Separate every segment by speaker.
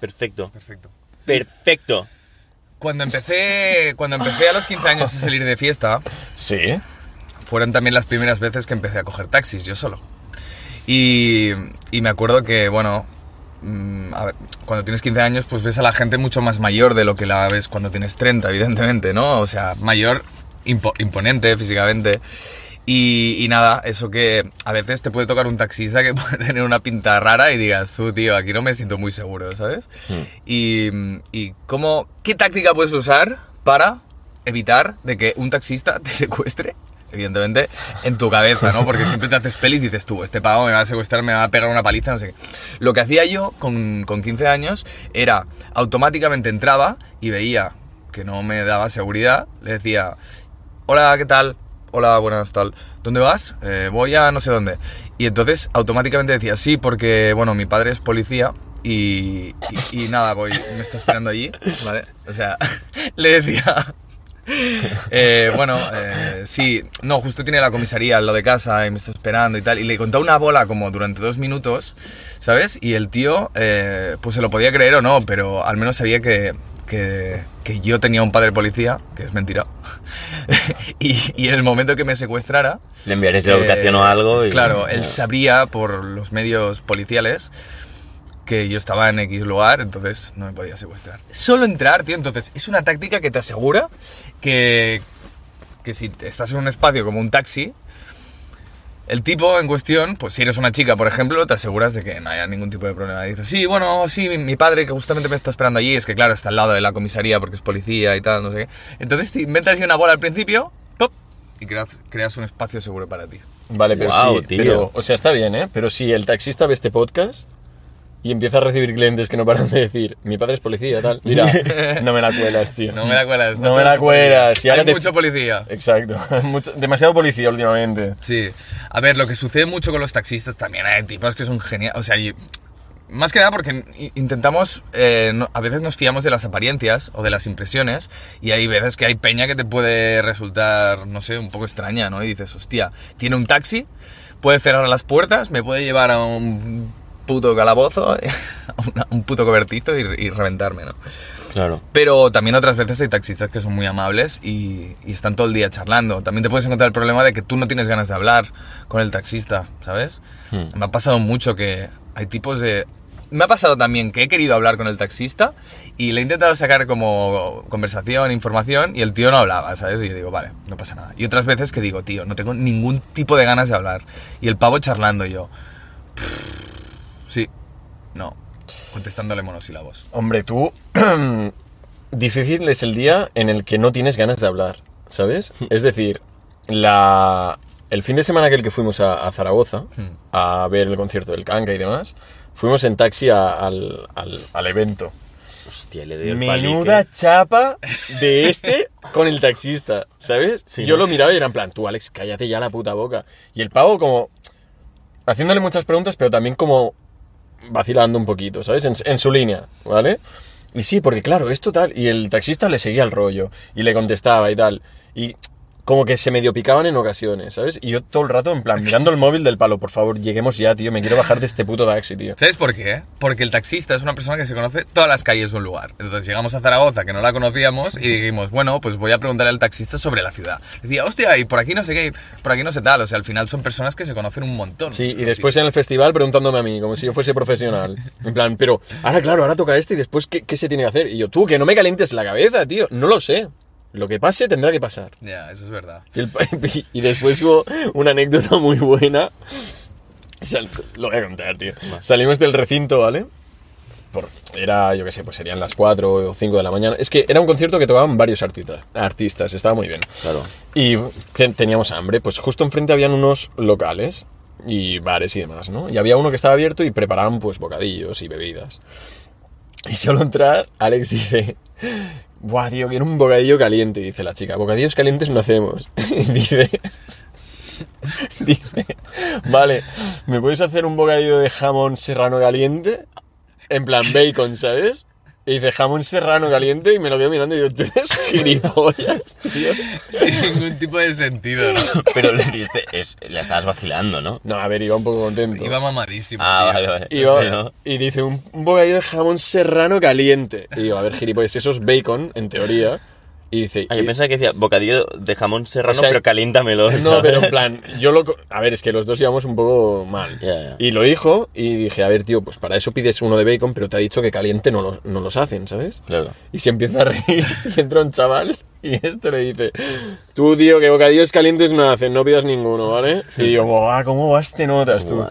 Speaker 1: Perfecto.
Speaker 2: Perfecto.
Speaker 1: Perfecto.
Speaker 2: Cuando empecé, cuando empecé a los 15 años a salir de fiesta,
Speaker 3: Sí.
Speaker 2: fueron también las primeras veces que empecé a coger taxis yo solo. Y, y me acuerdo que, bueno, mm, a ver, cuando tienes 15 años, pues ves a la gente mucho más mayor de lo que la ves cuando tienes 30, evidentemente, ¿no? O sea, mayor, impo- imponente físicamente. Y, y nada, eso que a veces te puede tocar un taxista que puede tener una pinta rara y digas, tú, tío, aquí no me siento muy seguro, ¿sabes? Y, y cómo, ¿qué táctica puedes usar para evitar de que un taxista te secuestre? Evidentemente, en tu cabeza, ¿no? Porque siempre te haces pelis y dices tú, este pavo me va a secuestrar, me va a pegar una paliza, no sé qué. Lo que hacía yo con, con 15 años era, automáticamente entraba y veía que no me daba seguridad, le decía, hola, ¿qué tal? Hola, buenas, tal. ¿Dónde vas? "Eh, voy a no sé dónde. Y entonces automáticamente decía, sí, porque, bueno, mi padre es policía y, y- y nada, voy, me está esperando allí, ¿vale? O sea, le decía, eh, bueno, eh, sí, no, justo tiene la comisaría al lado de casa y me está esperando y tal. Y le contaba una bola como durante dos minutos, ¿sabes? Y el tío, eh, pues se lo podía creer o no, pero al menos sabía que, que, que yo tenía un padre policía, que es mentira. y, y en el momento que me secuestrara,
Speaker 1: Le enviaréis la ubicación o
Speaker 2: eh,
Speaker 1: algo y...
Speaker 2: Claro, él sabría por los medios policiales que yo estaba en X lugar, entonces no me podía secuestrar. Solo entrar, tío, entonces es una táctica que te asegura que, que si estás en un espacio como un taxi, el tipo en cuestión, pues si eres una chica, por ejemplo, te aseguras de que no haya ningún tipo de problema. Dices, sí, bueno, sí, mi, mi padre que justamente me está esperando allí, es que claro, está al lado de la comisaría porque es policía y tal, no sé qué. Entonces te inventas ahí una bola al principio, ¡pop! y creas, creas un espacio seguro para ti.
Speaker 3: Vale, pero
Speaker 1: Guau,
Speaker 3: sí.
Speaker 1: tío.
Speaker 3: Pero, o sea, está bien, ¿eh? Pero si el taxista ve este podcast y empieza a recibir clientes que no paran de decir, mi padre es policía, tal, dirá, no me la cuelas, tío.
Speaker 2: No me la cuelas.
Speaker 3: No me la cuelas. Y ahora
Speaker 2: Hay
Speaker 3: te-
Speaker 2: mucho policía.
Speaker 3: Exacto. Mucho- demasiado policía últimamente.
Speaker 2: Sí. A ver, lo que sucede mucho con los taxistas también hay tipos que son geniales. O sea, y- más que nada porque i- intentamos, eh, no- a veces nos fiamos de las apariencias o de las impresiones y hay veces que hay peña que te puede resultar, no sé, un poco extraña, ¿no? Y dices, hostia, tiene un taxi, puede cerrar las puertas, me puede llevar a un puto calabozo, a una- un puto cobertizo y, y reventarme, ¿no?
Speaker 1: Claro.
Speaker 2: Pero también otras veces hay taxistas que son muy amables y, y están todo el día charlando. También te puedes encontrar el problema de que tú no tienes ganas de hablar con el taxista, ¿sabes? Me ha pasado mucho que hay tipos de... Me ha pasado también que he querido hablar con el taxista y le he intentado sacar como conversación, información y el tío no hablaba, ¿sabes? Y yo digo, vale, no pasa nada. Y otras veces que digo, tío, no tengo ningún tipo de ganas de hablar. Y el pavo charlando y yo. Sí, no. Contestándole monosílabos.
Speaker 3: Hombre, tú. difícil es el día en el que no tienes ganas de hablar, ¿sabes? Es decir, la. El fin de semana aquel que fuimos a, a Zaragoza
Speaker 2: Hmm.
Speaker 3: a ver el concierto del Kanka y demás, fuimos en taxi a- al, al- al evento.
Speaker 1: Hostia, le doy el
Speaker 3: Menuda
Speaker 1: palique.
Speaker 3: chapa de este con el taxista, ¿sabes?
Speaker 1: Sí,
Speaker 3: Yo
Speaker 1: ¿no?
Speaker 3: lo miraba y era en plan, tú Alex, cállate ya la puta boca. Y el pavo como haciéndole muchas preguntas, pero también como vacilando un poquito, ¿sabes? En, en su línea, ¿vale? Y sí, porque claro, esto tal. Y el taxista le seguía el rollo y le contestaba y tal. Y como que se medio picaban en ocasiones, ¿sabes? Y yo todo el rato en plan mirando el móvil del palo, por favor, lleguemos ya, tío, me quiero bajar de este puto taxi, tío.
Speaker 2: ¿Sabes por qué? Porque el taxista es una persona que se conoce todas las calles de un lugar. Entonces llegamos a Zaragoza, que no la conocíamos, y dijimos, bueno, pues voy a preguntarle al taxista sobre la ciudad. Decía, hostia, y por aquí no sé qué, y por aquí no sé tal. O sea, al final son personas que se conocen un montón.
Speaker 3: Sí, y después en el festival preguntándome a mí, como si yo fuese profesional. En plan, pero ahora, claro, ahora toca este y después, ¿qué, qué se tiene que hacer? Y yo, tú, que no me calientes la cabeza, tío. No lo sé. Lo que pase tendrá que pasar.
Speaker 2: Ya, eso es verdad.
Speaker 3: Y, el pa- y después hubo una anécdota muy buena. Sal- lo voy a contar, tío. Salimos del recinto, ¿vale? Por- era, yo qué sé, pues serían las 4 o 5 de la mañana. Es que era un concierto que tocaban varios artistas, artistas estaba muy bien.
Speaker 1: Claro.
Speaker 3: Y te- teníamos hambre, pues justo enfrente habían unos locales y bares y demás, ¿no? Y había uno que estaba abierto y preparaban pues bocadillos y bebidas. Y solo entrar, Alex dice, Buah, tío, quiero un bocadillo caliente, dice la chica. Bocadillos calientes no hacemos. Y dice, dice, vale, ¿me puedes hacer un bocadillo de jamón serrano caliente? En plan bacon, ¿sabes? Y dice jamón serrano caliente y me lo quedo mirando y digo, tú eres gilipollas, tío.
Speaker 2: Sin ningún tipo de sentido, ¿no?
Speaker 1: Pero le diste, es- la estabas vacilando, ¿no?
Speaker 3: No, a ver, iba un poco contento.
Speaker 2: Iba mamadísimo.
Speaker 1: Ah,
Speaker 2: tío.
Speaker 1: vale, vale.
Speaker 3: Y, va-
Speaker 1: Sí, ¿no?
Speaker 3: y dice un, un bocadillo de jamón serrano caliente. Y digo, a ver, gilipollas, eso es bacon, en teoría. Y dice,
Speaker 1: Ah, yo
Speaker 3: y-
Speaker 1: pensaba que decía bocadillo de jamón serrano,
Speaker 3: O sea,
Speaker 1: pero caliéntamelo.
Speaker 3: No,
Speaker 1: ¿sabes?
Speaker 3: pero en plan, yo lo. co- A ver, es que los dos íbamos un poco mal.
Speaker 1: Ya, ya.
Speaker 3: Y lo dijo y dije, a ver, tío, pues para eso pides uno de bacon, pero te ha dicho que caliente no los, no los hacen, ¿sabes?
Speaker 1: Claro.
Speaker 3: Y se empieza a reír y entra un chaval y este le dice, tú, tío, que bocadillos calientes no hacen, no pidas ninguno, ¿vale? Y digo, "Buah, ¿cómo vas te notas tú?
Speaker 1: Buah.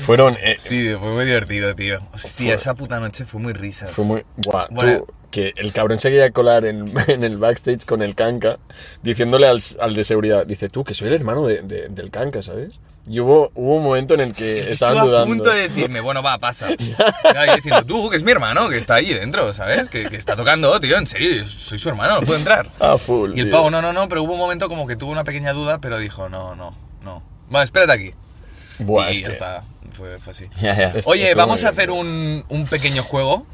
Speaker 3: Fueron. eh,
Speaker 2: Sí, fue muy divertido, tío. Hostia, esa puta noche fue muy risas.
Speaker 3: Fue muy. Buah, tú,
Speaker 2: Bueno.
Speaker 3: que el cabrón se quería colar en, en el backstage con el canca, diciéndole al, al de seguridad, dice tú, que soy el hermano de- de- del canca, ¿sabes? Y hubo, hubo un momento en el que estaban
Speaker 2: Estuvo a
Speaker 3: dudando.
Speaker 2: punto de decirme, bueno, va, pasa. Claro, yo diciendo, tú, que es mi hermano, que está ahí dentro, ¿sabes? Que, que está tocando, tío, en serio, yo soy su hermano, no puedo entrar.
Speaker 3: A full.
Speaker 2: Y el
Speaker 3: tío.
Speaker 2: pavo, no, no, no, pero hubo un momento como que tuvo una pequeña duda, pero dijo, no, no, no. Bueno, espérate aquí.
Speaker 3: Buah,
Speaker 2: y
Speaker 3: es
Speaker 2: ya
Speaker 3: que-
Speaker 2: está, fue, fue así.
Speaker 1: Ya, ya.
Speaker 3: Esto-
Speaker 2: Oye,
Speaker 3: estuvo
Speaker 2: vamos
Speaker 3: muy
Speaker 2: a
Speaker 3: bien,
Speaker 2: hacer
Speaker 3: tío.
Speaker 2: un, un pequeño juego.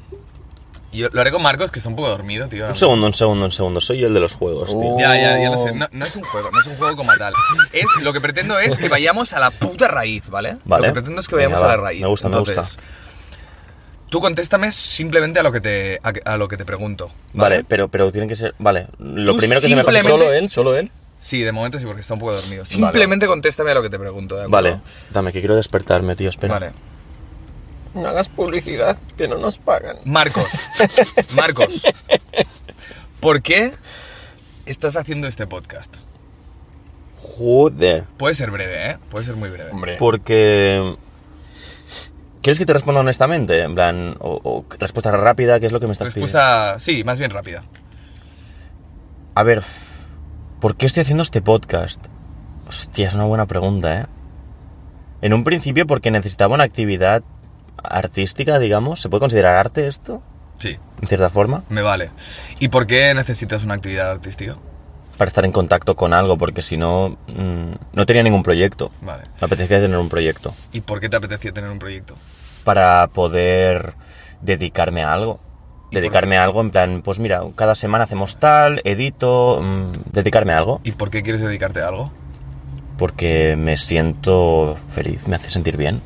Speaker 2: Yo lo haré con Marcos, que está un poco dormido, tío.
Speaker 1: Un segundo, un segundo, un segundo. Soy yo el de los juegos, tío.
Speaker 3: Uh.
Speaker 2: Ya, ya, ya lo
Speaker 1: Oh.
Speaker 2: sé. No, no es un juego, no es un juego como tal. Es, lo que pretendo es que vayamos a la puta raíz, ¿vale?
Speaker 1: Vale.
Speaker 2: Lo que pretendo es que vayamos
Speaker 1: Venga,
Speaker 2: a la
Speaker 1: va.
Speaker 2: raíz.
Speaker 1: Me gusta, me gusta.
Speaker 2: Tú contéstame simplemente a lo que te, a, que- a lo que te pregunto.
Speaker 1: Vale, pero, pero tiene que ser. Vale, lo
Speaker 2: Tú
Speaker 1: primero que se me
Speaker 2: simplemente-
Speaker 1: pasó.
Speaker 3: Solo él, solo él.
Speaker 2: Sí, de momento sí, porque está un poco dormido. Simplemente contéstame a lo que te pregunto, ¿de acuerdo?
Speaker 1: Vale, dame, que quiero despertarme, tío, espera.
Speaker 2: Vale.
Speaker 3: No hagas publicidad, que no nos pagan.
Speaker 2: Marcos. Marcos. ¿Por qué estás haciendo este podcast?
Speaker 1: Joder.
Speaker 2: Puede ser breve, ¿eh? Puede ser muy breve.
Speaker 3: Hombre.
Speaker 1: Porque. ¿Quieres que te responda honestamente? En plan, o, o respuesta rápida, ¿qué es lo que me estás pidiendo?
Speaker 2: Respuesta, sí, más bien rápida.
Speaker 1: A ver, ¿por qué estoy haciendo este podcast? Hostia, es una buena pregunta, ¿eh? En un principio, porque necesitaba una actividad artística, digamos. ¿Se puede considerar arte esto?
Speaker 2: Sí,
Speaker 1: En cierta forma.
Speaker 2: me vale. ¿Y por qué necesitas una actividad artística?
Speaker 1: Para estar en contacto con algo, porque si no. mm, no tenía ningún proyecto.
Speaker 2: Vale.
Speaker 1: Me apetecía tener un proyecto.
Speaker 2: ¿Y por qué te apetecía tener un proyecto?
Speaker 1: para poder dedicarme a algo.
Speaker 2: ¿Y por
Speaker 1: Dedicarme a algo en plan, pues mira, cada semana hacemos tal, edito, mm, dedicarme a algo.
Speaker 2: ¿Y por qué quieres dedicarte a algo?
Speaker 1: Porque me siento feliz, me hace sentir bien.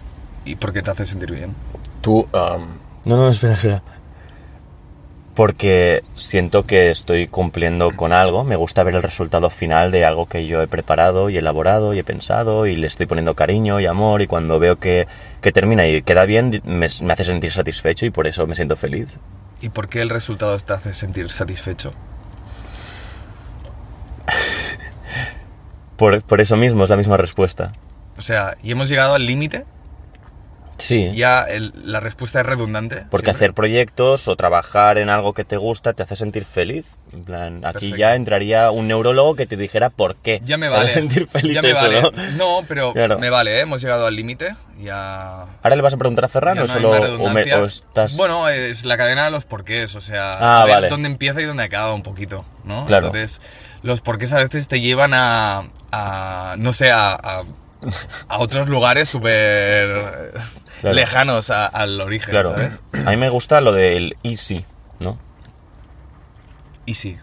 Speaker 2: ¿Y por qué te hace sentir bien?
Speaker 3: Tú, am,
Speaker 1: No, no, espera, espera. Porque siento que estoy cumpliendo con algo, me gusta ver el resultado final de algo que yo he preparado y elaborado y he pensado y le estoy poniendo cariño y amor y cuando veo que, que termina y queda bien di- me- me hace sentir satisfecho y por eso me siento feliz.
Speaker 2: ¿Y por qué el resultado te hace sentir satisfecho?
Speaker 1: Por, por eso mismo, es la misma respuesta.
Speaker 2: O sea, y hemos llegado al límite,
Speaker 1: Sí.
Speaker 2: ya el- la respuesta es redundante.
Speaker 1: Porque
Speaker 2: siempre.
Speaker 1: hacer proyectos o trabajar en algo que te gusta te hace sentir feliz. En plan, aquí
Speaker 2: Perfecto.
Speaker 1: ya entraría un neurólogo que te dijera por qué.
Speaker 2: Ya me
Speaker 1: te hace
Speaker 2: vale.
Speaker 1: sentir feliz
Speaker 2: ya me
Speaker 1: eso,
Speaker 2: vale.
Speaker 1: ¿no?
Speaker 2: pero
Speaker 1: Claro.
Speaker 2: me vale, ¿eh? hemos llegado al límite. Ya.
Speaker 1: Ahora le vas a preguntar a Ferran
Speaker 2: ya
Speaker 1: o
Speaker 2: no hay
Speaker 1: solo
Speaker 2: más
Speaker 1: o me-
Speaker 2: redundancia.
Speaker 1: o estás.
Speaker 2: Bueno, es la cadena de los porqués, o sea,
Speaker 1: Ah,
Speaker 2: a ver
Speaker 1: vale.
Speaker 2: dónde empieza y dónde acaba un poquito, ¿no?
Speaker 1: Claro.
Speaker 2: Entonces, los porqués a veces te llevan a, a, no sé, a, a- a otros lugares súper
Speaker 1: Claro.
Speaker 2: lejanos a- al origen,
Speaker 1: claro.
Speaker 2: ¿sabes?
Speaker 1: A mí me gusta lo del y si, ¿no?
Speaker 2: Y sí.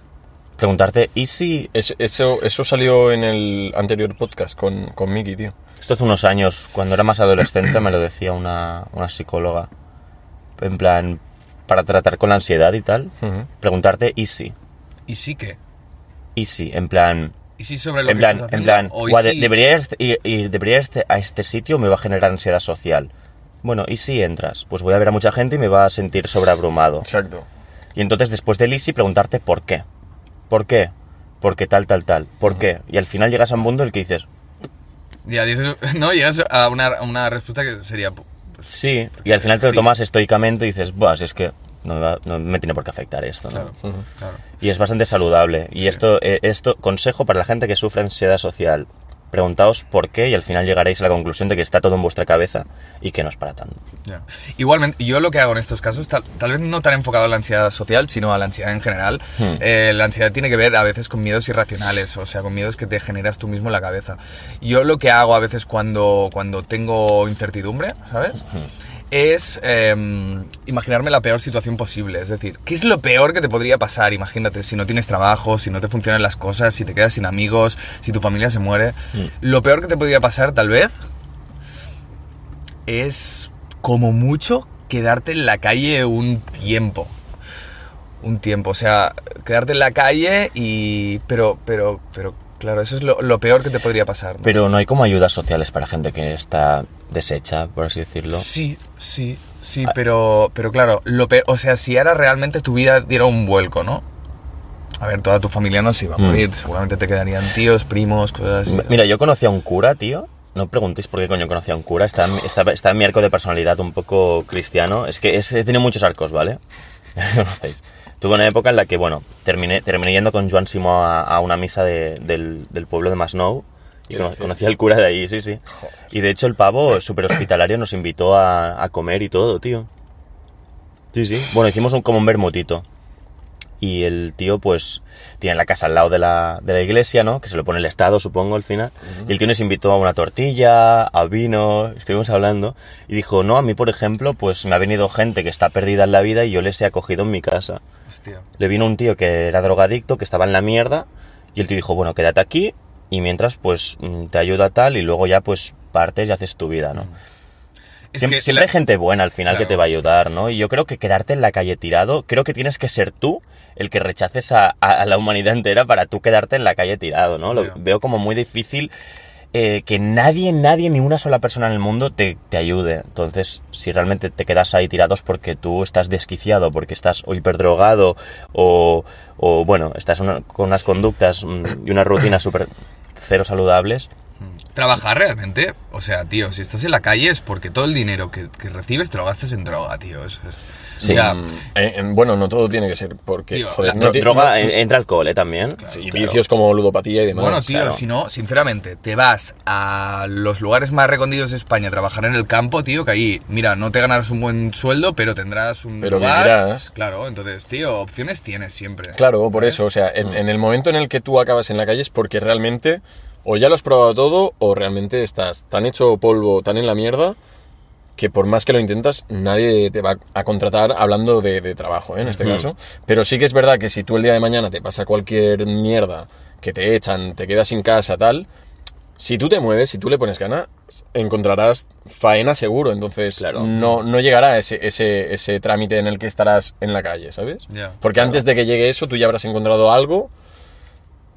Speaker 1: Preguntarte, ¿y si?
Speaker 3: eso, eso, eso salió en el anterior podcast con, con Miki, tío.
Speaker 1: Esto hace unos años, cuando era más adolescente, me lo decía una, una psicóloga. En plan, para tratar con la ansiedad y tal,
Speaker 3: Ujú.
Speaker 1: preguntarte, ¿y si?
Speaker 2: ¿Y sí qué?
Speaker 1: ¿Y si? En plan,
Speaker 2: ¿Y sí sobre lo
Speaker 1: En
Speaker 2: que
Speaker 1: plan,
Speaker 2: estás
Speaker 1: en plan,
Speaker 2: haciendo? ¿O y
Speaker 1: "Guau, de-
Speaker 2: sí?
Speaker 1: deberías ir, ir- deberías te- a este sitio me va a generar ansiedad social. Bueno, ¿y si entras? Pues voy a ver a mucha gente y me va a sentir sobreabrumado.
Speaker 3: Exacto.
Speaker 1: Y entonces después del easy preguntarte por qué. ¿Por qué? Porque tal, tal, tal. ¿Por qué? Y al final llegas a un punto en el que dices,
Speaker 2: Ya dices, no, llegas a una, a una respuesta que sería... pues,
Speaker 1: sí. Y al final te lo
Speaker 2: Sí.
Speaker 1: tomas estoicamente y dices, bueno, si es que no me, va- no me tiene por qué afectar esto. ¿no?".
Speaker 2: Claro, claro.
Speaker 1: Y es bastante saludable. Y esto, eh, esto, consejo para la gente que sufre ansiedad social. Preguntaos por qué y al final llegaréis a la conclusión de que está todo en vuestra cabeza y que no es para tanto.
Speaker 2: Ya. Igualmente, yo lo que hago en estos casos, tal, tal vez no tan enfocado a la ansiedad social, sino a la ansiedad en general. Eh, la ansiedad tiene que ver a veces con miedos irracionales, o sea, con miedos que te generas tú mismo en la cabeza. Yo lo que hago a veces cuando, cuando tengo incertidumbre, ¿sabes? es eh, imaginarme la peor situación posible. Es decir, ¿qué es lo peor que te podría pasar? Imagínate, si no tienes trabajo, si no te funcionan las cosas, si te quedas sin amigos, si tu familia se muere. Lo peor que te podría pasar, tal vez, es como mucho quedarte en la calle un tiempo. Un tiempo, o sea, quedarte en la calle y... Pero, pero, pero, claro, eso es lo, lo peor que te podría pasar. ¿no?
Speaker 1: Pero no hay como ayudas sociales para gente que está deshecha, por así decirlo.
Speaker 2: Sí, sí, sí,
Speaker 1: Ah.
Speaker 2: pero, pero claro, lo pe- o sea, si ahora realmente tu vida diera un vuelco, ¿no? A ver, toda tu familia no se iba a
Speaker 1: Mm.
Speaker 2: morir, seguramente te quedarían tíos, primos, cosas así.
Speaker 1: M- Mira, yo conocí a un cura, tío. No preguntéis por qué coño conocí a un cura. Está, está, está en mi arco de personalidad un poco cristiano. Es que ese tiene muchos arcos, ¿vale? Ya me conocéis. Tuve una época en la que, bueno, terminé, terminé yendo con Joan Simó a, a una misa de- del, del pueblo de Masnou. Y
Speaker 3: ¿Qué
Speaker 1: cono-
Speaker 3: dices?
Speaker 1: conocí al cura de ahí, sí, sí.
Speaker 2: Joder.
Speaker 1: Y de hecho el pavo, súper hospitalario, nos invitó a, a comer y todo, tío. Sí, sí. Bueno, hicimos un, como un bermutito. Y el tío, pues, tiene la casa al lado de la, de la iglesia, ¿no? Que se lo pone el Estado, supongo, al final. Y el tío nos invitó a una tortilla, a vino, estuvimos hablando. Y dijo, no, a mí, por ejemplo, pues me ha venido gente que está perdida en la vida y yo les he acogido en mi casa.
Speaker 2: Hostia.
Speaker 1: Le vino un tío que era drogadicto, que estaba en la mierda. Y el tío dijo, bueno, quédate aquí y mientras, pues, mm, te ayuda tal y luego ya, pues, partes y haces tu vida, ¿no?
Speaker 2: Es
Speaker 1: Siempre,
Speaker 2: que
Speaker 1: siempre
Speaker 2: la-
Speaker 1: hay gente buena al final
Speaker 2: Claro.
Speaker 1: que te va a ayudar, ¿no? Y yo creo que quedarte en la calle tirado, creo que tienes que ser tú el que rechaces a, a- a la humanidad entera para tú quedarte en la calle tirado, ¿no? Lo
Speaker 2: Ya.
Speaker 1: veo como muy difícil eh, que nadie, nadie, ni una sola persona en el mundo te, te ayude. Entonces, si realmente te quedas ahí tirado es porque tú estás desquiciado, porque estás o hiperdrogado o, o bueno, estás una- con unas conductas mm, y unas rutinas súper cero saludables.
Speaker 2: Trabajar realmente, o sea, tío, si estás en la calle es porque todo el dinero que, que recibes te lo gastas en droga, tío. Eso es-
Speaker 1: Sí.
Speaker 2: O sea,
Speaker 3: Eh, eh, bueno, no todo tiene que ser porque,
Speaker 2: Mm. Tío,
Speaker 3: joder,
Speaker 2: la
Speaker 3: no
Speaker 1: Dro-
Speaker 3: ti-
Speaker 1: Droga, en- entra alcohol, ¿eh? También.
Speaker 3: sí,
Speaker 1: Claro.
Speaker 3: vicios como ludopatía y demás.
Speaker 2: Bueno, tío,
Speaker 1: claro.
Speaker 2: si no, sinceramente, te vas a los lugares más recónditos de España a trabajar en el campo, tío, que ahí, mira, no te ganarás un buen sueldo, pero tendrás un
Speaker 3: Pero
Speaker 2: lugar.
Speaker 3: vivirás.
Speaker 2: Claro, entonces, tío, opciones tienes siempre.
Speaker 3: Claro,
Speaker 1: ¿Eh?
Speaker 3: por eso, o sea,
Speaker 1: Mm.
Speaker 3: en, en el momento en el que tú acabas en la calle es porque realmente o ya lo has probado todo o realmente estás tan hecho polvo, tan en la mierda, que por más que lo intentas, nadie te va a contratar hablando de, de trabajo, ¿eh? en este
Speaker 1: Ujú.
Speaker 3: caso. Pero sí que es verdad que si tú el día de mañana te pasa cualquier mierda, que te echan, te quedas sin casa, tal, si tú te mueves, si tú le pones gana, encontrarás faena seguro, entonces
Speaker 1: Claro.
Speaker 3: no, no llegará ese, ese, ese trámite en el que estarás en la calle, ¿sabes?
Speaker 2: Ya.
Speaker 3: Porque antes de que llegue eso, tú ya habrás encontrado algo,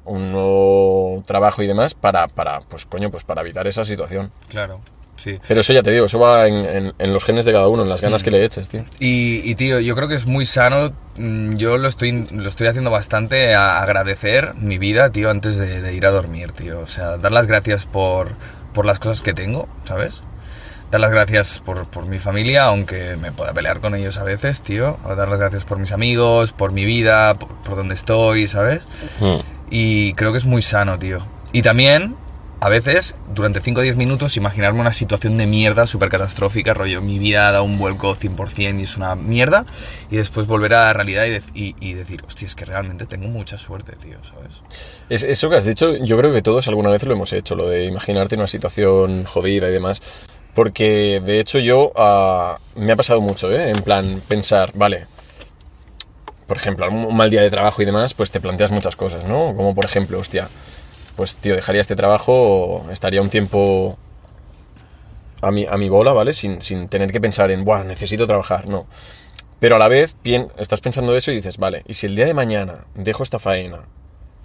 Speaker 3: un nuevo trabajo y demás, para, para pues coño, pues para evitar esa situación.
Speaker 2: Claro, sí.
Speaker 3: Pero eso ya te digo, eso va en, en- en los genes de cada uno, en las ganas que le eches, tío.
Speaker 2: Y, y, tío, yo creo que es muy sano. mm, Yo lo estoy, lo estoy haciendo bastante a agradecer mi vida, tío, antes de, de ir a dormir, tío. O sea, dar las gracias por, por las cosas que tengo, ¿sabes? Dar las gracias por, por mi familia, aunque me pueda pelear con ellos a veces, tío. O dar las gracias por mis amigos, por mi vida, por, por donde estoy, ¿sabes?
Speaker 1: Mm.
Speaker 2: Y creo que es muy sano, tío. Y también, a veces, durante 5 o 10 minutos, imaginarme una situación de mierda súper catastrófica, rollo, mi vida da un vuelco 100% y es una mierda, y después volver a la realidad y, dec- y- y decir, hostia, es que realmente tengo mucha suerte, tío, ¿sabes?
Speaker 3: Es, eso que has dicho, yo creo que todos alguna vez lo hemos hecho, lo de imaginarte una situación jodida y demás. Porque de hecho yo ah, me ha pasado mucho, ¿eh? En plan, pensar, vale, por ejemplo, un mal día de trabajo y demás, pues te planteas muchas cosas, ¿no? Como por ejemplo, hostia, pues tío, dejaría este trabajo, estaría un tiempo a mi, a mi bola, ¿vale? Sin, sin tener que pensar en, buah, necesito trabajar, no. Pero a la vez pien- estás pensando eso y dices, vale, ¿y si el día de mañana dejo esta faena,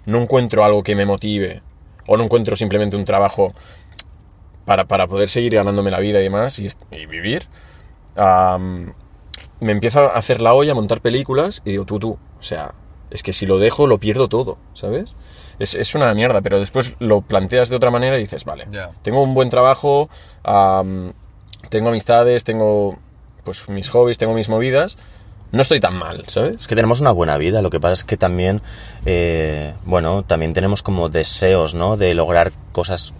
Speaker 3: no encuentro algo que me motive, o no encuentro simplemente un trabajo para, para poder seguir ganándome la vida y demás y, est- y vivir? am, me empieza a hacer la olla, a montar películas y digo, tú, tú, o sea, es que si lo dejo lo pierdo todo, ¿sabes? Es, es una mierda, pero después lo planteas de otra manera y dices, vale,
Speaker 2: Ya.
Speaker 3: tengo un buen trabajo, am, tengo amistades, tengo pues mis hobbies, tengo mis movidas, no estoy tan mal, ¿sabes?
Speaker 1: Es que tenemos una buena vida, lo que pasa es que también, eh, bueno, también tenemos como deseos, ¿no? De lograr cosas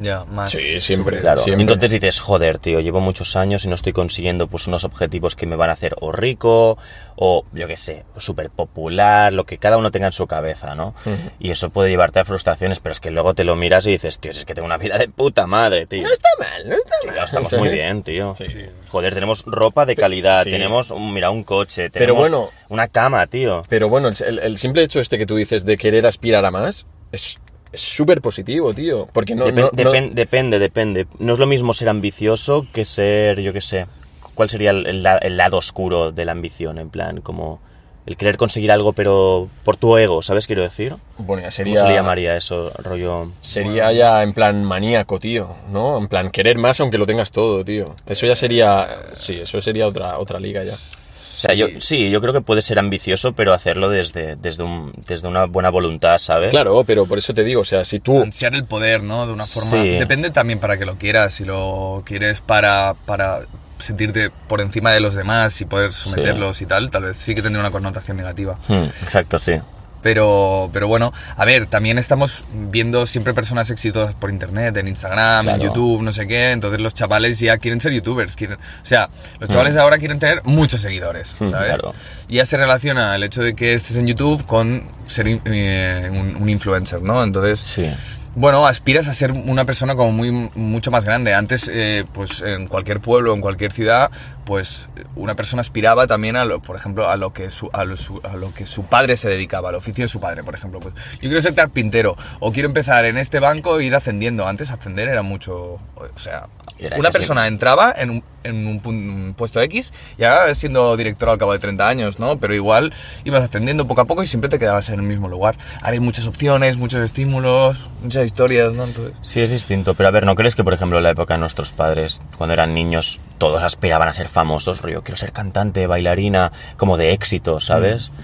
Speaker 2: Ya, más.
Speaker 3: Sí, siempre.
Speaker 1: Claro.
Speaker 3: Eh, siempre.
Speaker 1: Entonces dices, joder, tío, llevo muchos años y no estoy consiguiendo pues unos objetivos que me van a hacer o rico o yo qué sé, súper popular, lo que cada uno tenga en su cabeza, ¿no? Y eso puede llevarte a frustraciones, pero es que luego te lo miras y dices, tío, si es que tengo una vida de puta madre, tío.
Speaker 3: No está mal, no está
Speaker 1: Tío,
Speaker 3: mal.
Speaker 1: estamos
Speaker 3: ¿sabes?
Speaker 1: muy bien, tío.
Speaker 3: ¿eh? Sí.
Speaker 1: Joder, tenemos ropa de calidad,
Speaker 3: sí.
Speaker 1: tenemos, un- mira, un coche,
Speaker 3: Pero
Speaker 1: tenemos
Speaker 3: bueno.
Speaker 1: una cama, tío.
Speaker 3: Pero bueno, el, el simple hecho este que tú dices de querer aspirar a más es es súper positivo, tío. Porque no.
Speaker 1: Depen-
Speaker 3: no- no-
Speaker 1: depen- Depende, depende. No es lo mismo ser ambicioso que ser, yo qué sé. ¿Cuál sería el, el la- el lado oscuro de la ambición? En plan, como el querer conseguir algo, pero por tu ego, ¿sabes? Quiero decir.
Speaker 3: bueno, ya
Speaker 1: ¿Cómo
Speaker 3: sería.
Speaker 1: se le llamaría eso, rollo?
Speaker 3: Sería ya en plan maníaco, tío, ¿no? En plan querer más aunque lo tengas todo, tío. Eso ya sería. Sí, eso sería otra, otra liga ya.
Speaker 1: O sea, yo, sí, yo creo que puede ser ambicioso, pero hacerlo desde, desde, un, desde una buena voluntad, ¿sabes?
Speaker 3: Claro, pero por eso te digo, o sea, si tú.
Speaker 2: ansiar el poder, ¿no? De una forma...
Speaker 1: Sí.
Speaker 2: Depende también para que lo quieras, si lo quieres para, para sentirte por encima de los demás y poder someterlos y tal, tal vez sí que tendría una connotación negativa.
Speaker 1: Hmm, exacto, sí.
Speaker 2: Pero, pero bueno, a ver, también estamos viendo siempre personas exitosas por internet, en Instagram,
Speaker 1: Claro.
Speaker 2: en YouTube, no sé qué. Entonces los chavales ya quieren ser youtubers. Quieren, o sea, los chavales de ahora quieren tener muchos seguidores,
Speaker 1: Mm,
Speaker 2: ¿sabes?
Speaker 1: claro.
Speaker 2: Y ya se relaciona el hecho de que estés en YouTube con ser in- eh, un, un influencer, ¿no? Entonces,
Speaker 1: Sí.
Speaker 2: bueno, aspiras a ser una persona como muy, mucho más grande. Antes, eh, pues en cualquier pueblo, en cualquier ciudad, pues una persona aspiraba también a lo, por ejemplo, a lo que su, a lo, su- a lo que su padre se dedicaba, al oficio de su padre, por ejemplo. Pues, yo quiero ser carpintero o quiero empezar en este banco e ir ascendiendo. Antes ascender era mucho, o sea,
Speaker 1: Era
Speaker 2: una
Speaker 1: que sí.
Speaker 2: persona entraba en un, en un pun- un puesto X y ahora siendo director al cabo de 30 años, ¿no? Pero igual ibas ascendiendo poco a poco y siempre te quedabas en el mismo lugar. Ahora hay muchas opciones, muchos estímulos, muchas historias, ¿no? Entonces,
Speaker 1: Sí, es distinto, pero a ver, ¿no crees que, por ejemplo, en la época de nuestros padres, cuando eran niños, todos aspiraban a ser famosos? Rollo, quiero ser cantante, bailarina, como de éxito, ¿sabes?
Speaker 2: Mm.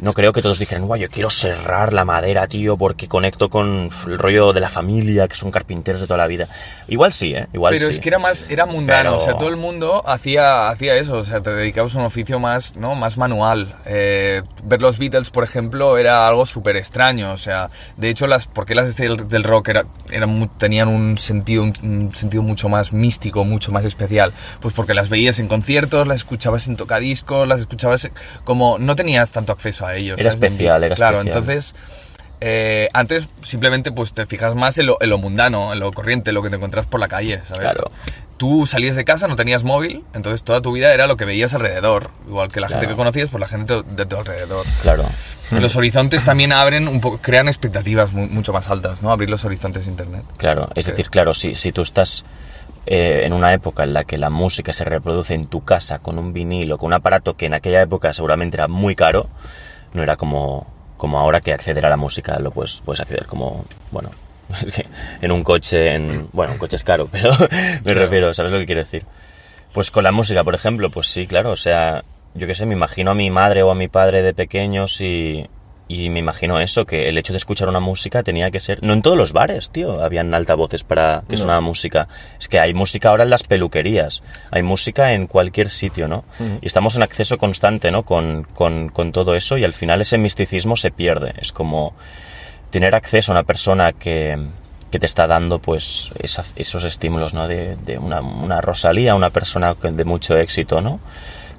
Speaker 1: No creo que todos dijeran, guay, yo quiero serrar la madera, tío, porque conecto con el rollo de la familia, que son carpinteros de toda la vida. Igual sí, ¿eh? Igual
Speaker 2: pero
Speaker 1: sí.
Speaker 2: es que era más era mundano,
Speaker 1: Pero-
Speaker 2: o sea, todo el mundo hacía, hacía eso, o sea, te dedicabas a un oficio más, ¿no? más manual. Eh, ver los Beatles, por ejemplo, era algo súper extraño, o sea, de hecho, las, porque las estrellas del rock era, eran mu- tenían un sentido, un, un sentido mucho más místico, mucho más especial? Pues porque las veías en conciertos, las escuchabas en tocadiscos, las escuchabas en- como no tenías tanto acceso a ellos.
Speaker 1: Era
Speaker 2: ¿sabes?
Speaker 1: especial, era
Speaker 2: Claro,
Speaker 1: especial.
Speaker 2: entonces... eh, antes simplemente pues te fijas más en lo, en lo mundano, en lo corriente, en lo que te encontrás por la calle, ¿sabes?
Speaker 1: Claro.
Speaker 2: Tú salías de casa, no tenías móvil, entonces toda tu vida era lo que veías alrededor. Igual que la gente
Speaker 1: Claro. Mm.
Speaker 2: que conocías, pues la gente de tu alrededor.
Speaker 1: Claro.
Speaker 2: Los horizontes también abren un poco, crean expectativas mu- mucho más altas, ¿no? Abrir los horizontes de internet.
Speaker 1: Claro, es decir, claro, si, si tú estás eh, en una época en la que la música se reproduce en tu casa con un vinilo, con un aparato que en aquella época seguramente era muy caro, no era como, como ahora que acceder a la música lo puedes, puedes acceder como, bueno, en un coche, en, bueno, un coche es caro, pero me refiero, ¿sabes lo que quiero decir? Pues con la música, por ejemplo, pues sí, claro, o sea, yo qué sé, me imagino a mi madre o a mi padre de pequeños y, y me imagino eso, que el hecho de escuchar una música tenía que ser... No en todos los bares, tío, habían altavoces para que sonaba música. Es que hay música ahora en las peluquerías, hay música en cualquier sitio, ¿no? Y estamos en acceso constante, ¿no? Con, con, con todo eso y al final ese misticismo se pierde. Es como tener acceso a una persona que, que te está dando pues esa- esos estímulos ¿no? de, de una, una Rosalía, una persona que- de mucho éxito, ¿no?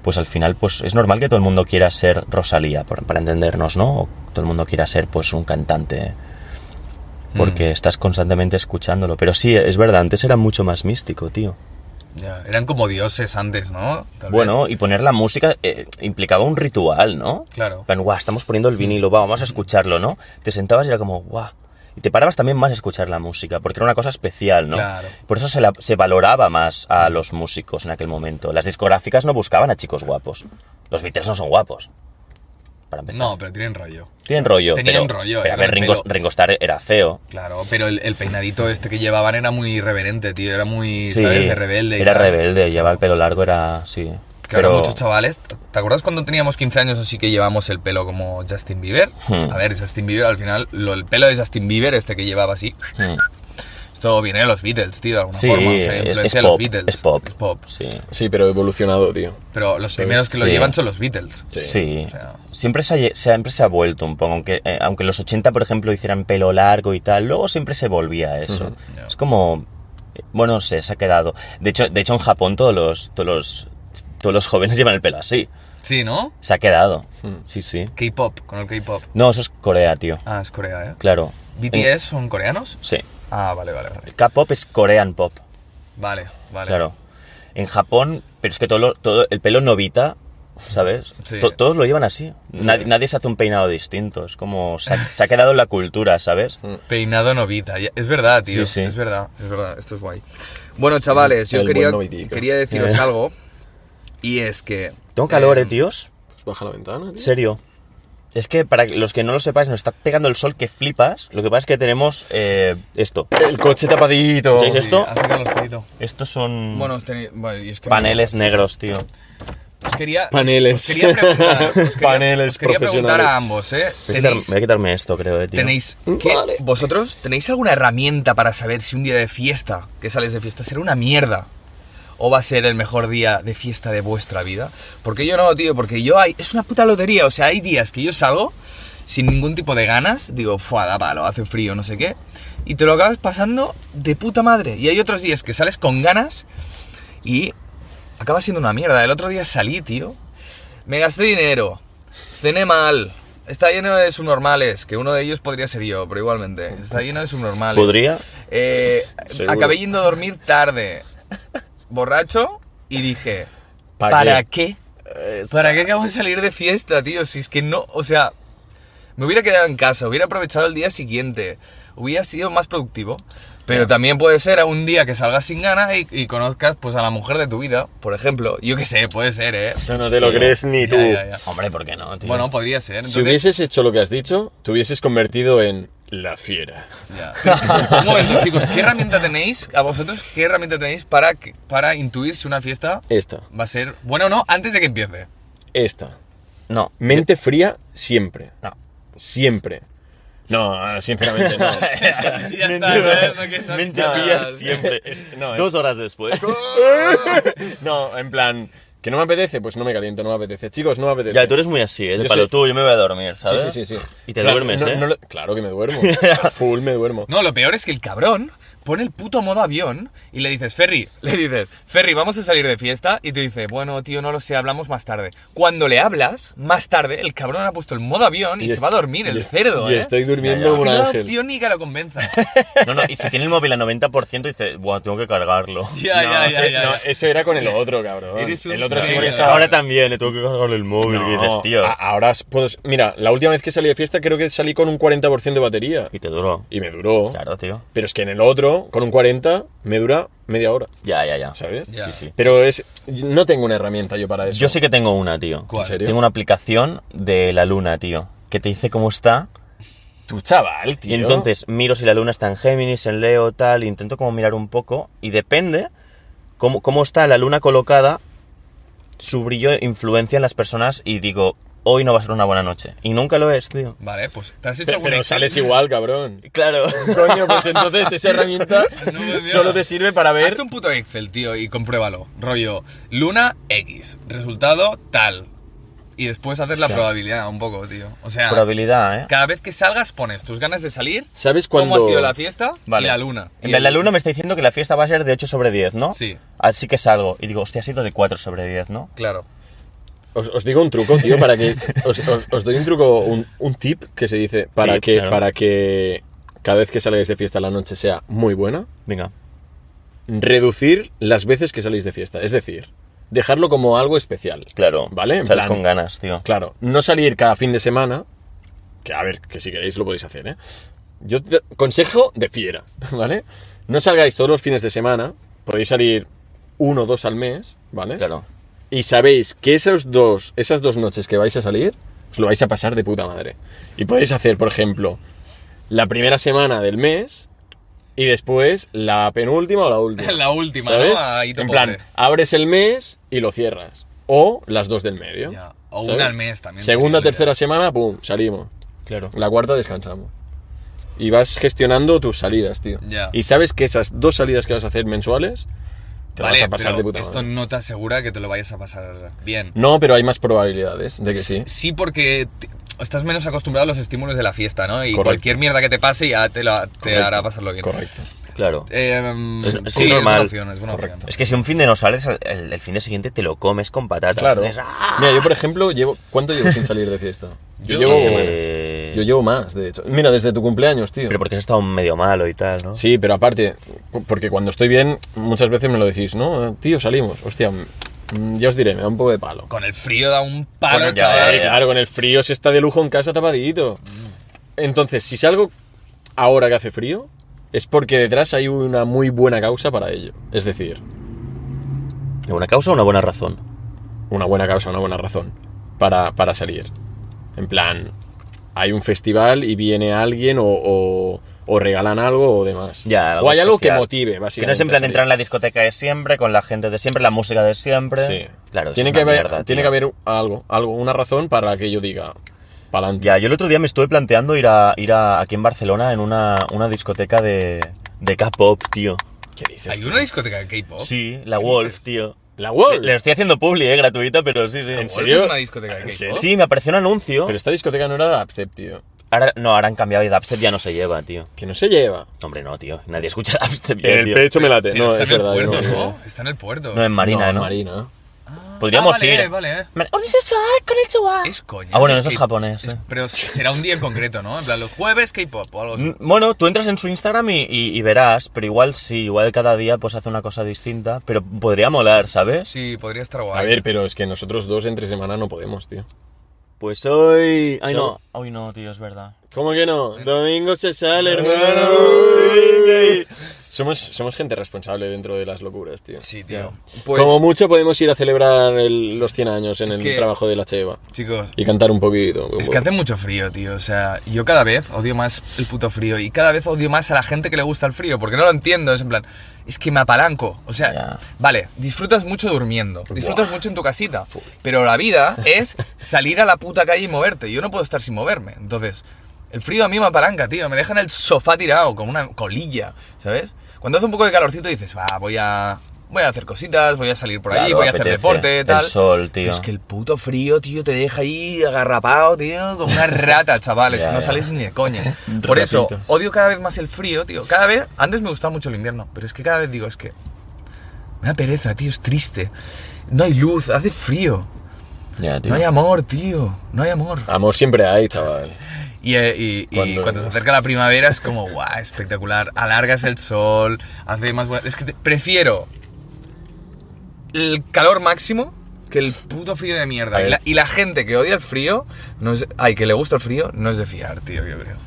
Speaker 1: Pues al final pues es normal que todo el mundo quiera ser Rosalía, por- para entendernos, ¿no? O todo el mundo quiera ser pues un cantante
Speaker 2: Mm.
Speaker 1: porque estás constantemente escuchándolo. Pero sí, es verdad, antes era mucho más místico, tío.
Speaker 2: Ya, Eran como dioses antes, ¿no? Tal vez.
Speaker 1: Bueno, y poner la música eh, implicaba un ritual, ¿no?
Speaker 2: Claro.
Speaker 1: En plan, guau, estamos poniendo el vinilo, va, vamos a escucharlo, ¿no? Te sentabas y era como, guau. Y te parabas también más a escuchar la música, porque era una cosa especial, ¿no?
Speaker 2: Claro.
Speaker 1: Por eso se, la- se valoraba más a los músicos en aquel momento. Las discográficas no buscaban a chicos guapos. Los Beatles no son guapos. Para empezar.
Speaker 2: No, pero tienen rollo.
Speaker 1: Tienen rollo.
Speaker 2: Tenían
Speaker 1: pero,
Speaker 2: rollo,
Speaker 1: pero,
Speaker 2: eh,
Speaker 1: a ver,
Speaker 2: pero-
Speaker 1: Ringo, Ringo Starr era feo.
Speaker 2: Claro, pero el, el peinadito este que llevaban era muy irreverente, tío. Era muy,
Speaker 1: Sí,
Speaker 2: ¿sabes? De rebelde. y
Speaker 1: Era
Speaker 2: tal.
Speaker 1: rebelde, llevaba el pelo largo, era. Sí.
Speaker 2: Claro,
Speaker 1: pero
Speaker 2: muchos chavales. ¿Te te acuerdas cuando teníamos 15 años así que llevamos el pelo como Justin Bieber?
Speaker 1: Hmm.
Speaker 2: A ver, Justin Bieber al final, lo- el pelo de Justin Bieber, este que llevaba así,
Speaker 1: Mm.
Speaker 2: esto viene de los Beatles, tío, de alguna
Speaker 1: Sí,
Speaker 2: forma. O sea,
Speaker 1: es-
Speaker 2: influencia
Speaker 1: es
Speaker 2: de los
Speaker 1: pop,
Speaker 2: Beatles.
Speaker 1: es pop.
Speaker 2: Es pop.
Speaker 1: Sí.
Speaker 3: Sí, pero evolucionado, tío.
Speaker 2: Pero los primeros que lo
Speaker 1: Sí.
Speaker 2: llevan son los Beatles.
Speaker 3: Sí.
Speaker 1: Sí.
Speaker 2: O sea-
Speaker 1: Siempre se, ha, lle- siempre se ha vuelto un poco, aunque, eh, aunque en los 80, por ejemplo, hicieran pelo largo y tal, luego siempre se volvía a eso.
Speaker 2: Ya.
Speaker 1: Es como, eh, bueno, no sé, se ha quedado. De hecho, de hecho en Japón todos los, todos los, todos los jóvenes llevan el pelo así.
Speaker 2: Sí, ¿no?
Speaker 1: Se ha quedado.
Speaker 2: Hmm.
Speaker 3: Mm.
Speaker 1: Sí, sí.
Speaker 2: K-pop, con el K-pop.
Speaker 1: No, eso es Corea, tío.
Speaker 2: Ah, es Corea, ¿eh?
Speaker 1: Claro. Eh,
Speaker 2: ¿BTS son coreanos?
Speaker 1: sí.
Speaker 2: Ah, vale, vale, vale.
Speaker 1: El K-pop es Korean pop.
Speaker 2: Vale, vale.
Speaker 1: Claro. En Japón, pero es que todo, lo- todo el pelo novita, ¿sabes?
Speaker 2: Sí.
Speaker 1: To- Todos lo llevan así. Nadie, nadie se hace un peinado distinto. Es como. Se ha, se ha quedado en la cultura, ¿sabes?
Speaker 2: Peinado novita. ya- Es verdad, tío.
Speaker 1: Sí, sí.
Speaker 2: Es verdad, es verdad. Esto es guay. Bueno, chavales, yo
Speaker 3: El
Speaker 2: quería,
Speaker 3: buen novitico.
Speaker 2: quería deciros
Speaker 1: Eh.
Speaker 2: algo. Y es que...
Speaker 1: Tengo calor, eh,
Speaker 2: em,
Speaker 1: tíos.
Speaker 3: Pues baja la ventana, tío.
Speaker 1: En serio. Es que para los que no lo sepáis, nos está pegando el sol que flipas. Lo que pasa es que tenemos eh, esto.
Speaker 3: El coche tapadito.
Speaker 1: Sí, sí. ¿Esto?
Speaker 2: eh, sí, acércalo, Fidito.
Speaker 1: Estos son
Speaker 2: Bueno, os tenéis... bueno, y es que-
Speaker 1: paneles negros, tío.
Speaker 2: Os quería... os-
Speaker 3: Paneles.
Speaker 2: Os quería preguntar, os quería-
Speaker 3: Paneles
Speaker 2: os quería preguntar
Speaker 3: profesionales.
Speaker 2: a ambos, ¿eh?
Speaker 1: Voy a, quitar-
Speaker 2: ¿Tenéis-
Speaker 1: voy a quitarme esto, creo, eh, tío.
Speaker 2: ¿Tenéis ¿qué- ¿Vosotros tenéis alguna herramienta para saber si un día de fiesta, que sales de fiesta, será una mierda? ¿O va a ser el mejor día de fiesta de vuestra vida? Porque yo no, tío, porque yo hay... Es una puta lotería, o sea, hay días que yo salgo sin ningún tipo de ganas, digo, fuá, da palo, hace frío, no sé qué, y te lo acabas pasando de puta madre. Y hay otros días que sales con ganas y acaba siendo una mierda. El otro día salí, tío. Me gasté dinero. Cené mal. Está lleno de subnormales, que uno de ellos podría ser yo, pero igualmente. Está lleno de subnormales.
Speaker 1: ¿Podría?
Speaker 2: Eh,
Speaker 3: Seguro.
Speaker 2: acabé yendo a dormir tarde, borracho, y dije,
Speaker 1: ¿Pa
Speaker 2: ¿para qué? ¿Para qué acabo de salir de fiesta, tío? Si es que no, o sea, me hubiera quedado en casa, hubiera aprovechado el día siguiente, hubiera sido más productivo. Pero también puede ser a un día que salgas sin ganas y, y conozcas pues a la mujer de tu vida, por ejemplo. Yo qué sé, puede ser, ¿eh?
Speaker 3: Eso no te lo
Speaker 1: Sí.
Speaker 3: crees ni
Speaker 2: Ya,
Speaker 3: tú.
Speaker 2: ya, ya.
Speaker 1: Hombre, ¿por qué no, tío?
Speaker 2: Bueno, podría ser.
Speaker 3: Si
Speaker 2: entonces-
Speaker 3: hubieses hecho lo que has dicho, te hubieses convertido en la fiera.
Speaker 2: Ya. Un momento, chicos, ¿qué herramienta tenéis, a vosotros, qué herramienta tenéis para, que- para intuir si una fiesta
Speaker 3: Esta,
Speaker 2: va a ser buena o no antes de que empiece?
Speaker 3: esta.
Speaker 1: no.
Speaker 3: Mente fría siempre.
Speaker 1: No.
Speaker 3: Siempre. No, sinceramente no.
Speaker 2: Ya está, ¿sabes? No que- no que-
Speaker 1: Mente
Speaker 2: no,
Speaker 1: fría
Speaker 2: no, no.
Speaker 1: siempre. Es-
Speaker 3: no, es-
Speaker 1: Dos horas después.
Speaker 3: no, en plan, que no me apetece, pues no me caliento, no me apetece. Chicos, no me apetece.
Speaker 1: Ya, tú eres muy así, ¿eh? De
Speaker 3: Yo
Speaker 1: palo
Speaker 3: soy-
Speaker 1: tú, yo me voy a dormir,
Speaker 3: Sí,
Speaker 1: ¿sabes?
Speaker 3: sí, sí, sí.
Speaker 1: Y te
Speaker 3: Claro,
Speaker 1: duermes,
Speaker 3: no-
Speaker 1: ¿eh?
Speaker 3: no lo- claro que me duermo. A Full me duermo.
Speaker 2: No, lo peor es que el cabrón pone el puto modo avión y le dices, Ferry, le dices, Ferry, vamos a salir de fiesta. Y te dice, bueno, tío, no lo sé, hablamos más tarde. Cuando le hablas, más tarde, el cabrón ha puesto el modo avión y, se
Speaker 3: est-
Speaker 2: va a dormir,
Speaker 3: y
Speaker 2: el
Speaker 3: est-
Speaker 2: cerdo,
Speaker 3: Y
Speaker 2: ¿eh?
Speaker 3: estoy
Speaker 1: Ya,
Speaker 3: durmiendo
Speaker 1: ya.
Speaker 2: es
Speaker 3: como
Speaker 2: que
Speaker 3: un
Speaker 2: no da
Speaker 3: ángel.
Speaker 2: opción ni que la convenza.
Speaker 1: No, no, y si tiene el móvil al 90% dice, bueno, tengo que cargarlo.
Speaker 2: ya, ya, ya,
Speaker 3: Eh,
Speaker 2: ya.
Speaker 3: no, eso era con el otro, cabrón.
Speaker 2: Eres un
Speaker 3: el otro sí
Speaker 2: genio.
Speaker 3: que
Speaker 1: Ahora-
Speaker 3: estaba.
Speaker 1: Ahora también, le tengo que cargarle el móvil,
Speaker 3: No, Ah,
Speaker 1: que dices, tío.
Speaker 3: a- ahora puedo. Mira, la última vez que salí de fiesta creo que salí con un 40% de batería.
Speaker 1: Y te duró.
Speaker 3: Y me duró.
Speaker 1: Claro, tío.
Speaker 3: Pero es que en el otro, con un 40, me dura media hora,
Speaker 1: Ya, ya, ya.
Speaker 3: ¿sabes?
Speaker 2: Ya.
Speaker 1: Sí, sí.
Speaker 3: Pero es. No tengo una herramienta yo para eso.
Speaker 1: Yo sí que tengo una, tío.
Speaker 2: ¿Cuál?
Speaker 3: ¿En serio?
Speaker 1: Tengo una aplicación de la luna, tío, que te dice cómo está.
Speaker 3: Tu chaval, tío.
Speaker 1: Y entonces miro si la luna está en Géminis, en Leo, tal, intento como mirar un poco y depende cómo, cómo está la luna colocada, su brillo influencia en las personas y digo, hoy no va a ser una buena noche. Y nunca lo es, tío.
Speaker 2: Vale, pues te has hecho
Speaker 3: Pero,
Speaker 2: alguna
Speaker 3: pero
Speaker 2: Excel?
Speaker 3: sales igual, cabrón.
Speaker 1: Claro.
Speaker 3: Coño, pues entonces esa herramienta
Speaker 2: No me digas.
Speaker 3: solo te sirve para ver.
Speaker 2: Hazte un puto Excel, tío, y compruébalo. Rollo, luna X, resultado tal. Y después haces la probabilidad un poco, tío. O sea,
Speaker 1: Probabilidad, ¿eh?
Speaker 2: cada vez que salgas pones tus ganas de salir,
Speaker 3: ¿Sabes
Speaker 2: cómo
Speaker 3: cuándo?
Speaker 2: ha sido la fiesta
Speaker 1: Vale.
Speaker 2: y la luna.
Speaker 1: En
Speaker 2: Y
Speaker 1: plan, la
Speaker 2: el-
Speaker 1: luna me está diciendo que la fiesta va a ser de 8 sobre 10, ¿no?
Speaker 2: Sí.
Speaker 1: Así que salgo y digo, hostia, ha sido de 4 sobre 10, ¿no?
Speaker 2: Claro.
Speaker 3: Os, os digo un truco, tío, para que. Os, os- os doy un truco, un, un tip que se dice para,
Speaker 1: Tip,
Speaker 3: que,
Speaker 1: claro.
Speaker 3: para que cada vez que salgáis de fiesta la noche sea muy buena.
Speaker 1: Venga.
Speaker 3: Reducir las veces que salís de fiesta. Es decir, dejarlo como algo especial.
Speaker 1: Claro.
Speaker 3: ¿Vale? En
Speaker 1: Sales
Speaker 3: plan-
Speaker 1: con ganas, tío.
Speaker 3: Claro, no salir cada fin de semana. Que a ver, que si queréis lo podéis hacer, ¿eh? Yo te- consejo de fiera, ¿vale? No salgáis todos los fines de semana. Podéis salir uno o dos al mes, ¿vale?
Speaker 1: Claro.
Speaker 3: y sabéis que esos dos, esas dos noches que vais a salir, os lo vais a pasar de puta madre. Y podéis hacer, por ejemplo, la primera semana del mes y después la penúltima o la última.
Speaker 2: La última,
Speaker 3: ¿sabes?
Speaker 2: ¿no? Ahí te
Speaker 3: en
Speaker 2: pobre.
Speaker 3: plan, abres el mes y lo cierras. O las dos del medio.
Speaker 2: Ya. O una
Speaker 3: ¿sabes?
Speaker 2: al mes también sería
Speaker 3: Segunda,
Speaker 2: la
Speaker 3: tercera
Speaker 2: idea.
Speaker 3: semana, pum, salimos.
Speaker 1: Claro.
Speaker 3: La cuarta descansamos. y vas gestionando tus salidas, tío.
Speaker 2: Ya.
Speaker 3: Y sabes que esas dos salidas que vas a hacer mensuales te
Speaker 2: Vale,
Speaker 3: vas a pasar
Speaker 2: pero
Speaker 3: de puta
Speaker 2: esto
Speaker 3: madre.
Speaker 2: no te asegura que te lo vayas a pasar bien.
Speaker 3: No, pero hay más probabilidades de que sí.
Speaker 2: S- Sí, porque te- estás menos acostumbrado a los estímulos de la fiesta, ¿no? Y
Speaker 3: Correcto.
Speaker 2: cualquier mierda que te pase ya te, la- te
Speaker 3: Correcto,
Speaker 2: hará pasarlo bien.
Speaker 3: Correcto.
Speaker 1: Claro.
Speaker 2: Eh,
Speaker 1: Es-
Speaker 3: Mm,
Speaker 1: es
Speaker 2: sí, es
Speaker 1: normal.
Speaker 2: buena opción, es buena
Speaker 3: Correcto.
Speaker 1: Es
Speaker 2: opción.
Speaker 1: que si un fin de no sales, el, el fin de siguiente te lo comes con patatas.
Speaker 3: Claro.
Speaker 1: Dices, "Ah".
Speaker 3: Mira, yo por ejemplo, llevo ¿cuánto llevo sin salir de fiesta? Yo,
Speaker 2: Yo-
Speaker 3: llevo
Speaker 2: Eh,
Speaker 3: semanas. Yo llevo más, de hecho. Mira, desde tu cumpleaños, tío.
Speaker 1: Pero porque has estado medio malo y tal, ¿no?
Speaker 3: Sí, pero aparte, porque cuando estoy bien, muchas veces me lo decís, ¿no? Eh, Tío, salimos. Hostia, mm, ya os diré, me da un poco de palo.
Speaker 2: Con el frío da un palo,
Speaker 1: Bueno, ya,
Speaker 2: chaval.
Speaker 1: eh,
Speaker 3: Claro, con el frío se está de lujo en casa tapadito. Entonces, si salgo ahora que hace frío, es porque detrás hay una muy buena causa para ello. Es decir,
Speaker 1: ¿De buena causa o una buena razón?
Speaker 3: una buena causa, una buena razón para, para salir. En plan, hay un festival y viene alguien o, o- o regalan algo o demás.
Speaker 1: Ya, algo
Speaker 3: o hay algo que
Speaker 1: especial.
Speaker 3: motive,
Speaker 1: Que
Speaker 3: básicamente.
Speaker 1: no es en
Speaker 3: a
Speaker 1: plan
Speaker 3: salir.
Speaker 1: entrar en la discoteca de siempre, con la gente de siempre, la música de siempre.
Speaker 3: Sí.
Speaker 1: Claro, eso
Speaker 3: tiene,
Speaker 1: es
Speaker 3: que
Speaker 1: una
Speaker 3: haber,
Speaker 1: mierda,
Speaker 3: tiene
Speaker 1: tío.
Speaker 3: que haber algo, algo, una razón para que yo diga, pa'lante.
Speaker 1: Ya, yo el otro día me estuve planteando ir a ir a, aquí en Barcelona en una, una discoteca de, de K-pop, tío.
Speaker 3: ¿Qué dices?
Speaker 2: ¿Hay
Speaker 3: tío?
Speaker 2: una discoteca de
Speaker 3: Oh,
Speaker 2: K-pop?
Speaker 1: Sí, la
Speaker 2: ¿Qué
Speaker 1: Wolf,
Speaker 2: dices?
Speaker 1: tío.
Speaker 3: La
Speaker 1: Le,
Speaker 3: Wall.
Speaker 1: le estoy haciendo publi, eh, gratuita, pero sí, sí.
Speaker 3: ¿En
Speaker 2: ¿Wolf
Speaker 3: serio?
Speaker 2: es una discoteca de
Speaker 3: ¿En
Speaker 2: K-pop?
Speaker 3: serio?
Speaker 1: Sí, me apareció un anuncio.
Speaker 3: Pero esta discoteca no era Upstep, tío.
Speaker 1: Ahora, no, ahora han cambiado y Dubstep ya no se lleva, tío.
Speaker 3: Que no se lleva. Eh,
Speaker 1: Hombre, no, tío. Nadie escucha Dubstep ya,
Speaker 3: En el
Speaker 1: tío.
Speaker 3: pecho me late.
Speaker 2: Pero
Speaker 3: No,
Speaker 2: está
Speaker 3: es
Speaker 2: en el
Speaker 3: verdad.
Speaker 2: puerto,
Speaker 3: no,
Speaker 2: ¿no? Está en el puerto.
Speaker 1: No, en Marina, ¿no?
Speaker 3: Marina.
Speaker 1: Podríamos
Speaker 2: Ah, vale,
Speaker 1: ir.
Speaker 2: vale.
Speaker 1: Mar- Konnichiwa.
Speaker 2: Es coña.
Speaker 1: Ah, bueno,
Speaker 2: es
Speaker 1: eso es
Speaker 2: K-
Speaker 1: japonés, eh.
Speaker 2: pero será un día en concreto, ¿no? En plan, los jueves K-pop o algo así.
Speaker 1: Mm, Bueno, tú entras en su Instagram y, y- y verás, pero igual sí, igual cada día pues hace una cosa distinta, pero podría molar, ¿sabes?
Speaker 2: Sí, podría estar guay.
Speaker 3: A ver, pero es que nosotros dos entre semana no podemos, tío.
Speaker 1: Pues hoy... Ay,
Speaker 3: Sí.
Speaker 1: no. Hoy no, tío, es verdad.
Speaker 3: ¿Cómo que no? Domingo se sale, hermano. Somos, somos gente responsable dentro de las locuras, tío.
Speaker 2: Sí, tío. Pues,
Speaker 3: Como mucho podemos ir a celebrar el- los 100 años en
Speaker 2: Es
Speaker 3: el
Speaker 2: que-
Speaker 3: trabajo de la Cheva.
Speaker 2: chicos,
Speaker 3: Y cantar un poquito.
Speaker 2: es que hace mucho frío, tío. O sea, yo cada vez odio más el puto frío y cada vez odio más a la gente que le gusta el frío, porque no lo entiendo. Es en plan, es que me apalanco. O sea,
Speaker 1: Ya.
Speaker 2: vale, disfrutas mucho durmiendo, disfrutas mucho en tu casita, pero la vida es salir a la puta calle y moverte. Yo no puedo estar sin moverme. Entonces, el frío a mí me apalanca, tío. Me deja en el sofá tirado con una colilla, ¿sabes? Cuando hace un poco de calorcito dices, va, voy a. Voy a hacer cositas, voy a salir por allí,
Speaker 1: Claro,
Speaker 2: voy a hacer
Speaker 1: apetece.
Speaker 2: deporte,
Speaker 1: El
Speaker 2: tal.
Speaker 1: sol,
Speaker 2: Pero
Speaker 1: tío.
Speaker 2: es que el puto frío, tío, te deja ahí agarrapado, tío, como una rata, chavales,
Speaker 1: Ya,
Speaker 2: que no
Speaker 1: ya.
Speaker 2: sales ni de coña. Por eso, odio cada vez más el frío, tío. Cada vez, antes me gustaba mucho el invierno, pero es que cada vez digo, es que me da pereza, tío, es triste. No hay luz, hace frío.
Speaker 1: Ya, tío.
Speaker 2: No hay amor, tío, no hay amor.
Speaker 3: Amor siempre hay, chaval.
Speaker 2: Y, eh, y- y
Speaker 3: Cuando-
Speaker 2: cuando... se acerca la primavera es como, guau, espectacular. Alargas el sol, hace más buena... Es que te- prefiero el calor máximo que el puto frío de
Speaker 3: A
Speaker 2: mierda.
Speaker 3: ver.
Speaker 2: Y la, y la gente que odia el frío, no es, ay, que le gusta el frío, no es de fiar, tío, yo creo.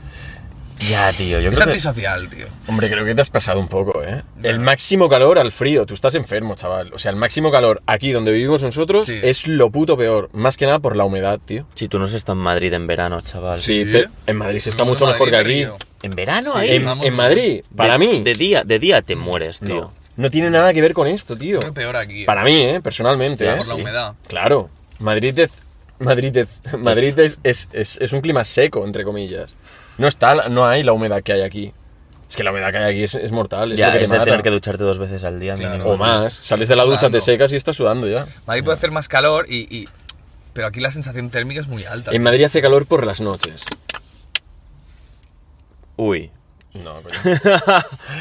Speaker 1: Ya, tío, yo
Speaker 2: es
Speaker 1: creo que...
Speaker 2: antisocial, tío.
Speaker 3: Hombre, creo que te has pasado un poco, ¿eh? El máximo calor al frío. Tú estás enfermo, chaval. O sea, el máximo calor aquí donde vivimos nosotros
Speaker 2: Sí.
Speaker 3: es lo puto peor. Más que nada por la humedad, tío.
Speaker 1: Si tú no has estado en Madrid en verano, chaval.
Speaker 3: Sí, pero en Madrid se está
Speaker 2: Bueno,
Speaker 3: mucho
Speaker 2: Madrid
Speaker 3: mejor que
Speaker 2: me
Speaker 3: aquí.
Speaker 2: río.
Speaker 1: ¿En verano
Speaker 2: Sí.
Speaker 1: ahí?
Speaker 3: En,
Speaker 2: Vamos,
Speaker 3: en Madrid,
Speaker 1: De-
Speaker 3: para mí,
Speaker 1: De día, de día te mueres, tío.
Speaker 3: no, no tiene nada que ver con esto, tío.
Speaker 2: Creo peor aquí.
Speaker 3: Para mí, ¿eh? Personalmente,
Speaker 2: Hostia,
Speaker 3: ¿eh?
Speaker 2: por la humedad.
Speaker 3: Claro. Madrid es... Madrid es... Madrid es, es- es- es un clima seco, entre comillas. No está... la- No hay la humedad que hay aquí. Es que la humedad que hay aquí es, es mortal. Es
Speaker 1: Ya,
Speaker 3: lo que te
Speaker 1: es de
Speaker 3: mata.
Speaker 1: tener que ducharte dos veces al día
Speaker 2: Claro.
Speaker 1: mínimo.
Speaker 3: O más. Sales de la ducha, te secas y estás sudando ya.
Speaker 2: Madrid puede hacer más calor y... y- pero aquí la sensación térmica es muy alta.
Speaker 3: En Madrid hace calor por las noches.
Speaker 1: Uy.
Speaker 3: No, coño.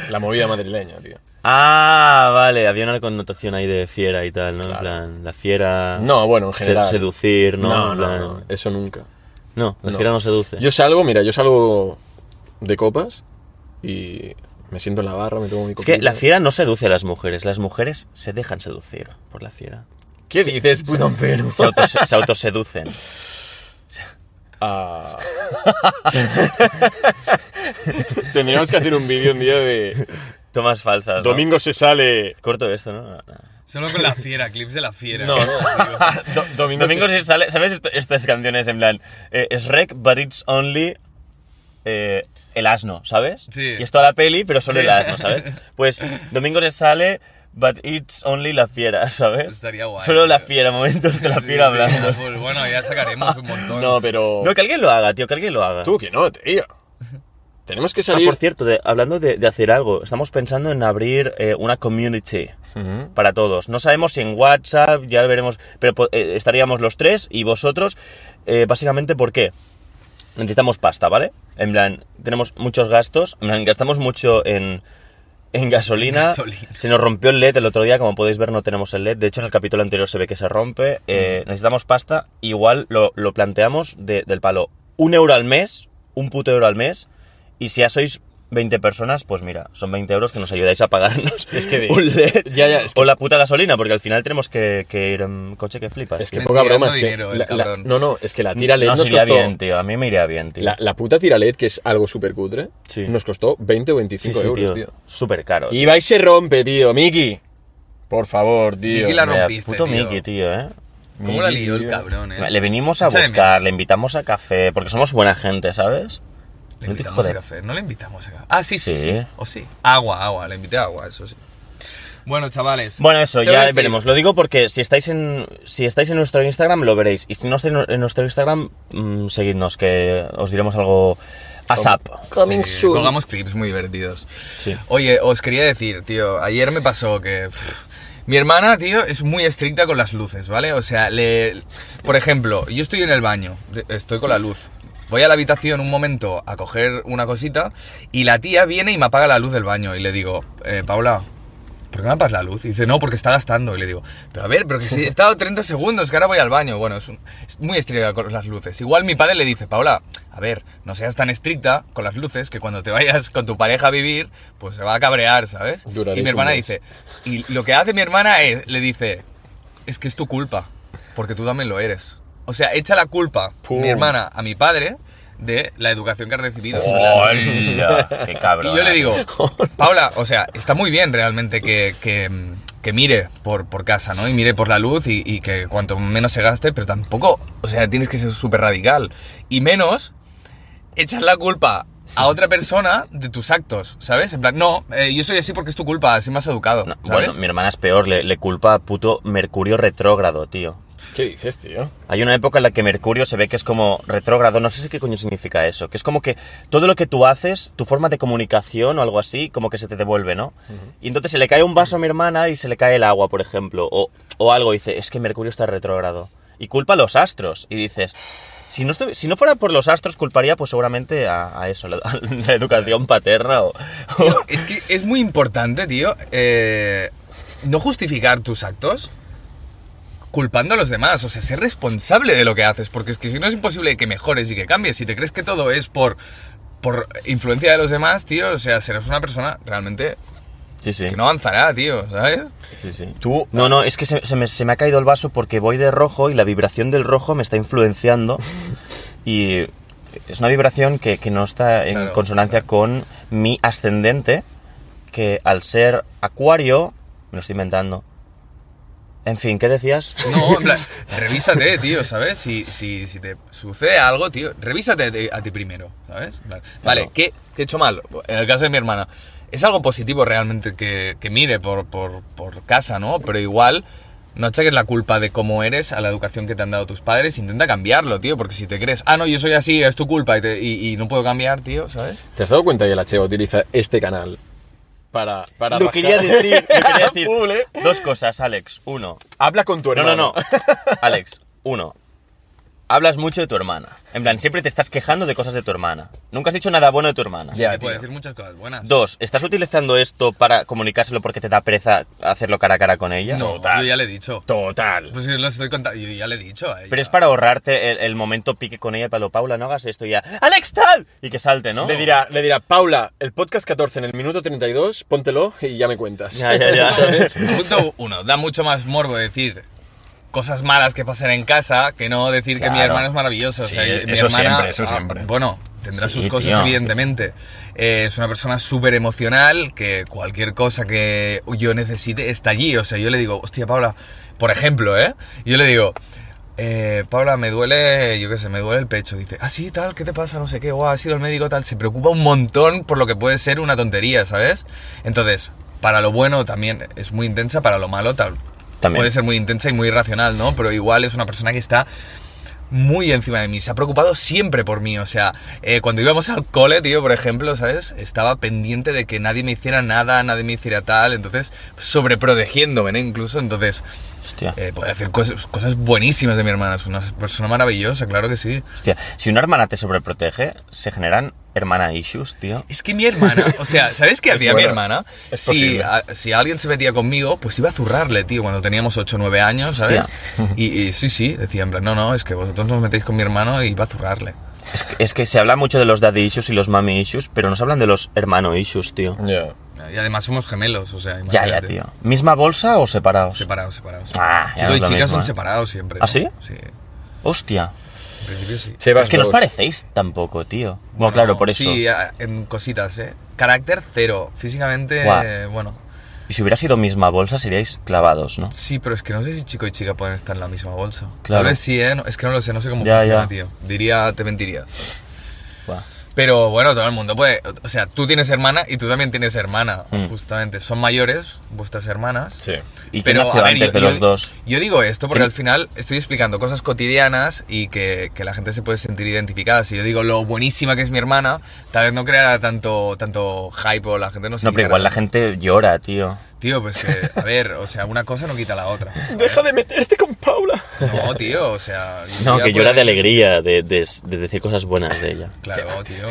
Speaker 3: La movida madrileña, tío.
Speaker 1: Ah, vale, había una connotación ahí de fiera y tal, ¿no?
Speaker 3: Claro.
Speaker 1: En plan, la fiera...
Speaker 3: No, bueno, en
Speaker 1: se-
Speaker 3: general.
Speaker 1: seducir, ¿no?
Speaker 3: No,
Speaker 1: En
Speaker 3: no,
Speaker 1: plan-
Speaker 3: no. Eso nunca.
Speaker 1: No, la
Speaker 3: No.
Speaker 1: fiera no seduce.
Speaker 3: Yo salgo, mira, yo salgo de copas y me siento en la barra, me tomo mi
Speaker 1: Es
Speaker 3: copita.
Speaker 1: que la fiera no seduce a las mujeres, las mujeres se dejan seducir por la fiera.
Speaker 3: ¿Qué dices, puto enfermo?
Speaker 1: Se, auto- se autoseducen.
Speaker 3: Ah. Tendríamos que hacer un vídeo un día de
Speaker 1: Tomas falsas. ¿no?
Speaker 3: Domingo se sale.
Speaker 1: Corto esto, ¿no? No, no.
Speaker 2: Solo con la fiera, clips de la fiera.
Speaker 3: No,
Speaker 2: no.
Speaker 3: Do- domingo,
Speaker 1: Domingo
Speaker 3: se...
Speaker 1: sí sale, ¿sabes esto- estas canciones en plan? eh, es rec, but it's only eh, el asno, ¿sabes?
Speaker 2: Sí.
Speaker 1: Y es toda la peli, pero solo el asno, ¿sabes? Pues domingo se sale, but it's only la fiera, ¿sabes?
Speaker 2: Estaría guay,
Speaker 1: Solo la
Speaker 2: tío.
Speaker 1: fiera, momentos de la
Speaker 2: Sí,
Speaker 1: fiera
Speaker 2: sí,
Speaker 1: hablando.
Speaker 2: pues bueno, ya sacaremos un montón.
Speaker 3: No, pero.
Speaker 1: No, que alguien lo haga, tío, que alguien lo haga.
Speaker 3: Tú que no, tío. Tenemos que
Speaker 1: Ah,
Speaker 3: salir.
Speaker 1: por cierto, de- hablando de, de hacer algo, estamos pensando en abrir eh, una community
Speaker 3: Ujú.
Speaker 1: para todos. No sabemos si en WhatsApp, ya veremos, pero po- eh, estaríamos los tres y vosotros. eh, básicamente, ¿por qué? Necesitamos pasta, ¿vale? En plan, tenemos muchos gastos, en plan, gastamos mucho en, en gasolina.
Speaker 2: Gasolina.
Speaker 1: Se nos rompió el LED el otro día, como podéis ver no tenemos el LED, de hecho en el capítulo anterior se ve que se rompe. Eh, necesitamos pasta, igual lo, lo planteamos de- del palo. Un euro al mes, un puto euro al mes, y si ya sois 20 personas, pues mira, son 20 euros que nos ayudáis a pagarnos
Speaker 3: Es que de
Speaker 1: un
Speaker 3: hecho-
Speaker 1: LED
Speaker 3: Ya, ya, es que-
Speaker 1: o la puta gasolina, porque al final tenemos que, que ir en coche que flipas.
Speaker 3: Es que
Speaker 1: tío.
Speaker 2: Tienen
Speaker 3: poca
Speaker 2: tirando
Speaker 3: broma, es que.
Speaker 2: dinero, el
Speaker 3: la- la-
Speaker 2: cabrón.
Speaker 3: no, no, es que la tira LED
Speaker 1: nos,
Speaker 3: nos
Speaker 1: iría
Speaker 3: costó.
Speaker 1: bien, tío, a mí me iría bien, tío.
Speaker 3: La, la puta tira LED, que es algo súper cutre,
Speaker 1: Sí.
Speaker 3: nos costó 20 o 25 euros, tío.
Speaker 1: Súper caro.
Speaker 3: Y va y se rompe, tío. Miki. Por favor, tío.
Speaker 2: Miki la
Speaker 1: Mira,
Speaker 2: rompiste,
Speaker 1: Puto
Speaker 2: tío.
Speaker 1: Mickey, tío, eh.
Speaker 2: ¿Cómo la lió el
Speaker 3: Miki,
Speaker 2: cabrón, eh?
Speaker 1: Le venimos
Speaker 2: Se
Speaker 1: a
Speaker 2: echa de
Speaker 1: buscar,
Speaker 2: menos.
Speaker 1: le invitamos a café, porque somos buena gente, ¿sabes?
Speaker 2: Le
Speaker 1: No te
Speaker 2: invitamos
Speaker 1: joder.
Speaker 2: a café. No le invitamos a café. Ah, sí, sí,
Speaker 1: Sí.
Speaker 2: sí. O sí. Agua, agua. Le invité agua, eso sí. Bueno, chavales.
Speaker 1: Bueno, eso,
Speaker 2: te voy a
Speaker 1: ya
Speaker 2: decir-
Speaker 1: veremos. Lo digo porque si estáis en si estáis en nuestro Instagram lo veréis. Y si no estáis en- en nuestro Instagram, mm, seguidnos, que os diremos algo ASAP.
Speaker 2: Sí, Colgamos clips muy divertidos.
Speaker 1: Sí.
Speaker 2: Oye, os quería decir, tío, ayer me pasó que... pff, mi hermana, tío, es muy estricta con las luces, ¿vale? O sea, le... Por ejemplo, yo estoy en el baño, de- estoy con la luz. Voy a la habitación un momento a coger una cosita y la tía viene y me apaga la luz del baño y le digo, eh, Paula, ¿por qué me apagas la luz? Y dice, no, porque está gastando. Y le digo, pero a ver, pero que si he estado 30 segundos, que ahora voy al baño. Bueno, es, un- es muy estricta con las luces. Igual mi padre le dice, Paula, a ver, no seas tan estricta con las luces que cuando te vayas con tu pareja a vivir, pues se va a cabrear, ¿sabes?
Speaker 3: Duraréis
Speaker 2: y mi hermana
Speaker 3: un mes.
Speaker 2: dice, y lo que hace mi hermana es, le dice, es que es tu culpa, porque tú también lo eres. O sea, echa la culpa
Speaker 3: Pum.
Speaker 2: mi hermana a mi padre de la educación que ha recibido. sobre la luz.
Speaker 1: ¡Hola! ¡Qué cabrón!
Speaker 2: Y yo le digo, Paula, o sea, está muy bien realmente que, que, que mire por, por casa, ¿no? Y mire por la luz y, y que cuanto menos se gaste, pero tampoco, o sea, tienes que ser súper radical. Y menos echar la culpa a otra persona de tus actos, ¿sabes? En plan, no, eh, yo soy así porque es tu culpa, así me has educado.
Speaker 1: No,
Speaker 2: ¿sabes?
Speaker 1: bueno, mi hermana es peor, le, le culpa a puto Mercurio retrógrado, tío.
Speaker 3: ¿Qué dices, tío?
Speaker 1: Hay una época en la que Mercurio se ve que es como retrógrado, no sé qué coño significa eso, que es como que todo lo que tú haces, tu forma de comunicación o algo así, como que se te devuelve, ¿no? Y entonces se le cae un vaso a mi hermana y se le cae el agua, por ejemplo, o, o algo, y dice, es que Mercurio está retrógrado. Y culpa a los astros, y dices, si no, estuvi- si no fuera por los astros, culparía pues seguramente a, a eso, la, a la educación paterna o...
Speaker 2: Tío, es que es muy importante, tío, eh, no justificar tus actos culpando a los demás, o sea, ser responsable de lo que haces, porque es que si no es imposible que mejores y que cambies, si te crees que todo es por, por influencia de los demás, tío, o sea, serás una persona realmente
Speaker 1: Sí, sí.
Speaker 2: que no avanzará, tío, ¿sabes?
Speaker 1: Sí, sí.
Speaker 3: Tú- ah.
Speaker 1: No, no, es que se, se me, se me ha caído el vaso porque voy de rojo y la vibración del rojo me está influenciando. y es una vibración que, que no está en
Speaker 2: Claro,
Speaker 1: consonancia con mi ascendente, que al ser acuario, me lo estoy inventando. En fin, ¿qué decías?
Speaker 2: No, en plan, revísate, tío, ¿sabes? Si, si, si te sucede algo, tío, revísate a ti, a ti primero, ¿sabes? En plan, Vale, ¿qué, qué he hecho mal? En el caso de mi hermana, es algo positivo realmente que, que mire por, por, por casa, ¿no? Pero igual, no eches la culpa de cómo eres a la educación que te han dado tus padres, intenta cambiarlo, tío, porque si te crees, ah, no, yo soy así, es tu culpa y, te- y- y no puedo cambiar, tío, ¿sabes?
Speaker 3: ¿Te has dado cuenta que la Cheva utiliza este canal para. para
Speaker 1: Lo
Speaker 3: rajar?
Speaker 1: quería decir, lo quería decir.
Speaker 3: Full, ¿eh?
Speaker 1: Dos cosas, Alex. Uno,
Speaker 3: Habla con tu
Speaker 1: No,
Speaker 3: hermano.
Speaker 1: no, no. Alex, uno. Hablas mucho de tu hermana. En plan, siempre te estás quejando de cosas de tu hermana. Nunca has dicho nada bueno de tu hermana.
Speaker 3: Ya,
Speaker 2: te puede
Speaker 3: tío.
Speaker 2: decir muchas cosas buenas.
Speaker 1: Dos, ¿estás utilizando esto para comunicárselo porque te da pereza hacerlo cara a cara con ella?
Speaker 2: no, yo ya le he dicho.
Speaker 3: Total.
Speaker 2: Pues yo lo estoy contando, yo ya le he dicho a ella.
Speaker 1: Pero es para ahorrarte el, el momento pique con ella, palo Paula, no hagas esto y ya. ¡Alex, tal! Y que salte, ¿no?
Speaker 3: Le dirá, le dirá, Paula, el podcast 14 en el minuto 32, póntelo y ya me cuentas.
Speaker 1: Ya, ya, ya.
Speaker 3: ¿Sabes?
Speaker 2: Punto uno, da mucho más morbo decir cosas malas que pasan en casa que no decir que mi
Speaker 1: Claro.
Speaker 2: hermano es maravilloso. O sea,
Speaker 3: Sí,
Speaker 2: mi
Speaker 3: eso
Speaker 2: hermana,
Speaker 3: siempre, eso
Speaker 2: ah,
Speaker 3: siempre.
Speaker 2: Bueno, tendrá
Speaker 1: Sí,
Speaker 2: sus cosas,
Speaker 1: tío.
Speaker 2: evidentemente. Eh, es una persona súper emocional que cualquier cosa que yo necesite está allí. O sea, yo le digo, hostia, Paula, por ejemplo, ¿eh? Yo le digo. eh, Paula, me duele, yo qué sé, me duele el pecho. Dice, ah, sí, tal, ¿qué te pasa? No sé qué, guau, has ido al médico, tal. Se preocupa un montón por lo que puede ser una tontería, ¿sabes? Entonces, para lo bueno también es muy intensa, para lo malo tal.
Speaker 1: También.
Speaker 2: Puede ser muy intensa y muy irracional, ¿no? Pero igual es una persona que está muy encima de mí, se ha preocupado siempre por mí, o sea, eh, cuando íbamos al cole, tío, por ejemplo, ¿sabes? Estaba pendiente de que nadie me hiciera nada, nadie me hiciera tal, entonces, sobreprotegiéndome, ¿no? Incluso, entonces,
Speaker 1: Hostia.
Speaker 2: eh, puede hacer cosas, cosas buenísimas de mi hermana, es una persona maravillosa, claro que sí.
Speaker 1: Hostia, si una hermana te sobreprotege, se generan hermana issues, tío.
Speaker 2: Es que mi hermana, o sea, ¿sabes qué
Speaker 3: Es
Speaker 2: hacía mi
Speaker 3: buena.
Speaker 2: hermana?
Speaker 3: Es
Speaker 2: Si,
Speaker 3: posible.
Speaker 2: a- si alguien se metía conmigo, pues iba a zurrarle, tío, cuando teníamos 8 o 9 años, ¿sabes? Y, y sí, sí, decía en plan, no, no, es que vosotros nos metéis con mi hermano y iba a zurrarle.
Speaker 1: Es que, es que se habla mucho de los daddy issues y los mami issues, pero no se hablan de los hermano issues, tío.
Speaker 3: Ya.
Speaker 2: Y además somos gemelos, o sea,
Speaker 1: Ya, ya,
Speaker 2: imagínate.
Speaker 1: tío. ¿Misma bolsa o separados?
Speaker 2: Separados, separados.
Speaker 1: Ah, ya no
Speaker 2: Chicos
Speaker 1: es
Speaker 2: y
Speaker 1: lo mismo,
Speaker 2: chicas son
Speaker 1: ¿eh?
Speaker 2: separados siempre.
Speaker 1: ¿Ah,
Speaker 2: ¿no?
Speaker 1: sí?
Speaker 2: Sí,
Speaker 1: Hostia.
Speaker 2: en principio sí.
Speaker 1: Es
Speaker 3: Sebas
Speaker 1: que no os
Speaker 3: dos.
Speaker 1: parecéis tampoco, tío. Bueno, claro, por eso.
Speaker 2: Sí, a- en cositas, ¿eh? Carácter cero. Físicamente,
Speaker 1: Guau.
Speaker 2: eh, bueno.
Speaker 1: Y si hubiera sido misma bolsa, seríais clavados, ¿no?
Speaker 2: Sí, pero es que no sé si chico y chica pueden estar en la misma bolsa.
Speaker 1: Claro.
Speaker 2: Tal vez sí, ¿eh? No- es que no lo sé, no sé cómo
Speaker 1: Ya,
Speaker 2: funciona,
Speaker 1: ya.
Speaker 2: tío. Diría, te mentiría.
Speaker 1: Buah.
Speaker 2: Pero bueno, todo el mundo puede. O sea, tú tienes hermana y tú también tienes hermana,
Speaker 1: Mm.
Speaker 2: justamente. Son mayores, vuestras hermanas.
Speaker 3: Sí.
Speaker 1: ¿Y quién nació
Speaker 2: a ver,
Speaker 1: antes
Speaker 2: yo-
Speaker 1: de
Speaker 2: yo-
Speaker 1: los dos?
Speaker 2: Yo digo esto porque
Speaker 1: ¿Quién?
Speaker 2: al final estoy explicando cosas cotidianas y que, que la gente se puede sentir identificada. Si yo digo lo buenísima que es mi hermana, tal vez no creara tanto, tanto hype o la gente no se
Speaker 1: No, pero
Speaker 2: fijará.
Speaker 1: igual la gente llora, tío.
Speaker 2: Tío, pues eh, a ver, o sea, una cosa no quita la otra.
Speaker 3: Deja de meterte con Paula.
Speaker 2: No, tío, o sea...
Speaker 1: No,
Speaker 2: ya
Speaker 1: que
Speaker 2: puede-
Speaker 3: pues,
Speaker 1: llora de alegría de, de- de decir cosas buenas de ella.
Speaker 2: Claro, tío.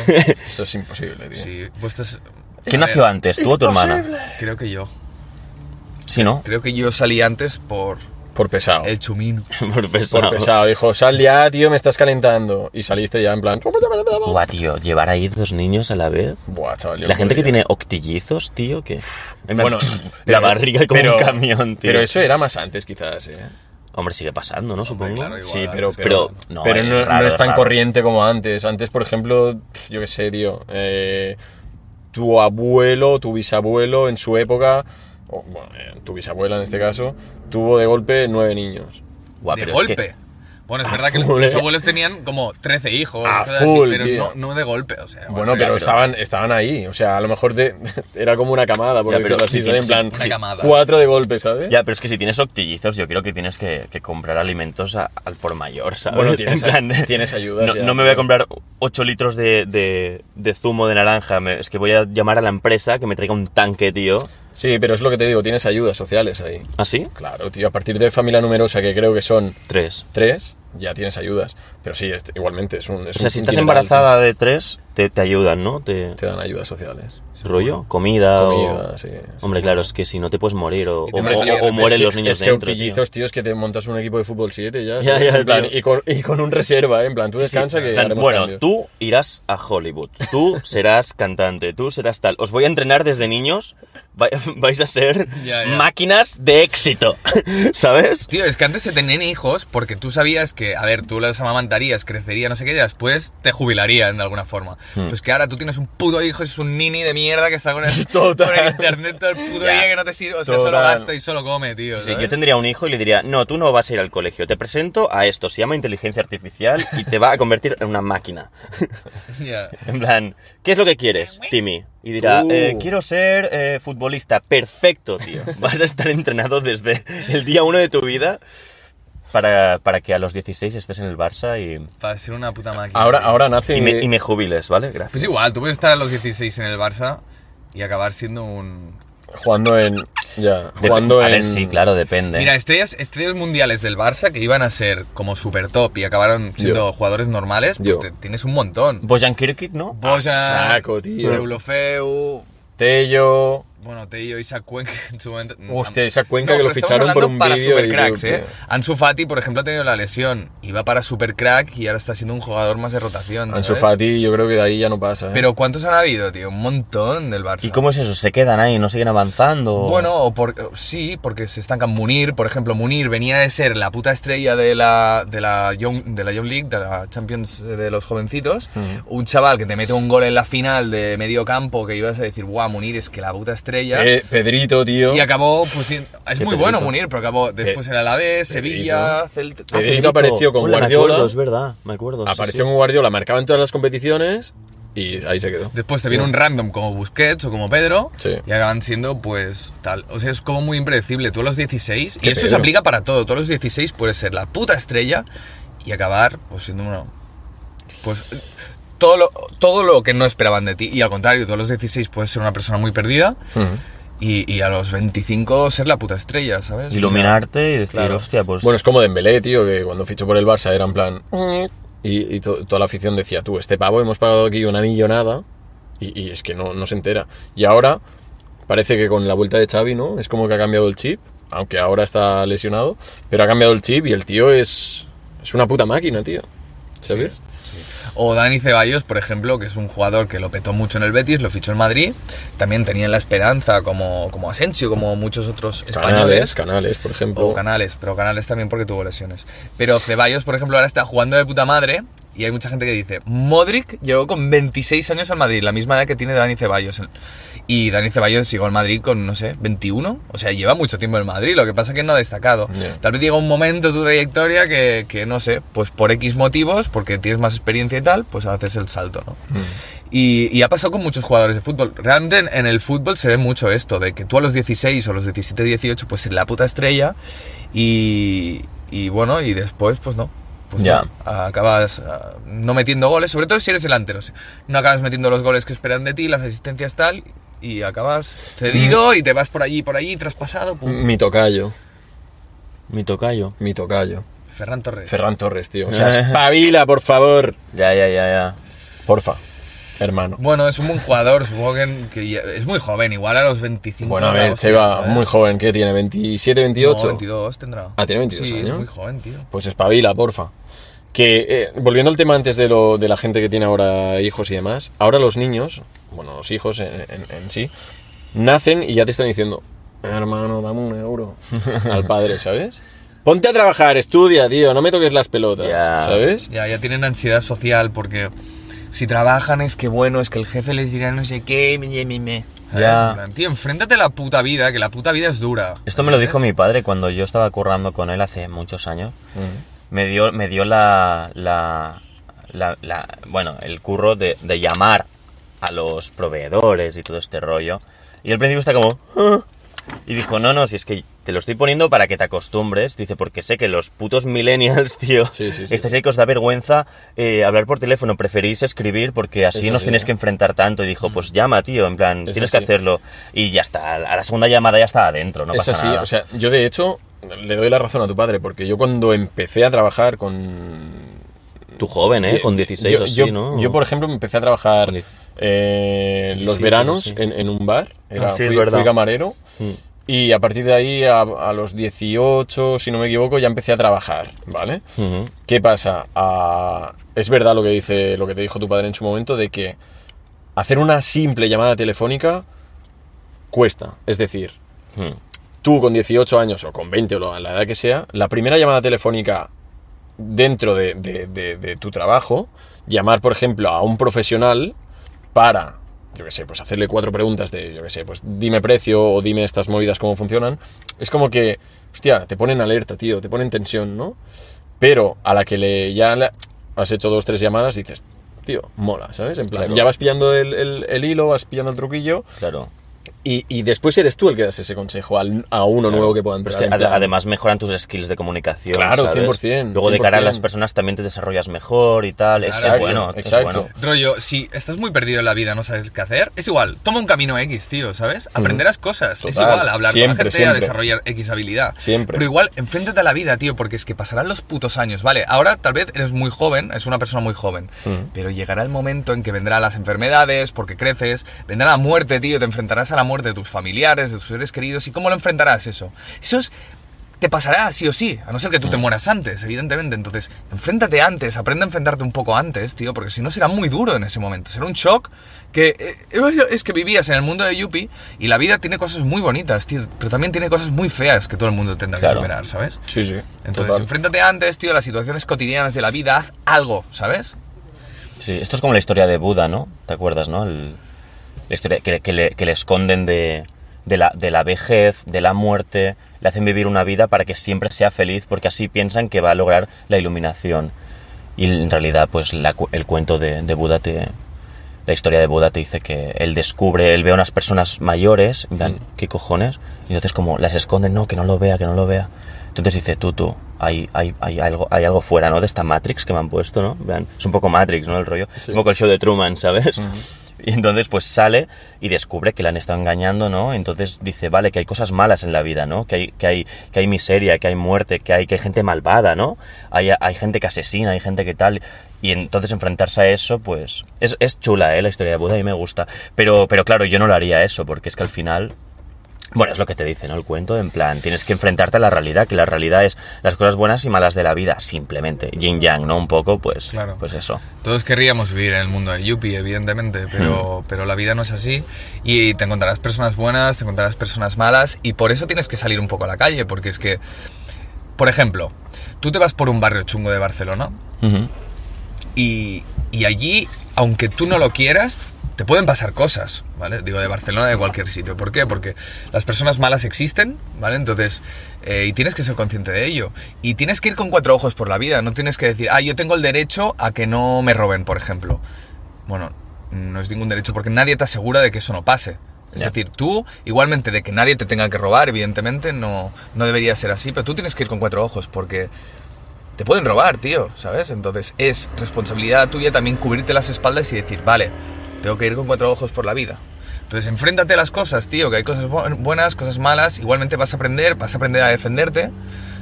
Speaker 3: Eso es imposible, tío.
Speaker 2: Sí, vuestras...
Speaker 1: ¿Quién
Speaker 2: a
Speaker 1: nació
Speaker 2: ver,
Speaker 1: antes, tú o tu hermana?
Speaker 3: Imposible.
Speaker 2: Creo que yo.
Speaker 1: Sí, ¿no?
Speaker 2: Creo que yo salí antes por
Speaker 3: Por pesado.
Speaker 2: el chumino.
Speaker 1: Por pesado.
Speaker 3: Por pesado. Dijo, sal ya, tío, me estás calentando. Y saliste ya en plan.
Speaker 1: Buah, tío, llevar ahí dos niños a la vez.
Speaker 3: Buah, chaval. yo
Speaker 1: La gente que
Speaker 3: podría.
Speaker 1: tiene octillizos, tío, que... En plan,
Speaker 3: Bueno,
Speaker 1: la
Speaker 3: pero-
Speaker 1: barriga como
Speaker 3: pero-
Speaker 1: un camión, tío.
Speaker 3: Pero eso era más antes, quizás, eh.
Speaker 1: Hombre, sigue pasando, ¿no? Supongo.
Speaker 2: claro, igual.
Speaker 3: Sí, pero,
Speaker 1: Pero-
Speaker 3: pero,
Speaker 1: no,
Speaker 3: no,
Speaker 1: es
Speaker 3: no,
Speaker 1: raro,
Speaker 3: es
Speaker 1: es
Speaker 3: tan
Speaker 1: raro.
Speaker 3: corriente como antes. Antes, por ejemplo, pf, yo qué sé, tío, eh, tu abuelo, tu bisabuelo en su época, o bueno, eh, tu bisabuela en este caso, tuvo de golpe nueve niños.
Speaker 1: Buah,
Speaker 2: de
Speaker 1: pero
Speaker 2: golpe.
Speaker 1: es que...
Speaker 2: Bueno, es
Speaker 3: A
Speaker 2: verdad que
Speaker 3: full,
Speaker 2: los
Speaker 3: eh.
Speaker 2: abuelos tenían como 13 hijos,
Speaker 3: A
Speaker 2: cosas así,
Speaker 3: full,
Speaker 2: pero
Speaker 3: tío.
Speaker 2: no, no de golpe. O sea,
Speaker 3: Bueno, pero, estaban, estaban ahí, o sea, a lo mejor te- era como una camada, porque
Speaker 1: Ya, pero
Speaker 3: así,
Speaker 1: sí,
Speaker 3: en
Speaker 1: sí,
Speaker 3: plan,
Speaker 2: una camada.
Speaker 3: cuatro de golpe, ¿sabes?
Speaker 1: Ya, pero es que si tienes octillizos, yo creo que tienes que, que comprar alimentos a- al por mayor, ¿sabes?
Speaker 3: Bueno, tienes
Speaker 1: En plan,
Speaker 3: a- tienes ayudas
Speaker 1: No,
Speaker 3: ya,
Speaker 1: no me voy a
Speaker 3: tío.
Speaker 1: comprar 8 litros de, de- de zumo de naranja. me- es que voy a llamar a la empresa que me traiga un tanque, tío. ¿Ah,
Speaker 3: Sí, pero es lo que te digo, tienes ayudas sociales ahí.
Speaker 1: ¿Así?
Speaker 3: Claro, tío, a partir de familia numerosa, que creo que son
Speaker 1: Tres.
Speaker 3: tres, ya tienes ayudas. Pero sí, es- igualmente, es un... es
Speaker 1: O sea,
Speaker 3: un
Speaker 1: si estás
Speaker 3: dineral,
Speaker 1: embarazada de tres, te, te ayudan, ¿no? Te,
Speaker 3: tío. Te dan ayudas sociales.
Speaker 1: rollo, comida, o...
Speaker 3: Comida, sí, sí.
Speaker 1: Hombre, claro, es que si no te puedes morir o,
Speaker 2: Y te
Speaker 1: o-
Speaker 2: parece
Speaker 1: o-
Speaker 2: bien,
Speaker 1: o
Speaker 2: es
Speaker 1: mueren
Speaker 3: que-
Speaker 1: los niños
Speaker 3: es que
Speaker 1: dentro, tío.
Speaker 3: horquillizos, tío, es que te montas un equipo de fútbol 7 ya.
Speaker 1: Ya,
Speaker 3: ¿sabes?
Speaker 1: ya,
Speaker 3: En plan,
Speaker 1: tío.
Speaker 3: y, con, y con un reserva, ¿eh? en plan, tú descansa que
Speaker 1: En plan,
Speaker 3: haremos
Speaker 1: bueno,
Speaker 3: cambios.
Speaker 1: tú irás a Hollywood, tú serás cantante, tú serás tal. Os voy a entrenar desde niños, va- vais a ser
Speaker 2: Ya, ya.
Speaker 1: máquinas de éxito, ¿sabes?
Speaker 2: Tío, es que antes se tenían hijos porque tú sabías que, a ver, tú los amamantarías, crecería, no sé qué, y después te jubilarían de alguna forma.
Speaker 3: Hmm.
Speaker 2: Pues que ahora tú tienes un puto hijo, es un nini de mierda que está con el,
Speaker 3: Total.
Speaker 2: con el internet todo el puto
Speaker 1: Ya.
Speaker 2: día que no te sirve, o sea, solo
Speaker 3: Total.
Speaker 2: gasta y solo come, tío.
Speaker 1: Sí,
Speaker 2: ¿sabes?
Speaker 1: yo tendría un hijo y le diría, no, tú no vas a ir al colegio, te presento a esto, se llama inteligencia artificial y te va a convertir en una máquina.
Speaker 2: Ya.
Speaker 1: En plan, ¿qué es lo que quieres, Timmy? Y dirá,
Speaker 3: Uh.
Speaker 1: "Eh, quiero ser eh, futbolista. Perfecto, tío. Vas a estar entrenado desde el día uno de tu vida para, para que a los 16 estés en el Barça y,
Speaker 2: Para ser una puta máquina.
Speaker 3: Ahora, ah.
Speaker 2: tío.
Speaker 3: ahora nace...
Speaker 1: y, me, y me jubiles, ¿vale? Gracias.
Speaker 2: Pues igual, tú puedes estar a los 16 en el Barça y acabar siendo un...
Speaker 3: Jugando en... Ya,
Speaker 1: Dep-
Speaker 3: jugando
Speaker 1: a
Speaker 3: en...
Speaker 1: ver, sí, claro, depende.
Speaker 2: Mira, estrellas, estrellas mundiales del Barça que iban a ser como super top y acabaron siendo jugadores normales, pues
Speaker 3: Yo.
Speaker 2: te- tienes un montón.
Speaker 1: Bojan Kirkic, ¿no?
Speaker 2: Bojan,
Speaker 3: saco, tío.
Speaker 2: Deulofeu,
Speaker 3: Tello...
Speaker 2: bueno, Tello, Isaac Cuenca en su momento. mm,
Speaker 3: Hostia, Isaac Cuenca, que
Speaker 2: pero
Speaker 3: lo
Speaker 2: estamos
Speaker 3: ficharon por
Speaker 2: hablando
Speaker 3: un
Speaker 2: para
Speaker 3: vídeo de
Speaker 2: supercracks,
Speaker 3: YouTube,
Speaker 2: ¿eh?
Speaker 3: tío.
Speaker 2: Ansu Fati, por ejemplo, ha tenido la lesión. Iba para supercrack y ahora está siendo un jugador más de rotación.
Speaker 3: Ansu
Speaker 2: ¿sabes?
Speaker 3: Fati, yo creo que de ahí ya no pasa. ¿eh?
Speaker 2: Pero ¿cuántos han habido, tío? Un montón del Barça.
Speaker 1: ¿Y cómo es eso? ¿Se quedan ahí? ¿No siguen avanzando?
Speaker 2: Bueno, o por- sí, porque se estancan Munir, por ejemplo, Munir venía de ser la puta estrella de la, de la, Young, de la Young League, de la Champions eh, de los jovencitos, un chaval que te mete un gol en la final de medio campo que ibas a decir, guau, Munir es que la puta estrella.
Speaker 3: Pe- Eh, Pedrito, tío.
Speaker 2: y acabó, pues, sí, es
Speaker 1: Qué
Speaker 2: muy bueno
Speaker 1: Pedrito.
Speaker 2: Munir, pero acabó después en Alavés, Sevilla, Celta...
Speaker 1: Ah,
Speaker 3: Pedrito apareció con
Speaker 1: Hola, Me
Speaker 3: Guardiola.
Speaker 1: acuerdo, es verdad, me acuerdo. sí,
Speaker 3: Apareció
Speaker 1: sí.
Speaker 3: en Guardiola, marcaba en todas las competiciones y ahí se quedó.
Speaker 2: Después te viene un random como Busquets o como Pedro
Speaker 3: Sí.
Speaker 2: y acaban siendo pues tal. O sea, es como muy impredecible. Tú a los 16, y
Speaker 3: ¿Qué
Speaker 2: eso se
Speaker 3: Pedro?
Speaker 2: aplica para todo, tú a los 16 puedes ser la puta estrella y acabar pues siendo uno pues todo lo, todo lo que no esperaban de ti y al contrario, tú a los 16 puedes ser una persona muy perdida y, y a los 25 ser la puta estrella, ¿sabes? O sea,
Speaker 1: Iluminarte y decir,
Speaker 2: claro.
Speaker 1: hostia, pues.
Speaker 3: Bueno, es como Dembélé, tío, que cuando fichó por el Barça era en plan...
Speaker 1: Mm.
Speaker 3: Y, y to- toda la afición decía, tú, este pavo hemos pagado aquí una millonada y, y es que no, no se entera. Y ahora parece que con la vuelta de Xavi, ¿no? Es como que ha cambiado el chip, aunque ahora está lesionado, pero ha cambiado el chip y el tío es, es una puta máquina, tío. ¿Sabes?
Speaker 2: O Dani Ceballos, por ejemplo, que es un jugador que lo petó mucho en el Betis, lo fichó en Madrid. También tenía la esperanza, como, como Asensio, como muchos otros
Speaker 3: Canales,
Speaker 2: españoles.
Speaker 3: canales, por ejemplo.
Speaker 2: O Canales, pero Canales también porque tuvo lesiones. Pero Ceballos, por ejemplo, ahora está jugando de puta madre. Y hay mucha gente que dice, Modric llegó con 26 años al Madrid, la misma edad que tiene Dani Ceballos. Y Dani Ceballos llegó al Madrid con, no sé, 21. O sea, lleva mucho tiempo en el Madrid, lo que pasa es que no ha destacado.
Speaker 3: Ya.
Speaker 2: Tal vez llega un momento de tu trayectoria que, que, no sé, pues por X motivos, porque tienes más experiencia y tal, pues haces el salto, ¿no? Y, y ha pasado con muchos jugadores de fútbol. Realmente en, en el fútbol se ve mucho esto, de que tú a los 16 o los 17, 18, pues en la puta estrella y, y bueno, y después, pues no. Pues
Speaker 1: Ya.
Speaker 2: no, acabas ah, no metiendo goles, sobre todo si eres delantero. si No acabas metiendo los goles que esperan de ti, las asistencias tal, y acabas cedido
Speaker 3: Mm.
Speaker 2: y te vas por allí, por allí, traspasado. pum.
Speaker 3: Mi tocayo,
Speaker 1: Mi tocayo.
Speaker 3: mi tocayo.
Speaker 2: Ferran Torres.
Speaker 3: Ferran Torres, tío. O sea, espabila, por favor.
Speaker 1: Ya, ya, ya, ya.
Speaker 3: Porfa, hermano.
Speaker 2: Bueno, es un buen jugador, supongo que, que ya- es muy joven, igual a los 25.
Speaker 3: Bueno, a
Speaker 2: no la
Speaker 3: ver,
Speaker 2: hostia,
Speaker 3: Cheva,
Speaker 2: ¿sabes?
Speaker 3: muy joven, ¿qué tiene? ¿27,
Speaker 2: No,
Speaker 3: 28?
Speaker 2: 22 tendrá.
Speaker 3: Ah, tiene 22
Speaker 2: sí, es
Speaker 3: años.
Speaker 2: muy joven, tío.
Speaker 3: Pues espabila, porfa. Que, eh, volviendo al tema antes de, lo, de la gente que tiene ahora hijos y demás, ahora los niños, bueno, los hijos en, en- en sí, nacen y ya te están diciendo, hermano, dame un euro al padre, ¿sabes? Ponte a trabajar, estudia, tío, no me toques las pelotas,
Speaker 1: Ya.
Speaker 3: ¿sabes?
Speaker 2: Ya, ya tienen ansiedad social porque si trabajan es que bueno, es que el jefe les dirá no sé qué, me, me, me. ¿Sabes?
Speaker 1: Ya.
Speaker 2: En plan, Tío, enfréntate a la puta vida, que la puta vida es dura.
Speaker 1: Esto me lo dijo
Speaker 2: ¿Entiendes?
Speaker 1: mi padre cuando yo estaba currando con él hace muchos años. Me dio, me dio la, la, la- la- Bueno, el curro de, de llamar a los proveedores y todo este rollo. Y al principio está como. "Ah". Y dijo: No, no, si es que te lo estoy poniendo para que te acostumbres. Dice: Porque sé que los putos millennials, tío.
Speaker 3: Sí, sí, sí.
Speaker 1: Estáis ahí que os da vergüenza eh, hablar por teléfono. Preferís escribir porque así
Speaker 3: Es
Speaker 1: nos
Speaker 3: así,
Speaker 1: tienes
Speaker 3: ¿eh?
Speaker 1: que enfrentar tanto. Y dijo: Pues llama, tío. En plan,
Speaker 3: Es
Speaker 1: tienes que
Speaker 3: así.
Speaker 1: hacerlo. Y ya está. A la segunda llamada ya está adentro. No
Speaker 3: es
Speaker 1: pasa
Speaker 3: así,
Speaker 1: nada.
Speaker 3: o sea, yo de hecho le doy la razón a tu padre, porque yo cuando empecé a trabajar con
Speaker 1: Tú joven, ¿eh? Con 16
Speaker 3: yo,
Speaker 1: o así,
Speaker 3: yo-
Speaker 1: ¿no?
Speaker 3: yo, por ejemplo, empecé a trabajar
Speaker 1: Con diez-
Speaker 3: eh, los
Speaker 1: 17,
Speaker 3: veranos
Speaker 1: sí.
Speaker 3: en, en un bar. Era-
Speaker 1: Ah, sí, es
Speaker 3: fui,
Speaker 1: verdad.
Speaker 3: fui camarero.
Speaker 1: Mm.
Speaker 3: Y a partir de ahí, a, a los 18, si no me equivoco, ya empecé a trabajar, ¿vale?
Speaker 1: Ujú.
Speaker 3: ¿Qué pasa? Ah, es verdad lo que dice, lo que te dijo tu padre en su momento, de que hacer una simple llamada telefónica cuesta. Es decir,
Speaker 1: Mm.
Speaker 3: tú con 18 años o con 20 o lo- la edad que sea, la primera llamada telefónica dentro de, de- de- de tu trabajo, llamar, por ejemplo, a un profesional para, yo qué sé, pues hacerle cuatro preguntas de, yo qué sé, pues dime precio o dime estas movidas, cómo funcionan, es como que, hostia, te ponen alerta, tío, te ponen tensión, ¿no? Pero a la que le ya la- has hecho dos, tres llamadas, dices, tío, mola, ¿sabes? En plan,
Speaker 1: Claro.
Speaker 3: ya vas pillando el- el- el hilo, vas pillando el truquillo
Speaker 1: Claro.
Speaker 3: y, y después eres tú el que das ese consejo al- a uno nuevo que pueda
Speaker 1: Pero es
Speaker 3: entrar.
Speaker 1: que
Speaker 3: en
Speaker 1: ad-
Speaker 3: plan,
Speaker 1: además mejoran tus skills de comunicación.
Speaker 3: Claro,
Speaker 1: ¿sabes?
Speaker 3: 100%,
Speaker 1: Luego de cara a las
Speaker 3: 100%.
Speaker 1: personas también te desarrollas mejor y tal. Es-
Speaker 2: Claro,
Speaker 1: es bueno. es
Speaker 3: exacto.
Speaker 1: bueno.
Speaker 2: Rollo, si estás muy perdido en la vida, no sabes qué hacer, es igual, toma un camino X, tío, ¿sabes? Aprenderás cosas, es
Speaker 3: Total,
Speaker 2: igual, hablar con la
Speaker 3: siempre,
Speaker 2: gente, a
Speaker 3: siempre.
Speaker 2: desarrollar X habilidad.
Speaker 3: Siempre.
Speaker 2: Pero igual, enfréntate a la vida, tío, porque es que pasarán los putos años, ¿vale? Ahora tal vez eres muy joven, es una persona muy joven, pero llegará el momento en que vendrán las enfermedades, porque creces, vendrá la muerte, tío, te enfrentarás a la muerte de tus familiares, de tus seres queridos, ¿y cómo lo enfrentarás eso? Eso es... Te pasará sí o sí, a no ser que tú te mueras antes, evidentemente. Entonces, enfréntate antes, aprende a enfrentarte un poco antes, tío, porque si no será muy duro en ese momento. Será un shock que eh, es que vivías en el mundo de Yuppie y la vida tiene cosas muy bonitas, tío, pero también tiene cosas muy feas que todo el mundo tendrá
Speaker 1: Claro.
Speaker 2: que superar, ¿sabes?
Speaker 3: Sí, sí.
Speaker 2: Entonces,
Speaker 3: total.
Speaker 2: enfréntate antes, tío, a las situaciones cotidianas de la vida, haz algo, ¿sabes?
Speaker 1: Sí, esto es como la historia de Buda, ¿no? ¿Te acuerdas, no? El- la historia que, que le, que le esconden de, de, la, de la vejez, de la muerte, le hacen vivir una vida para que siempre sea feliz, porque así piensan que va a lograr la iluminación. Y en realidad, pues la cu- el cuento de, de Buda te, la historia de Buda te dice que él descubre, él ve a unas personas mayores, en plan, ¿qué cojones? Y entonces como las esconden, no, que no lo vea, que no lo vea. Entonces dice, tú, tú, hay, hay, hay, algo, hay algo fuera, ¿no? De esta Matrix que me han puesto, ¿no? En plan, es un poco Matrix, ¿no? El rollo. Es un poco el show de Truman, ¿sabes? Y entonces pues sale y descubre que la han estado engañando, ¿no? Entonces dice, vale, que hay cosas malas en la vida, ¿no? Que hay, que hay, que hay miseria, que hay muerte, que hay, que hay gente malvada, ¿no? Hay, hay gente que asesina, hay gente que tal. Y entonces enfrentarse a eso, pues es, es chula, ¿eh? La historia de Buda y me gusta. Pero, pero claro, yo no lo haría eso, porque es que al final... Bueno, es lo que te dice, ¿no? El cuento, en plan, tienes que enfrentarte a la realidad, que la realidad es las cosas buenas y malas de la vida, simplemente. Yin yang, ¿no? Un poco, pues,
Speaker 2: Claro.
Speaker 1: pues eso.
Speaker 2: Todos querríamos vivir en el mundo de Yuppie, evidentemente, pero, pero la vida no es así. Y te encontrarás personas buenas, te encontrarás personas malas, y por eso tienes que salir un poco a la calle, porque es que, por ejemplo, tú te vas por un barrio chungo de Barcelona
Speaker 1: Ujú.
Speaker 2: y, y allí, aunque tú no lo quieras, te pueden pasar cosas, ¿vale? Digo, de Barcelona, de cualquier sitio. ¿Por qué? Porque las personas malas existen, ¿vale? Entonces, eh, y tienes que ser consciente de ello. Y tienes que ir con cuatro ojos por la vida. No tienes que decir, ah, yo tengo el derecho a que no me roben, por ejemplo. Bueno, no es ningún derecho porque nadie te asegura de que eso no pase. Es
Speaker 1: Ya.
Speaker 2: decir, tú, igualmente de que nadie te tenga que robar, evidentemente, no, no debería ser así, pero tú tienes que ir con cuatro ojos porque te pueden robar, tío, ¿sabes? Entonces es responsabilidad tuya también cubrirte las espaldas y decir, vale, tengo que ir con cuatro ojos por la vida. Entonces enfréntate a las cosas, tío, que hay cosas bu- buenas, cosas malas, igualmente vas a aprender, vas a aprender a defenderte,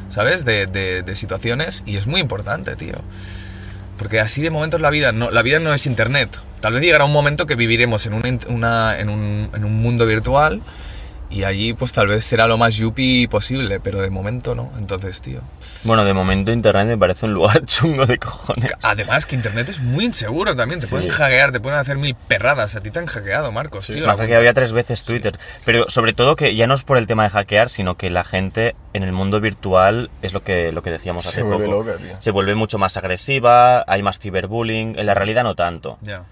Speaker 2: ¿sabes? De, de- de situaciones y es muy importante, tío. Porque así de momento es la vida, no, la vida no es internet. Tal vez llegará un momento que viviremos en, una in- una- en, un, en un mundo virtual y allí pues tal vez será lo más yuppie posible, pero de momento no. Entonces, tío.
Speaker 1: Bueno, de momento Internet me parece un lugar chungo de cojones.
Speaker 2: Además que internet es muy inseguro también, te
Speaker 1: Sí.
Speaker 2: pueden hackear, te pueden hacer mil perradas, a ti te han hackeado, Marcos. tío.
Speaker 1: Me ha hackeado ya tres veces Twitter. Pero sobre todo que ya no es por el tema de hackear, sino que la gente en el mundo virtual es lo que, lo que decíamos
Speaker 3: Se
Speaker 1: hace
Speaker 3: vuelve
Speaker 1: poco.
Speaker 3: loca, tío.
Speaker 1: Se vuelve mucho más agresiva, hay más ciberbullying. En la realidad no tanto.
Speaker 2: Ya.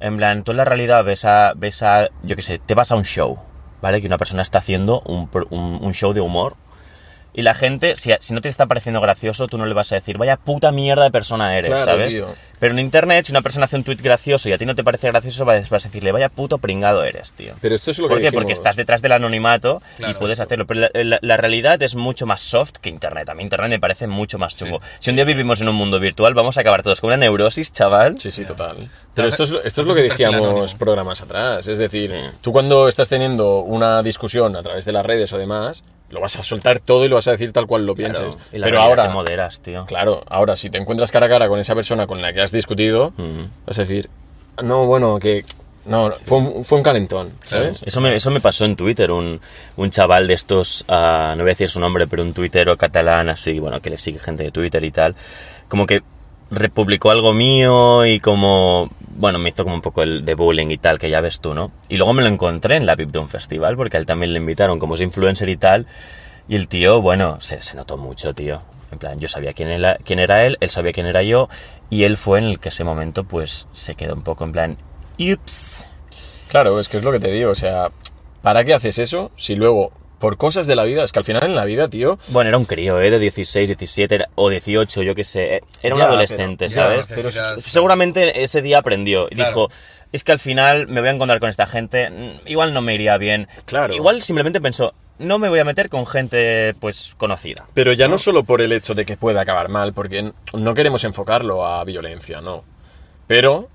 Speaker 1: En plan, tú en la realidad ves a, ves a yo qué sé, te vas a un show, ¿vale? Que una persona está haciendo un, pro- un- un show de humor. Y la gente, si, a- si no te está pareciendo gracioso, tú no le vas a decir, vaya puta mierda de persona eres,
Speaker 3: Claro,
Speaker 1: ¿sabes?
Speaker 3: tío.
Speaker 1: Pero en internet, si una persona hace un tuit gracioso y a ti no te parece gracioso, vas vas a decirle, vaya puto pringado eres, tío.
Speaker 3: Pero esto es lo que
Speaker 1: ¿Por qué?
Speaker 3: dijimos.
Speaker 1: Porque estás detrás del anonimato y
Speaker 2: Claro,
Speaker 1: puedes
Speaker 2: claro.
Speaker 1: hacerlo. Pero la, eh, la- la realidad es mucho más soft que Internet. A mí Internet me parece mucho más chungo. si un día vivimos en un mundo virtual, vamos a acabar todos con una neurosis, chaval.
Speaker 3: Sí, sí, total.
Speaker 2: Te
Speaker 3: Pero
Speaker 2: hace-
Speaker 3: esto es, esto
Speaker 2: haces
Speaker 3: es lo que
Speaker 2: un perfil
Speaker 3: decíamos
Speaker 2: anónimo.
Speaker 3: programas atrás. Es decir,
Speaker 1: Sí.
Speaker 3: tú cuando estás teniendo una discusión a través de las redes o demás, lo vas a soltar todo y lo vas a decir tal cual lo pienses.
Speaker 1: Claro. Y la
Speaker 3: Pero
Speaker 1: realidad
Speaker 3: ahora,
Speaker 1: te moderas, tío.
Speaker 3: claro, ahora si te encuentras cara a cara con esa persona con la que has discutido,
Speaker 1: Mm.
Speaker 3: vas a decir, no, bueno, que no, fue, un, fue un calentón, ¿sabes?
Speaker 1: Eso me, eso me pasó en Twitter, un, un chaval de estos, ah, no voy a decir su nombre, pero un tuitero catalán así, bueno, que le sigue gente de Twitter y tal, como que republicó algo mío y como, bueno, me hizo como un poco el de bullying y tal, que ya ves tú, ¿no? Y luego me lo encontré en la VIP de un festival, porque a él también le invitaron como es influencer y tal, y el tío, bueno, se, se notó mucho, tío. En plan, yo sabía quién era, quién era él, él sabía quién era yo, y él fue en el que ese momento pues se quedó un poco en plan, ups.
Speaker 3: Claro, es que es lo que te digo, o sea, ¿para qué haces eso si luego, por cosas de la vida, es que al final en la vida, tío,
Speaker 1: Bueno, era un crío, ¿eh? De 16, 17 era- o 18, yo qué sé. eh, Era un
Speaker 3: Ya,
Speaker 1: adolescente,
Speaker 2: Ya,
Speaker 1: ¿sabes?
Speaker 2: necesitas-
Speaker 1: Seguramente ese día aprendió y
Speaker 2: Claro.
Speaker 1: dijo, es que al final me voy a encontrar con esta gente, mm, igual no me iría bien.
Speaker 3: Claro.
Speaker 1: Igual simplemente pensó, no me voy a meter con gente, pues, conocida.
Speaker 3: Pero ya no solo por el hecho de que pueda acabar mal, porque n- no queremos enfocarlo a violencia, no. Pero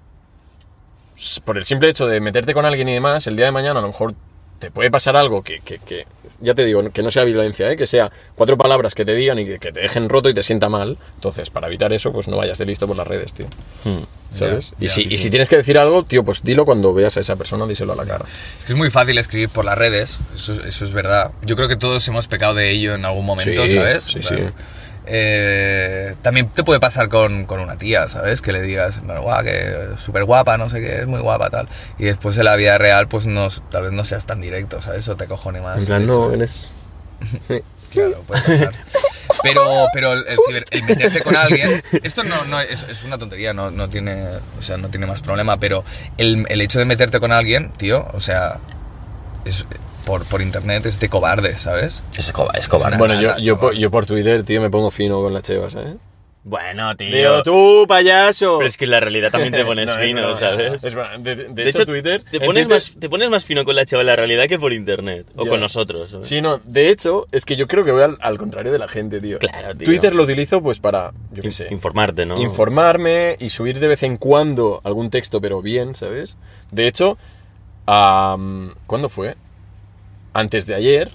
Speaker 3: s- por el simple hecho de meterte con alguien y demás, el día de mañana a lo mejor te puede pasar algo que, que- que- ya te digo, que no sea violencia, ¿eh? que sea cuatro palabras que te digan y que, que te dejen roto y te sienta mal. Entonces, para evitar eso, pues no vayas de listo por las redes, tío. ¿Sabes?
Speaker 2: Ya,
Speaker 3: y,
Speaker 2: ya,
Speaker 3: si,
Speaker 2: sí,
Speaker 3: y
Speaker 2: sí.
Speaker 3: si tienes que decir algo, tío, pues dilo cuando veas a esa persona, díselo a la cara.
Speaker 2: Es que es muy fácil escribir por las redes, eso, eso es verdad. Yo creo que todos hemos pecado de ello en algún momento,
Speaker 3: Sí,
Speaker 2: ¿sabes?
Speaker 3: sí,
Speaker 2: En plan,
Speaker 3: sí.
Speaker 2: eh, también te puede pasar con, con una tía, ¿sabes? Que le digas, bueno, guau, que súper guapa, no sé qué, es muy guapa, tal. Y después en la vida real, pues no, tal vez no seas tan directo, ¿sabes? O te cojone más.
Speaker 3: en plan,
Speaker 2: el hecho
Speaker 3: no,
Speaker 2: de-
Speaker 3: eres...
Speaker 2: Claro, puede pasar. Pero, pero el, el ciber- el meterte con alguien, esto no, no es, es una tontería, no, no tiene, o sea, no tiene más problema, pero el, el hecho de meterte con alguien, tío, o sea, es, por, por internet es de cobarde, ¿sabes?
Speaker 1: Es, coba- es cobarde.
Speaker 2: Una
Speaker 3: Bueno, yo,
Speaker 2: nada,
Speaker 3: yo, po-
Speaker 2: chaval.
Speaker 3: yo por Twitter, tío, me pongo fino con las chevas, ¿eh?
Speaker 1: Bueno, tío.
Speaker 3: Digo, tú, payaso. Eh,
Speaker 4: Pero es que en la realidad también te pones
Speaker 3: No, es
Speaker 4: fino,
Speaker 3: broma.
Speaker 4: ¿sabes?
Speaker 3: Es broma. de, de- de
Speaker 4: De
Speaker 3: hecho, Twitter.
Speaker 4: te
Speaker 3: en
Speaker 4: pones,
Speaker 3: Twitter-
Speaker 4: más, te pones más fino con la chava en la realidad que por internet. O
Speaker 3: Ya.
Speaker 4: con nosotros. ¿sabes?
Speaker 3: Sí, no, de hecho, es que yo creo que voy al, al contrario de la gente, tío.
Speaker 4: Claro, tío.
Speaker 3: Twitter lo utilizo pues para, yo qué sé,
Speaker 4: Informarte, ¿no?
Speaker 3: informarme y subir de vez en cuando algún texto, pero bien, ¿sabes? De hecho, am, ¿cuándo fue? Antes de ayer,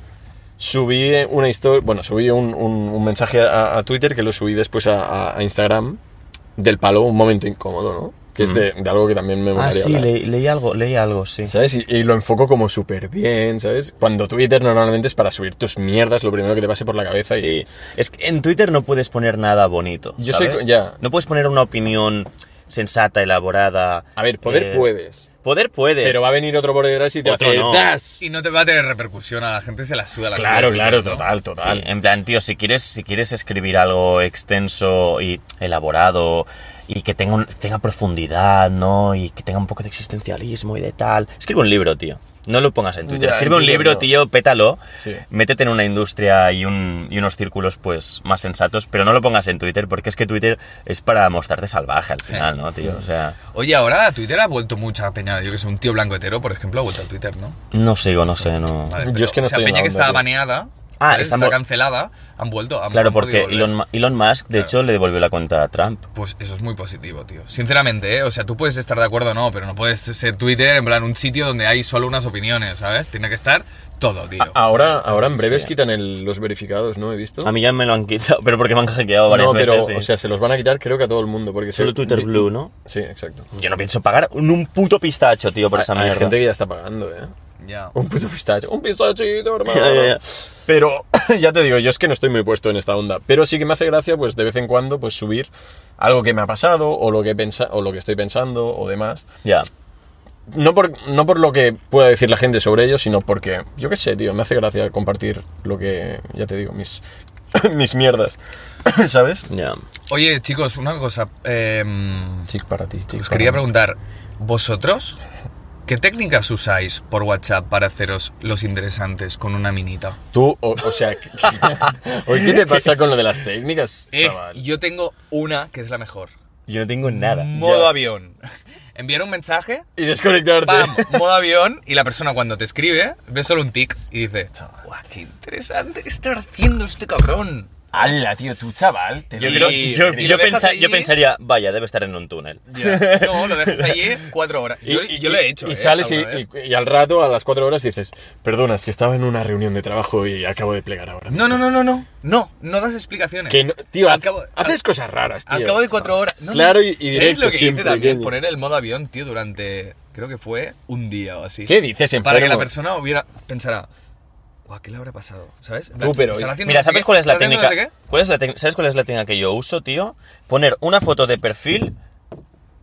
Speaker 3: subí una historia, bueno, subí un, un- un mensaje a, a Twitter que lo subí después a, a- a Instagram del palo, un momento incómodo, ¿no? Que es de, de algo que también me
Speaker 1: Ah,
Speaker 3: gustaría
Speaker 1: sí,
Speaker 3: hablar.
Speaker 1: le- leí algo, leí algo, sí.
Speaker 3: ¿Sabes? Y, y lo enfoco como súper bien, ¿sabes? Cuando Twitter normalmente es para subir tus mierdas, lo primero que te pase por la cabeza. y-
Speaker 1: Sí. Es que en Twitter no puedes poner nada bonito.
Speaker 3: Yo soy
Speaker 1: ¿sabes?
Speaker 3: co- ya.
Speaker 1: No puedes poner una opinión sensata, elaborada.
Speaker 3: A ver, poder
Speaker 1: eh,
Speaker 3: puedes.
Speaker 1: Poder puedes.
Speaker 3: Pero va a venir otro por detrás y te
Speaker 1: Otro
Speaker 3: hace
Speaker 1: no.
Speaker 3: ¡zas!
Speaker 2: Y no te va a tener repercusión, a la gente se la suda la
Speaker 3: Claro,
Speaker 2: vida de
Speaker 3: claro,
Speaker 2: Twitter, ¿no?
Speaker 3: total,
Speaker 1: Sí,
Speaker 3: total.
Speaker 1: en plan, tío, si quieres, si quieres escribir algo extenso y elaborado y que tenga, un- tenga profundidad, ¿no? Y que tenga un poco de existencialismo y de tal. Escribe un libro, tío. No lo pongas en Twitter.
Speaker 3: Ya,
Speaker 1: Escribe
Speaker 3: en
Speaker 1: un
Speaker 3: Twitter
Speaker 1: libro,
Speaker 3: no.
Speaker 1: tío, pétalo.
Speaker 3: Sí.
Speaker 1: Métete en una industria y, un- y unos círculos, pues, más sensatos. Pero no lo pongas en Twitter, porque es que Twitter es para mostrarte salvaje al final, ¿no, tío? O sea,
Speaker 2: Oye, ahora Twitter ha vuelto mucha peña. Yo que sé, un tío blanco hetero, por ejemplo, ha vuelto a Twitter, ¿no?
Speaker 1: no sigo, no sé, no...
Speaker 2: Vale,
Speaker 3: Yo
Speaker 2: pero
Speaker 3: es que no
Speaker 2: esa
Speaker 3: estoy en
Speaker 2: peña
Speaker 3: la
Speaker 2: que
Speaker 3: onda,
Speaker 2: estaba
Speaker 3: tío.
Speaker 2: baneada,
Speaker 1: Ah,
Speaker 2: ¿sabes?
Speaker 1: están
Speaker 2: está
Speaker 1: vol-
Speaker 2: cancelada, han vuelto. han-
Speaker 1: Claro,
Speaker 2: han podido
Speaker 1: porque
Speaker 2: volver.
Speaker 1: Elon, Ma- Elon Musk, de
Speaker 2: ¿eh? Claro.
Speaker 1: hecho, le devolvió la cuenta a Trump.
Speaker 2: Pues eso es muy positivo, tío. Sinceramente, ¿eh? O sea, tú puedes estar de acuerdo o no, pero no puedes ser Twitter en plan un sitio donde hay solo unas opiniones, ¿sabes? Tiene que estar todo, tío.
Speaker 3: Ahora, ahora en breves quitan el- los verificados, ¿no? He visto.
Speaker 1: A mí ya me lo han quitado, pero porque me han hackeado varias
Speaker 3: no, pero,
Speaker 1: veces. eh. sí.
Speaker 3: o sea, se los van a quitar creo que a todo el mundo. Porque se-
Speaker 4: Solo Twitter
Speaker 3: di-
Speaker 4: Blue, ¿no?
Speaker 3: Sí, exacto.
Speaker 1: Yo no pienso pagar un, un puto pistacho, tío, por esa
Speaker 3: hay, hay
Speaker 1: mierda.
Speaker 3: gente que ya está pagando, ¿eh?
Speaker 2: Ya.
Speaker 3: Un puto pistacho. Un pistachito, hermano.
Speaker 4: Ya, ya, ya.
Speaker 3: Pero ya te digo, yo es que no estoy muy puesto en esta onda. Pero sí que me hace gracia, pues de vez en cuando, pues subir algo que me ha pasado o lo que, pensa o lo que estoy pensando o demás.
Speaker 1: Ya.
Speaker 3: No por, no por lo que pueda decir la gente sobre ello, sino porque, yo qué sé, tío, me hace gracia compartir lo que, ya te digo, mis, mis mierdas. ¿Sabes?
Speaker 4: Ya.
Speaker 2: Oye, chicos, una cosa. em,
Speaker 3: Chic para ti, chic.
Speaker 2: os
Speaker 3: para
Speaker 2: quería
Speaker 3: mí.
Speaker 2: preguntar, ¿vosotros qué técnicas usáis por WhatsApp para haceros los interesantes con una minita?
Speaker 3: Tú, o, o sea, oye, ¿qué te pasa con lo de las técnicas,
Speaker 2: Eh,
Speaker 3: chaval?
Speaker 2: yo tengo una que es la mejor.
Speaker 1: Yo no tengo nada.
Speaker 2: Modo avión. Enviar un mensaje,
Speaker 3: Y desconectarte.
Speaker 2: pam, modo avión, y la persona cuando te escribe ve solo un tic y dice, guau, qué interesante que está haciendo este cabrón.
Speaker 3: ¡Hala, tío, tú, chaval! te
Speaker 1: Yo,
Speaker 2: Y-
Speaker 3: lo-
Speaker 1: creo,
Speaker 2: y
Speaker 1: yo,
Speaker 2: lo
Speaker 1: yo,
Speaker 2: dejas
Speaker 1: pensa-
Speaker 2: ahí.
Speaker 1: yo pensaría, vaya, debe estar en un túnel.
Speaker 2: Ya. No, lo dejas allí cuatro horas. Yo, yo lo he hecho.
Speaker 3: Y
Speaker 2: eh,
Speaker 3: sales y,
Speaker 2: alguna vez.
Speaker 3: y- y al rato, a las cuatro horas, dices, perdona, es que estaba en una reunión de trabajo y acabo de plegar ahora.
Speaker 2: No,
Speaker 3: mismo".
Speaker 2: no, no, no, no. No, no das explications.
Speaker 3: Que no- tío,
Speaker 2: al
Speaker 3: haz-
Speaker 2: cabo-
Speaker 3: haces cosas raras, tío.
Speaker 2: Al cabo de cuatro horas. No,
Speaker 3: claro,
Speaker 2: no.
Speaker 3: y, y
Speaker 2: ¿Sabes
Speaker 3: directo
Speaker 2: lo que hice
Speaker 3: siempre.
Speaker 2: también?
Speaker 3: coño.
Speaker 2: Poner el modo avión, tío, durante. Creo que fue un día o así.
Speaker 3: ¿Qué dices,
Speaker 2: Para que la
Speaker 3: enfermo?
Speaker 2: persona hubiera. Pensara. Guau, ¿qué le habrá pasado? ¿Sabes? En
Speaker 3: Tú, pero-
Speaker 2: están haciendo
Speaker 1: Mira,
Speaker 2: no sé
Speaker 1: ¿sabes
Speaker 2: qué,
Speaker 1: cuál es la
Speaker 2: están haciendo
Speaker 1: técnica?
Speaker 2: no sé
Speaker 1: ¿Cuál es la tec- ¿Sabes cuál es la técnica que yo uso, tío? Poner una foto de perfil.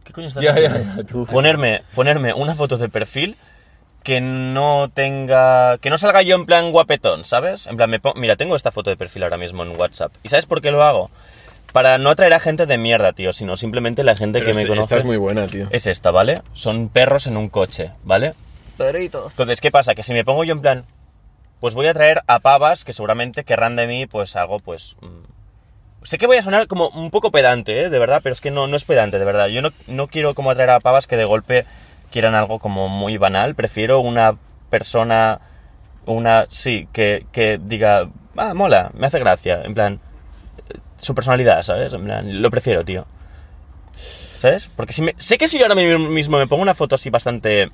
Speaker 1: ¿Qué coño estás
Speaker 3: Ya,
Speaker 1: haciendo?
Speaker 3: ya, ya, tú.
Speaker 1: Ponerme, ponerme una foto de perfil que no tenga. Que no salga yo en plan guapetón, ¿sabes? En plan, me pon- mira, tengo esta foto de perfil ahora mismo en WhatsApp. ¿Y sabes por qué lo hago? Para no atraer a gente de mierda, tío, sino simplemente la gente
Speaker 3: Pero
Speaker 1: que me
Speaker 3: este-
Speaker 1: conoce.
Speaker 3: Esta es muy buena, tío.
Speaker 1: es esta, ¿vale? Son perros en un coche, ¿vale? Perritos. Entonces, ¿qué pasa? Que si me pongo yo en plan, pues voy a traer a pavas que seguramente querrán de mí, pues algo, pues... mm. Sé que voy a sonar como un poco pedante, ¿eh? De verdad, pero es que no, no es pedante, de verdad. Yo no, no quiero como atraer a pavas que de golpe quieran algo como muy banal. Prefiero una persona, una, sí, que, que diga, ah, mola, me hace gracia. En plan, eh, su personalidad, ¿sabes? En plan, lo prefiero, tío. ¿Sabes? Porque si me- sé que si yo ahora mi- mismo me pongo una foto así bastante...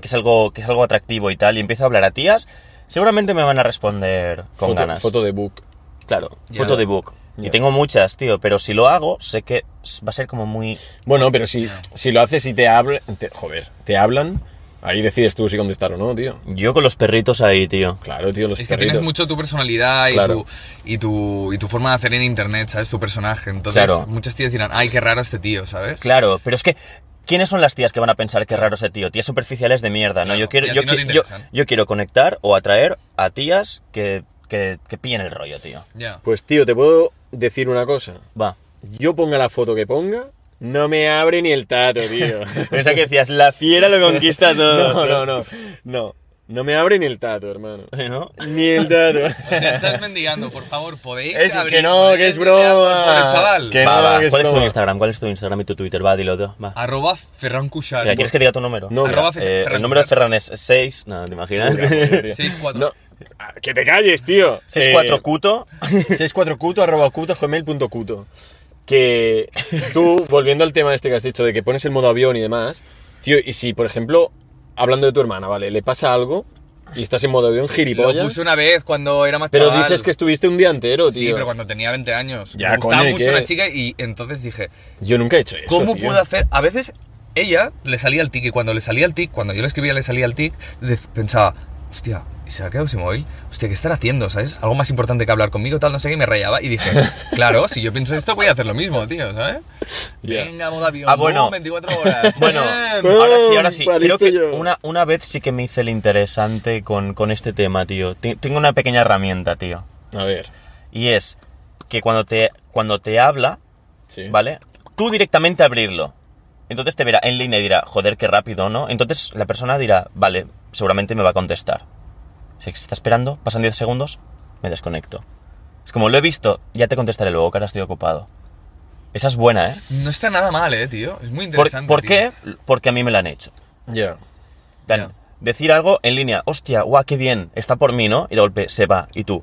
Speaker 1: que es algo, que es algo atractivo y tal, y empiezo a hablar a tías, seguramente me van a responder con
Speaker 3: foto,
Speaker 1: ganas.
Speaker 3: foto de book.
Speaker 1: Claro,
Speaker 2: Ya.
Speaker 1: foto de book. Y
Speaker 3: Ya.
Speaker 1: tengo muchas, tío, pero si lo hago, sé que s- va a ser como muy...
Speaker 3: Bueno, pero si, si lo haces y te hablan. joder, te hablan, ahí decides tú si contestar o no, tío.
Speaker 1: Yo con los perritos ahí, tío.
Speaker 3: Claro, tío, los
Speaker 2: qué. Es que tienes
Speaker 3: perritos.
Speaker 2: mucho tu personalidad y,
Speaker 3: Pues Claro.
Speaker 2: tu, y, tu, y tu forma de hacer en internet, ¿sabes? Tu personaje. Entonces,
Speaker 1: Claro.
Speaker 2: muchas tías dirán, ay, qué raro este tío, ¿sabes?
Speaker 1: Claro, pero es que... ¿Quiénes son las tías que van a pensar qué raro ese tío? Tías superficiales de mierda, ¿no?
Speaker 2: Claro,
Speaker 1: Yo quiero,
Speaker 2: y a
Speaker 1: yo,
Speaker 2: ti no te
Speaker 1: qui- yo,
Speaker 2: interesan.
Speaker 1: yo quiero conectar o atraer a tías que, que, que pillen el rollo, tío.
Speaker 2: Ya.
Speaker 3: Pues, tío, te puedo decir una cosa.
Speaker 1: Va.
Speaker 3: Yo ponga la foto que ponga, no me abre ni el tato, tío.
Speaker 1: Pensaba que decías, la fiera lo conquista todo.
Speaker 3: no, no, no. No. No me abre ni el tato, hermano.
Speaker 4: ¿No?
Speaker 3: Ni el tato.
Speaker 2: Si estás mendigando, por favor, podéis.
Speaker 3: Es
Speaker 2: abrir-
Speaker 3: que no, que es
Speaker 2: mendigar, por
Speaker 3: broma.
Speaker 2: favor, chaval.
Speaker 3: Que-
Speaker 1: Va,
Speaker 3: no,
Speaker 1: va.
Speaker 3: que es
Speaker 1: ¿Cuál es tu
Speaker 3: broma.
Speaker 1: Instagram? ¿Cuál es tu Instagram y tu Twitter? Va, dilo, dilo. Va.
Speaker 2: Ah, Arroba Ferran Cushal.
Speaker 1: Mira, ¿quieres que te diga tu número?
Speaker 3: No,
Speaker 1: Mira,
Speaker 2: arroba Fe-
Speaker 1: eh,
Speaker 2: Ferran
Speaker 1: el número de
Speaker 2: Ferran.
Speaker 1: Ferran es 6. No, ¿te imaginas?
Speaker 3: Tío.
Speaker 2: 6-4.
Speaker 3: No, ah, que te calles, tío.
Speaker 2: Eh,
Speaker 1: 64 cuto.
Speaker 3: 64 cuto arroba cuto gmail punto cuto. Que tú, volviendo al tema este que has dicho de que pones el modo avión y demás, tío, y si, por ejemplo, hablando de tu hermana, ¿vale? Le pasa algo y estás en modo avión
Speaker 2: Lo
Speaker 3: gilipollas,
Speaker 2: puse una vez cuando era más
Speaker 3: pero
Speaker 2: chaval.
Speaker 3: dices que estuviste un día entero, tío.
Speaker 2: Sí, pero cuando tenía 20 años.
Speaker 3: Ya,
Speaker 2: me gustaba
Speaker 3: coño, ¿y
Speaker 2: mucho
Speaker 3: qué?
Speaker 2: una chica y entonces dije,
Speaker 3: Yo nunca he hecho eso,
Speaker 2: ¿cómo
Speaker 3: tío.
Speaker 2: puedo hacer? A veces ella le salía el tic y cuando le salía el tic, cuando yo le escribía le salía el tic, de- pensaba, hostia, ¿y se ha quedado sin móvil? Hostia, ¿qué estará haciendo? ¿Sabes? Algo más importante que hablar conmigo, tal, no sé qué, y me rayaba y dije, claro, si yo pienso esto voy a hacer lo mismo, tío, ¿sabes?
Speaker 3: Ya.
Speaker 2: Venga, modo avión,
Speaker 1: Ah, bueno.
Speaker 2: boom, 24 horas.
Speaker 1: Bueno,
Speaker 2: bien.
Speaker 1: ahora sí, ahora sí.
Speaker 3: Para
Speaker 1: Creo
Speaker 3: esto
Speaker 1: que
Speaker 3: yo.
Speaker 1: una, una vez sí que me hice el interesante con, con este tema, tío. Ti- Tengo una pequeña herramienta, tío.
Speaker 3: A ver,
Speaker 1: Y es que cuando te, cuando te habla,
Speaker 3: sí.
Speaker 1: ¿vale? Tú directamente abrirlo. Entonces te verá en línea y dirá, joder, qué rápido, ¿no? Entonces la persona dirá, vale, seguramente me va a contestar. Si está esperando, pasan 10 segundos, me desconecto. Es como, lo he visto, ya te contestaré luego, que ahora estoy ocupado. Esa es buena, ¿eh?
Speaker 2: No está nada mal, eh, tío. Es muy
Speaker 1: ¿Por,
Speaker 2: interesante.
Speaker 1: ¿por
Speaker 2: tío.
Speaker 1: qué? Porque a mí me la han hecho.
Speaker 3: Ya.
Speaker 1: En plan,
Speaker 2: Ya.
Speaker 1: Decir algo en línea, hostia, guau, qué bien, está por mí, ¿no? Y de golpe se va, y tú.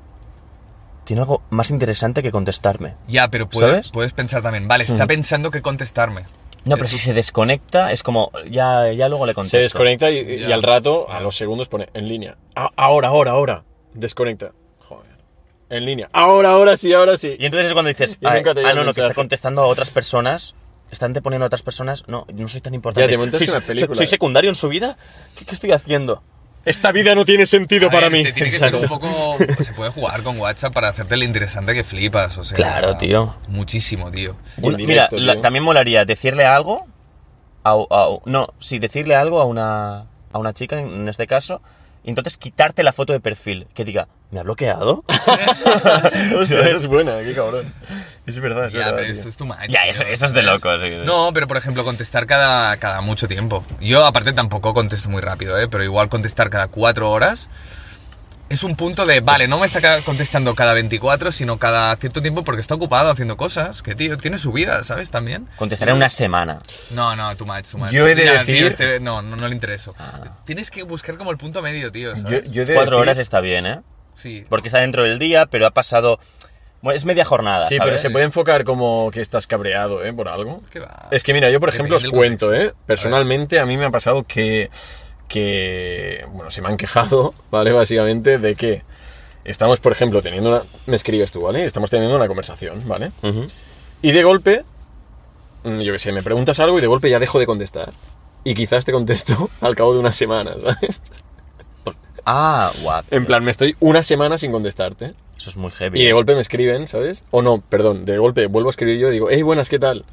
Speaker 1: Tiene algo más interesante que contestarme.
Speaker 2: Ya, pero puede-
Speaker 1: ¿Sabes? Mm.
Speaker 2: puedes pensar también, vale, está pensando que contestarme.
Speaker 1: No, pero si se desconecta, es como, ya, ya luego le contesto.
Speaker 3: Se desconecta y, y
Speaker 2: Ya.
Speaker 3: al rato, a los segundos, pone en línea. A- ahora, ahora, ahora. Desconecta. Joder. En línea. Ahora, ahora sí, ahora sí.
Speaker 1: Y entonces es cuando dices,
Speaker 3: Y
Speaker 1: ah,
Speaker 3: nunca te llega
Speaker 1: ah, no,
Speaker 3: el
Speaker 1: no, que está
Speaker 3: mensaje.
Speaker 1: contestando a otras personas, están deponiendo a otras personas, no, no soy tan importante.
Speaker 3: Ya, te montas
Speaker 1: soy,
Speaker 3: una
Speaker 1: soy-
Speaker 3: película.
Speaker 1: soy secundario en su vida? ¿Qué, qué estoy haciendo?
Speaker 3: Esta vida no tiene sentido
Speaker 2: A
Speaker 3: para
Speaker 2: ver,
Speaker 3: mí.
Speaker 2: Se tiene que ser un poco. pues, Se puede jugar con WhatsApp para hacerte lo interesante que flipas, o sea.
Speaker 1: Claro, tío.
Speaker 2: Muchísimo, tío.
Speaker 3: Y en
Speaker 1: Una- mira,
Speaker 3: directo,
Speaker 1: la-
Speaker 3: tío.
Speaker 1: también molaría decirle algo a, a- No, sí, decirle algo a una, a una chica, en, en este caso, y entonces quitarte la foto de perfil, que diga, ¿me ha bloqueado?
Speaker 3: Hostia, esa es buena, qué cabrón. Es verdad, es
Speaker 2: Ya,
Speaker 3: verdad.
Speaker 2: pero
Speaker 3: tío.
Speaker 2: esto es tu macho.
Speaker 1: Ya, eso- eso es de locos, sí, sí.
Speaker 2: No, pero por ejemplo, contestar cada, cada mucho tiempo. Yo, aparte, tampoco contesto muy rápido, ¿eh? Pero igual contestar cada cuatro horas. Es un punto de, vale, no me está ca- contestando cada 24, sino cada cierto tiempo porque está ocupado haciendo cosas. Que, tío, tiene su vida, ¿sabes? También.
Speaker 1: Contestaré en una semana.
Speaker 2: No, no, too much, too much.
Speaker 3: Yo he de
Speaker 2: Mira,
Speaker 3: decir-
Speaker 2: tío, este- no, no, no le intereso.
Speaker 1: Ah.
Speaker 2: Tienes que buscar como el punto medio, tío,
Speaker 3: Yo,
Speaker 2: ¿sabes?
Speaker 3: yo he de
Speaker 1: Cuatro
Speaker 3: decir-
Speaker 1: horas está bien, ¿eh?
Speaker 2: Sí.
Speaker 1: Porque está dentro del día, pero ha pasado... Bueno, es media jornada,
Speaker 3: Sí,
Speaker 1: ¿sabes?
Speaker 3: pero se puede enfocar como que estás cabreado, ¿eh? Por algo.
Speaker 2: ¿Qué va?
Speaker 3: Es que mira, yo por ejemplo os
Speaker 2: Depende del
Speaker 3: cuento, ¿eh?
Speaker 2: contexto.
Speaker 3: Personalmente a mí me ha pasado que, que, bueno, se me han quejado, ¿vale? Básicamente de que estamos, por ejemplo, teniendo una... Me escribes tú, ¿vale? Estamos teniendo una conversación, ¿vale?
Speaker 1: Ujú.
Speaker 3: Y de golpe, mm, yo qué sé, me preguntas algo y de golpe ya dejo de contestar. Y quizás te contesto al cabo de una semana, ¿sabes?
Speaker 1: Ah, guau.
Speaker 3: En plan, me estoy una semana sin contestarte.
Speaker 1: Eso es muy heavy. ¿eh?
Speaker 3: Y de golpe me escriben, ¿sabes? O no, perdón, de golpe vuelvo a escribir yo y digo, hey, buenas, ¿qué tal?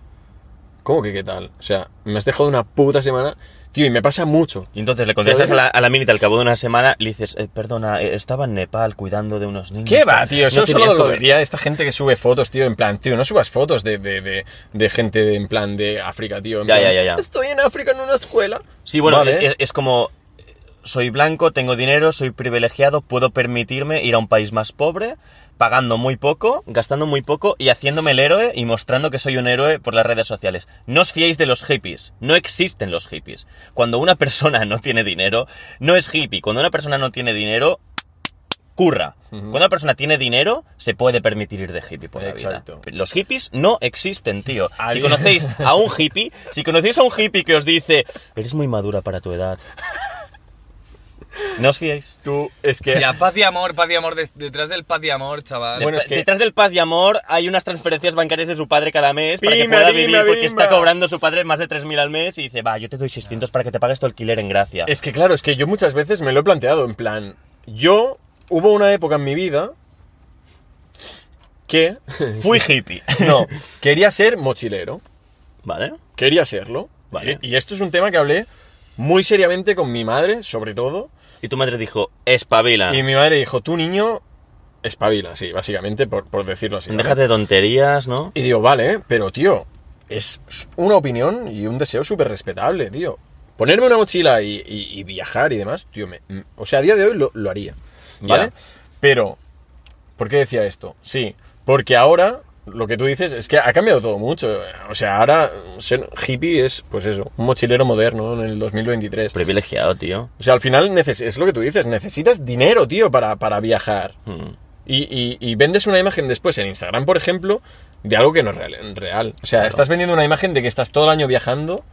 Speaker 3: ¿Cómo que qué tal? O sea, me has dejado una puta semana. Tío, y me pasa mucho.
Speaker 1: Y entonces le contestas
Speaker 3: ¿Sabes?
Speaker 1: a la, a la minita al cabo de una semana, le dices, "Eh, perdona, eh, estaba en Nepal cuidando de unos niños.
Speaker 3: ¿Qué va,
Speaker 1: tal.
Speaker 3: tío? Eso
Speaker 1: No tenía
Speaker 3: solo lo
Speaker 1: COVID".
Speaker 3: vería esta gente que sube fotos, tío, en plan, tío, no subas fotos de, de, de, de gente de- en plan de África, tío. en
Speaker 1: Ya,
Speaker 3: plan,
Speaker 1: ya, ya, ya.
Speaker 3: Estoy en África en una escuela.
Speaker 1: Sí, bueno,
Speaker 3: Vale.
Speaker 1: es, es- es como, eh, soy blanco, tengo dinero, soy privilegiado, puedo permitirme ir a un país más pobre, pagando muy poco, gastando muy poco y haciéndome el héroe y mostrando que soy un héroe por las redes sociales. No os fiéis de los hippies, no existen los hippies. Cuando una persona no tiene dinero, no es hippie. Cuando una persona no tiene dinero... Curra. Cuando una persona tiene dinero, se puede permitir ir de hippie por la vida.
Speaker 3: Exacto.
Speaker 1: Los hippies no existen, tío. Si
Speaker 3: Ahí-
Speaker 1: conocéis a un hippie, si conocéis a un hippie que os dice, eres muy madura para tu edad, no os fiéis.
Speaker 3: Tú, es que...
Speaker 2: Ya, paz y amor, paz y amor, des- detrás del paz y amor, chaval.
Speaker 3: Ah, Bueno, es que-
Speaker 1: Detrás del paz y amor hay unas transferencias bancarias de su padre cada mes para que
Speaker 3: Bimba,
Speaker 1: pueda
Speaker 3: bimba,
Speaker 1: vivir porque está
Speaker 3: bimba.
Speaker 1: cobrando su padre más de 3.000 al mes y dice, va, yo te doy 600 para que te pagues tu alquiler en gracia.
Speaker 3: Es que claro, es que yo muchas veces me lo he planteado, en plan, yo hubo una época en mi vida que...
Speaker 1: Fui hippie.
Speaker 3: No, quería ser mochilero,
Speaker 1: ¿Vale?
Speaker 3: quería serlo.
Speaker 1: Vale.
Speaker 3: Y, y esto es un tema que hablé muy seriamente con mi madre, sobre todo.
Speaker 1: Y tu madre dijo, espabila.
Speaker 3: Y mi madre dijo, tú niño, espabila, sí, básicamente, por, por decirlo así. ¿vale?
Speaker 1: Déjate de tonterías, ¿no?
Speaker 3: Y digo, vale, pero tío, es una opinión y un deseo súper respetable, tío. ponerme una mochila y, y- y viajar y demás, tío, me- mm, o sea, a día de hoy lo, lo haría, ¿vale?
Speaker 1: Ya.
Speaker 3: Pero, ¿por qué decía esto? Sí, porque ahora lo que tú dices es que ha cambiado todo mucho. O sea, ahora ser hippie es, pues eso, un mochilero moderno en el 2023.
Speaker 4: Privilegiado, tío.
Speaker 3: O sea, al final neces- es lo que tú dices, necesitas dinero, tío, para, para viajar.
Speaker 4: Hmm.
Speaker 3: Y, y- y vendes una imagen después en Instagram, por ejemplo, de algo que no es real. real. O sea, estás vendiendo una imagen de que estás todo el año viajando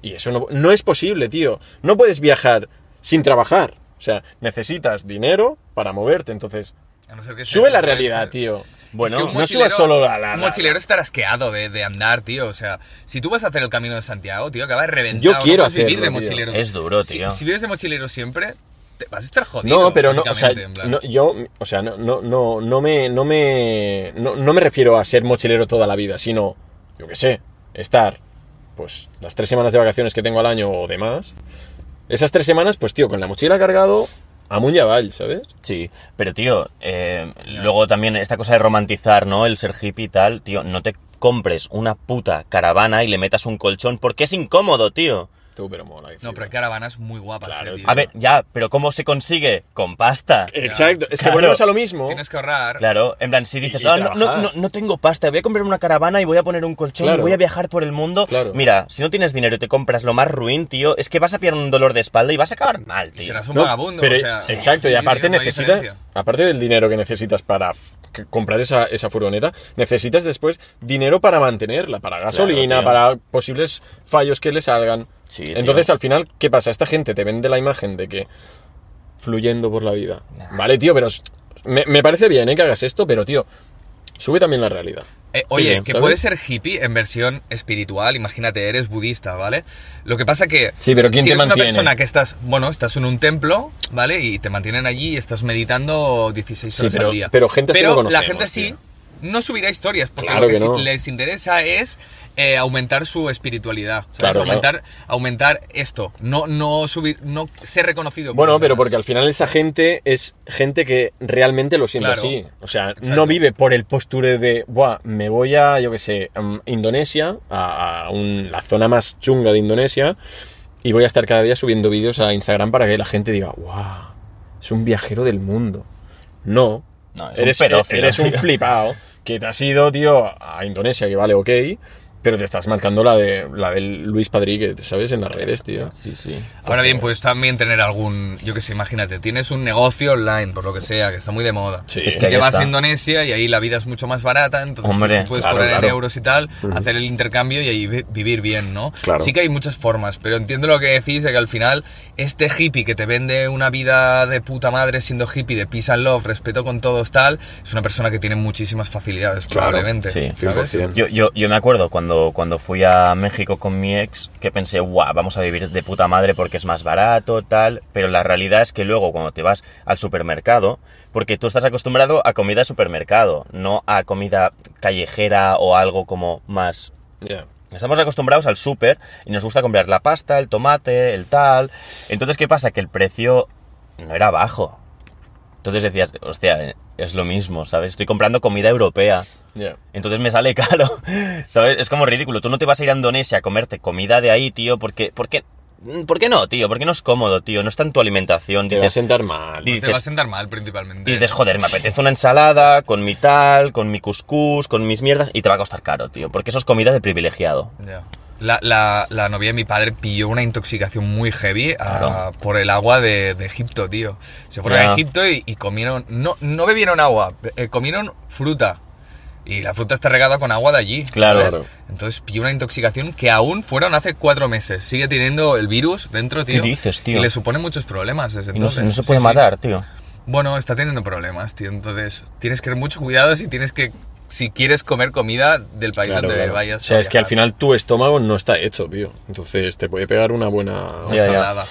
Speaker 3: y eso no, no es posible, tío. No puedes viajar sin trabajar. O sea, necesitas dinero para moverte. Entonces,
Speaker 2: A no ser que
Speaker 3: sube
Speaker 2: seas
Speaker 3: la
Speaker 2: un
Speaker 3: realidad,
Speaker 2: influencer.
Speaker 3: tío.
Speaker 1: Bueno,
Speaker 2: Es que un
Speaker 3: no subas
Speaker 2: mochilero-
Speaker 3: solo la- la-
Speaker 2: Un
Speaker 3: la-
Speaker 2: mochilero estará asqueado de, de andar, tío. O sea, si tú vas a hacer el camino de Santiago, tío, acabas reventado.
Speaker 3: Yo
Speaker 2: no
Speaker 3: quiero
Speaker 2: puedes vivir de
Speaker 3: hacerlo, tío.
Speaker 2: mochilero.
Speaker 1: Es duro,
Speaker 2: Si-
Speaker 1: tío.
Speaker 2: Si, vives de mochilero siempre, te vas a estar jodido.
Speaker 3: No, pero no, o sea,
Speaker 2: físicamente, en plan.
Speaker 3: no- yo, o sea, no, no, no, no me, no me, no, no me refiero a ser mochilero toda la vida, sino, yo qué sé, estar, pues, las tres semanas de vacaciones que tengo al año o demás, esas tres semanas, pues, tío, con la mochila cargado, a un yaval, ¿sabes?
Speaker 1: Sí, pero tío, eh, luego también esta cosa de romantizar, ¿no? El ser hippie y tal, tío, no te compres una puta caravana y le metas un colchón porque es incómodo, tío.
Speaker 3: Tú, pero mola. que
Speaker 2: No, pero hay
Speaker 3: flipa.
Speaker 2: caravanas muy guapas, eh,
Speaker 3: Claro, tío.
Speaker 2: tío.
Speaker 1: A ver, ya, pero ¿cómo se consigue? Con pasta.
Speaker 3: Exacto, es que
Speaker 1: Claro.
Speaker 3: volvemos a lo mismo.
Speaker 2: Tienes que ahorrar.
Speaker 1: Claro, en plan, si dices,
Speaker 3: y
Speaker 1: "Ah, no, no,
Speaker 3: trabajar.
Speaker 1: no- no tengo pasta, voy a comprar una caravana y voy a poner un colchón y
Speaker 3: Claro.
Speaker 1: voy a viajar por el mundo.
Speaker 3: Claro.
Speaker 1: Mira, si no tienes dinero y te compras lo más ruin, tío, es que vas a pillar un dolor de espalda y vas a acabar mal,
Speaker 2: Y
Speaker 1: tío.
Speaker 2: serás un
Speaker 3: No,
Speaker 2: vagabundo,
Speaker 3: pero- e-,
Speaker 2: o sea,
Speaker 3: exacto, y
Speaker 2: sí,
Speaker 3: aparte
Speaker 2: tío, no hay
Speaker 3: necesitas,
Speaker 2: diferencia.
Speaker 3: aparte del dinero que necesitas para f- que- comprar esa, esa furgoneta, necesitas después dinero para mantenerla, para gasolina,
Speaker 1: tío.
Speaker 3: para posibles fallos que le salgan.
Speaker 1: Sí, tío.
Speaker 3: Entonces, al final, ¿qué pasa? Esta gente te vende la imagen de que fluyendo por la vida. Vale, tío, pero s- me, me parece bien ¿eh? que hagas esto, pero tío, sube también la realidad.
Speaker 2: Eh, oye,
Speaker 3: bien,
Speaker 2: que
Speaker 3: ¿sabes?
Speaker 2: puedes ser hippie en versión espiritual, imagínate, eres budista, ¿vale? Lo que pasa que
Speaker 3: Sí, pero ¿quién
Speaker 2: si
Speaker 3: te
Speaker 2: eres una
Speaker 3: mantiene?
Speaker 2: persona que estás, bueno, estás en un templo, ¿vale? Y te mantienen allí y estás meditando 16
Speaker 3: Sí,
Speaker 2: horas
Speaker 3: pero-
Speaker 2: al día.
Speaker 3: pero gente así
Speaker 2: Pero
Speaker 3: lo
Speaker 2: la
Speaker 3: conocemos,
Speaker 2: gente sí
Speaker 3: tío.
Speaker 2: no subirá historias porque
Speaker 3: Claro
Speaker 2: lo que,
Speaker 3: que
Speaker 2: sí
Speaker 3: no.
Speaker 2: les interesa es eh, aumentar su espiritualidad, ¿sabes?
Speaker 3: Claro,
Speaker 2: aumentar aumentar esto, no no subir no ser reconocido. por
Speaker 3: Bueno,
Speaker 2: los
Speaker 3: pero
Speaker 2: demás.
Speaker 3: porque al final esa gente es gente que realmente lo siente
Speaker 2: Claro.
Speaker 3: así. O sea,
Speaker 2: Exacto.
Speaker 3: no vive por el posture de, buah, me voy a, yo qué sé, mm, Indonesia, a, a un- la zona más chunga de Indonesia, y voy a estar cada día subiendo vídeos a Instagram para que la gente diga, guau, es un viajero del mundo. No,
Speaker 1: No, es un
Speaker 3: eres, e,
Speaker 1: pedófilo,
Speaker 3: eres un
Speaker 1: tío.
Speaker 3: flipado que te has ido, tío, a Indonesia, que vale, ok, pero te estás marcando la, de, la del Luis Padríguez, ¿sabes? En las redes, tío.
Speaker 1: Sí, sí.
Speaker 2: Ahora bien, pues también tener algún, yo qué sé, imagínate, tienes un negocio online, por lo que sea, que está muy de moda.
Speaker 3: Sí.
Speaker 2: y
Speaker 3: Es
Speaker 1: que ahí
Speaker 2: te vas
Speaker 1: está.
Speaker 2: a Indonesia y ahí la vida es mucho más barata, entonces
Speaker 1: Hombre,
Speaker 2: pues, tú puedes
Speaker 3: claro,
Speaker 2: cobrar
Speaker 3: claro.
Speaker 2: en euros y tal, hacer el intercambio y ahí vi- vivir bien, ¿no?
Speaker 3: Claro.
Speaker 2: Sí que hay muchas formas, pero entiendo lo que decís de que al final este hippie que te vende una vida de puta madre siendo hippie, de peace and love, respeto con todos, tal, es una persona que tiene muchísimas facilidades,
Speaker 3: Claro,
Speaker 2: probablemente.
Speaker 1: sí,
Speaker 2: ¿sabes?
Speaker 3: 100%.
Speaker 1: Yo, yo, yo me acuerdo cuando, cuando fui a México con mi ex que pensé, guau, vamos a vivir de puta madre porque es más barato, tal. Pero la realidad es que luego cuando te vas al supermercado, porque tú estás acostumbrado a comida de supermercado, no a comida callejera o algo como más
Speaker 3: Ya.
Speaker 1: Estamos acostumbrados al súper y nos gusta comprar la pasta, el tomate, el tal. Entonces, ¿qué pasa? Que el precio no era bajo. Entonces decías, hostia, eh, es lo mismo, ¿sabes? Estoy comprando comida europea.
Speaker 3: ya.
Speaker 1: Entonces me sale caro, ¿sabes? Es como ridículo. Tú no te vas a ir a Indonesia a comerte comida de ahí, tío, porque... porque ¿Por qué no, tío? Porque no es cómodo, tío. No está en tu alimentación.
Speaker 3: Te va a
Speaker 1: Dices,
Speaker 3: sentar mal.
Speaker 1: Dices-
Speaker 2: Te va a sentar mal principalmente.
Speaker 1: y dices, joder, me apetece una ensalada con mi tal, con mi couscous, con mis mierdas, y te va a costar caro, tío. Porque eso es comida de privilegiado.
Speaker 2: Ya. La, la- la novia de mi padre pilló una intoxicación muy heavy ah,
Speaker 1: Claro.
Speaker 2: por el agua de, de Egipto, tío. Se fueron
Speaker 1: Ya.
Speaker 2: a Egipto y, y comieron. No, no bebieron agua, eh, comieron fruta. Y la fruta está regada con agua de allí.
Speaker 1: Claro.
Speaker 2: ¿sabes? Entonces pilló una intoxicación que aún fueron hace cuatro meses. Sigue teniendo el virus dentro, tío.
Speaker 1: dices, tío?
Speaker 2: Y le supone muchos problemas desde
Speaker 1: Y no, se-
Speaker 2: entonces.
Speaker 1: no se puede
Speaker 2: Sí, sí.
Speaker 1: matar, tío.
Speaker 2: Bueno, está teniendo problemas, tío. Entonces tienes que tener mucho cuidado si tienes que. Si quieres comer comida del país
Speaker 3: Claro,
Speaker 2: donde
Speaker 3: claro.
Speaker 2: vayas.
Speaker 3: o sea,
Speaker 2: a
Speaker 3: es que al
Speaker 2: viajar.
Speaker 3: final tu estómago no está hecho, tío. Entonces te puede pegar una buena...
Speaker 2: Una
Speaker 1: Ya, ya.
Speaker 2: ensalada.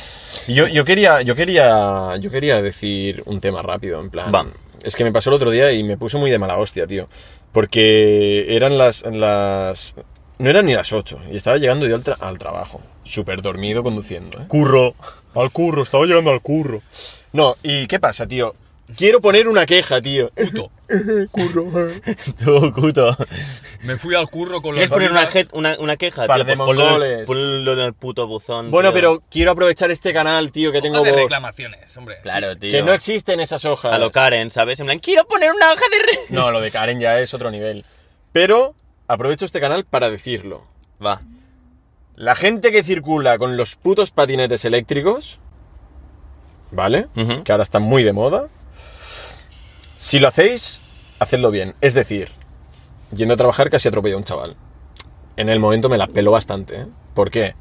Speaker 3: Yo, yo quería, yo, quería, yo quería decir un tema rápido, en plan...
Speaker 1: Va.
Speaker 3: Es que me pasó el otro día y me puso muy de mala hostia, tío. Porque eran las... las no eran ni las 8 y estaba llegando yo al, tra- al trabajo. Súper dormido conduciendo, ¿eh?
Speaker 1: Curro.
Speaker 3: Al curro, estaba llegando al curro. No, ¿y qué pasa, tío? Quiero poner una queja, tío.
Speaker 2: Puto.
Speaker 3: Curro.
Speaker 1: Tú, cuto.
Speaker 2: Me fui al curro con los
Speaker 4: ¿Quieres poner una,
Speaker 2: gorilas.
Speaker 4: je- una, una queja?
Speaker 3: Par
Speaker 4: tío?
Speaker 3: de
Speaker 4: Pues ponlo en el-
Speaker 3: mongoles.
Speaker 4: ponlo en el puto buzón.
Speaker 3: Bueno,
Speaker 4: tío.
Speaker 3: pero quiero aprovechar este canal, tío, que tengo
Speaker 2: Hoja de
Speaker 3: voz.
Speaker 2: reclamaciones, hombre.
Speaker 4: Claro, tío.
Speaker 3: Que no existen esas hojas.
Speaker 4: A lo Karen, ¿sabes? En plan, quiero poner una hoja de re...
Speaker 3: No, lo de Karen ya es otro nivel. Pero aprovecho este canal para decirlo.
Speaker 4: Va.
Speaker 3: La gente que circula con los putos patinetes eléctricos, ¿vale?
Speaker 4: Ujú.
Speaker 3: Que ahora están muy de moda. Si lo hacéis, hacedlo bien. Es decir, yendo a trabajar casi atropellé a un chaval. En el momento me la peló bastante. ¿eh? ¿Por qué?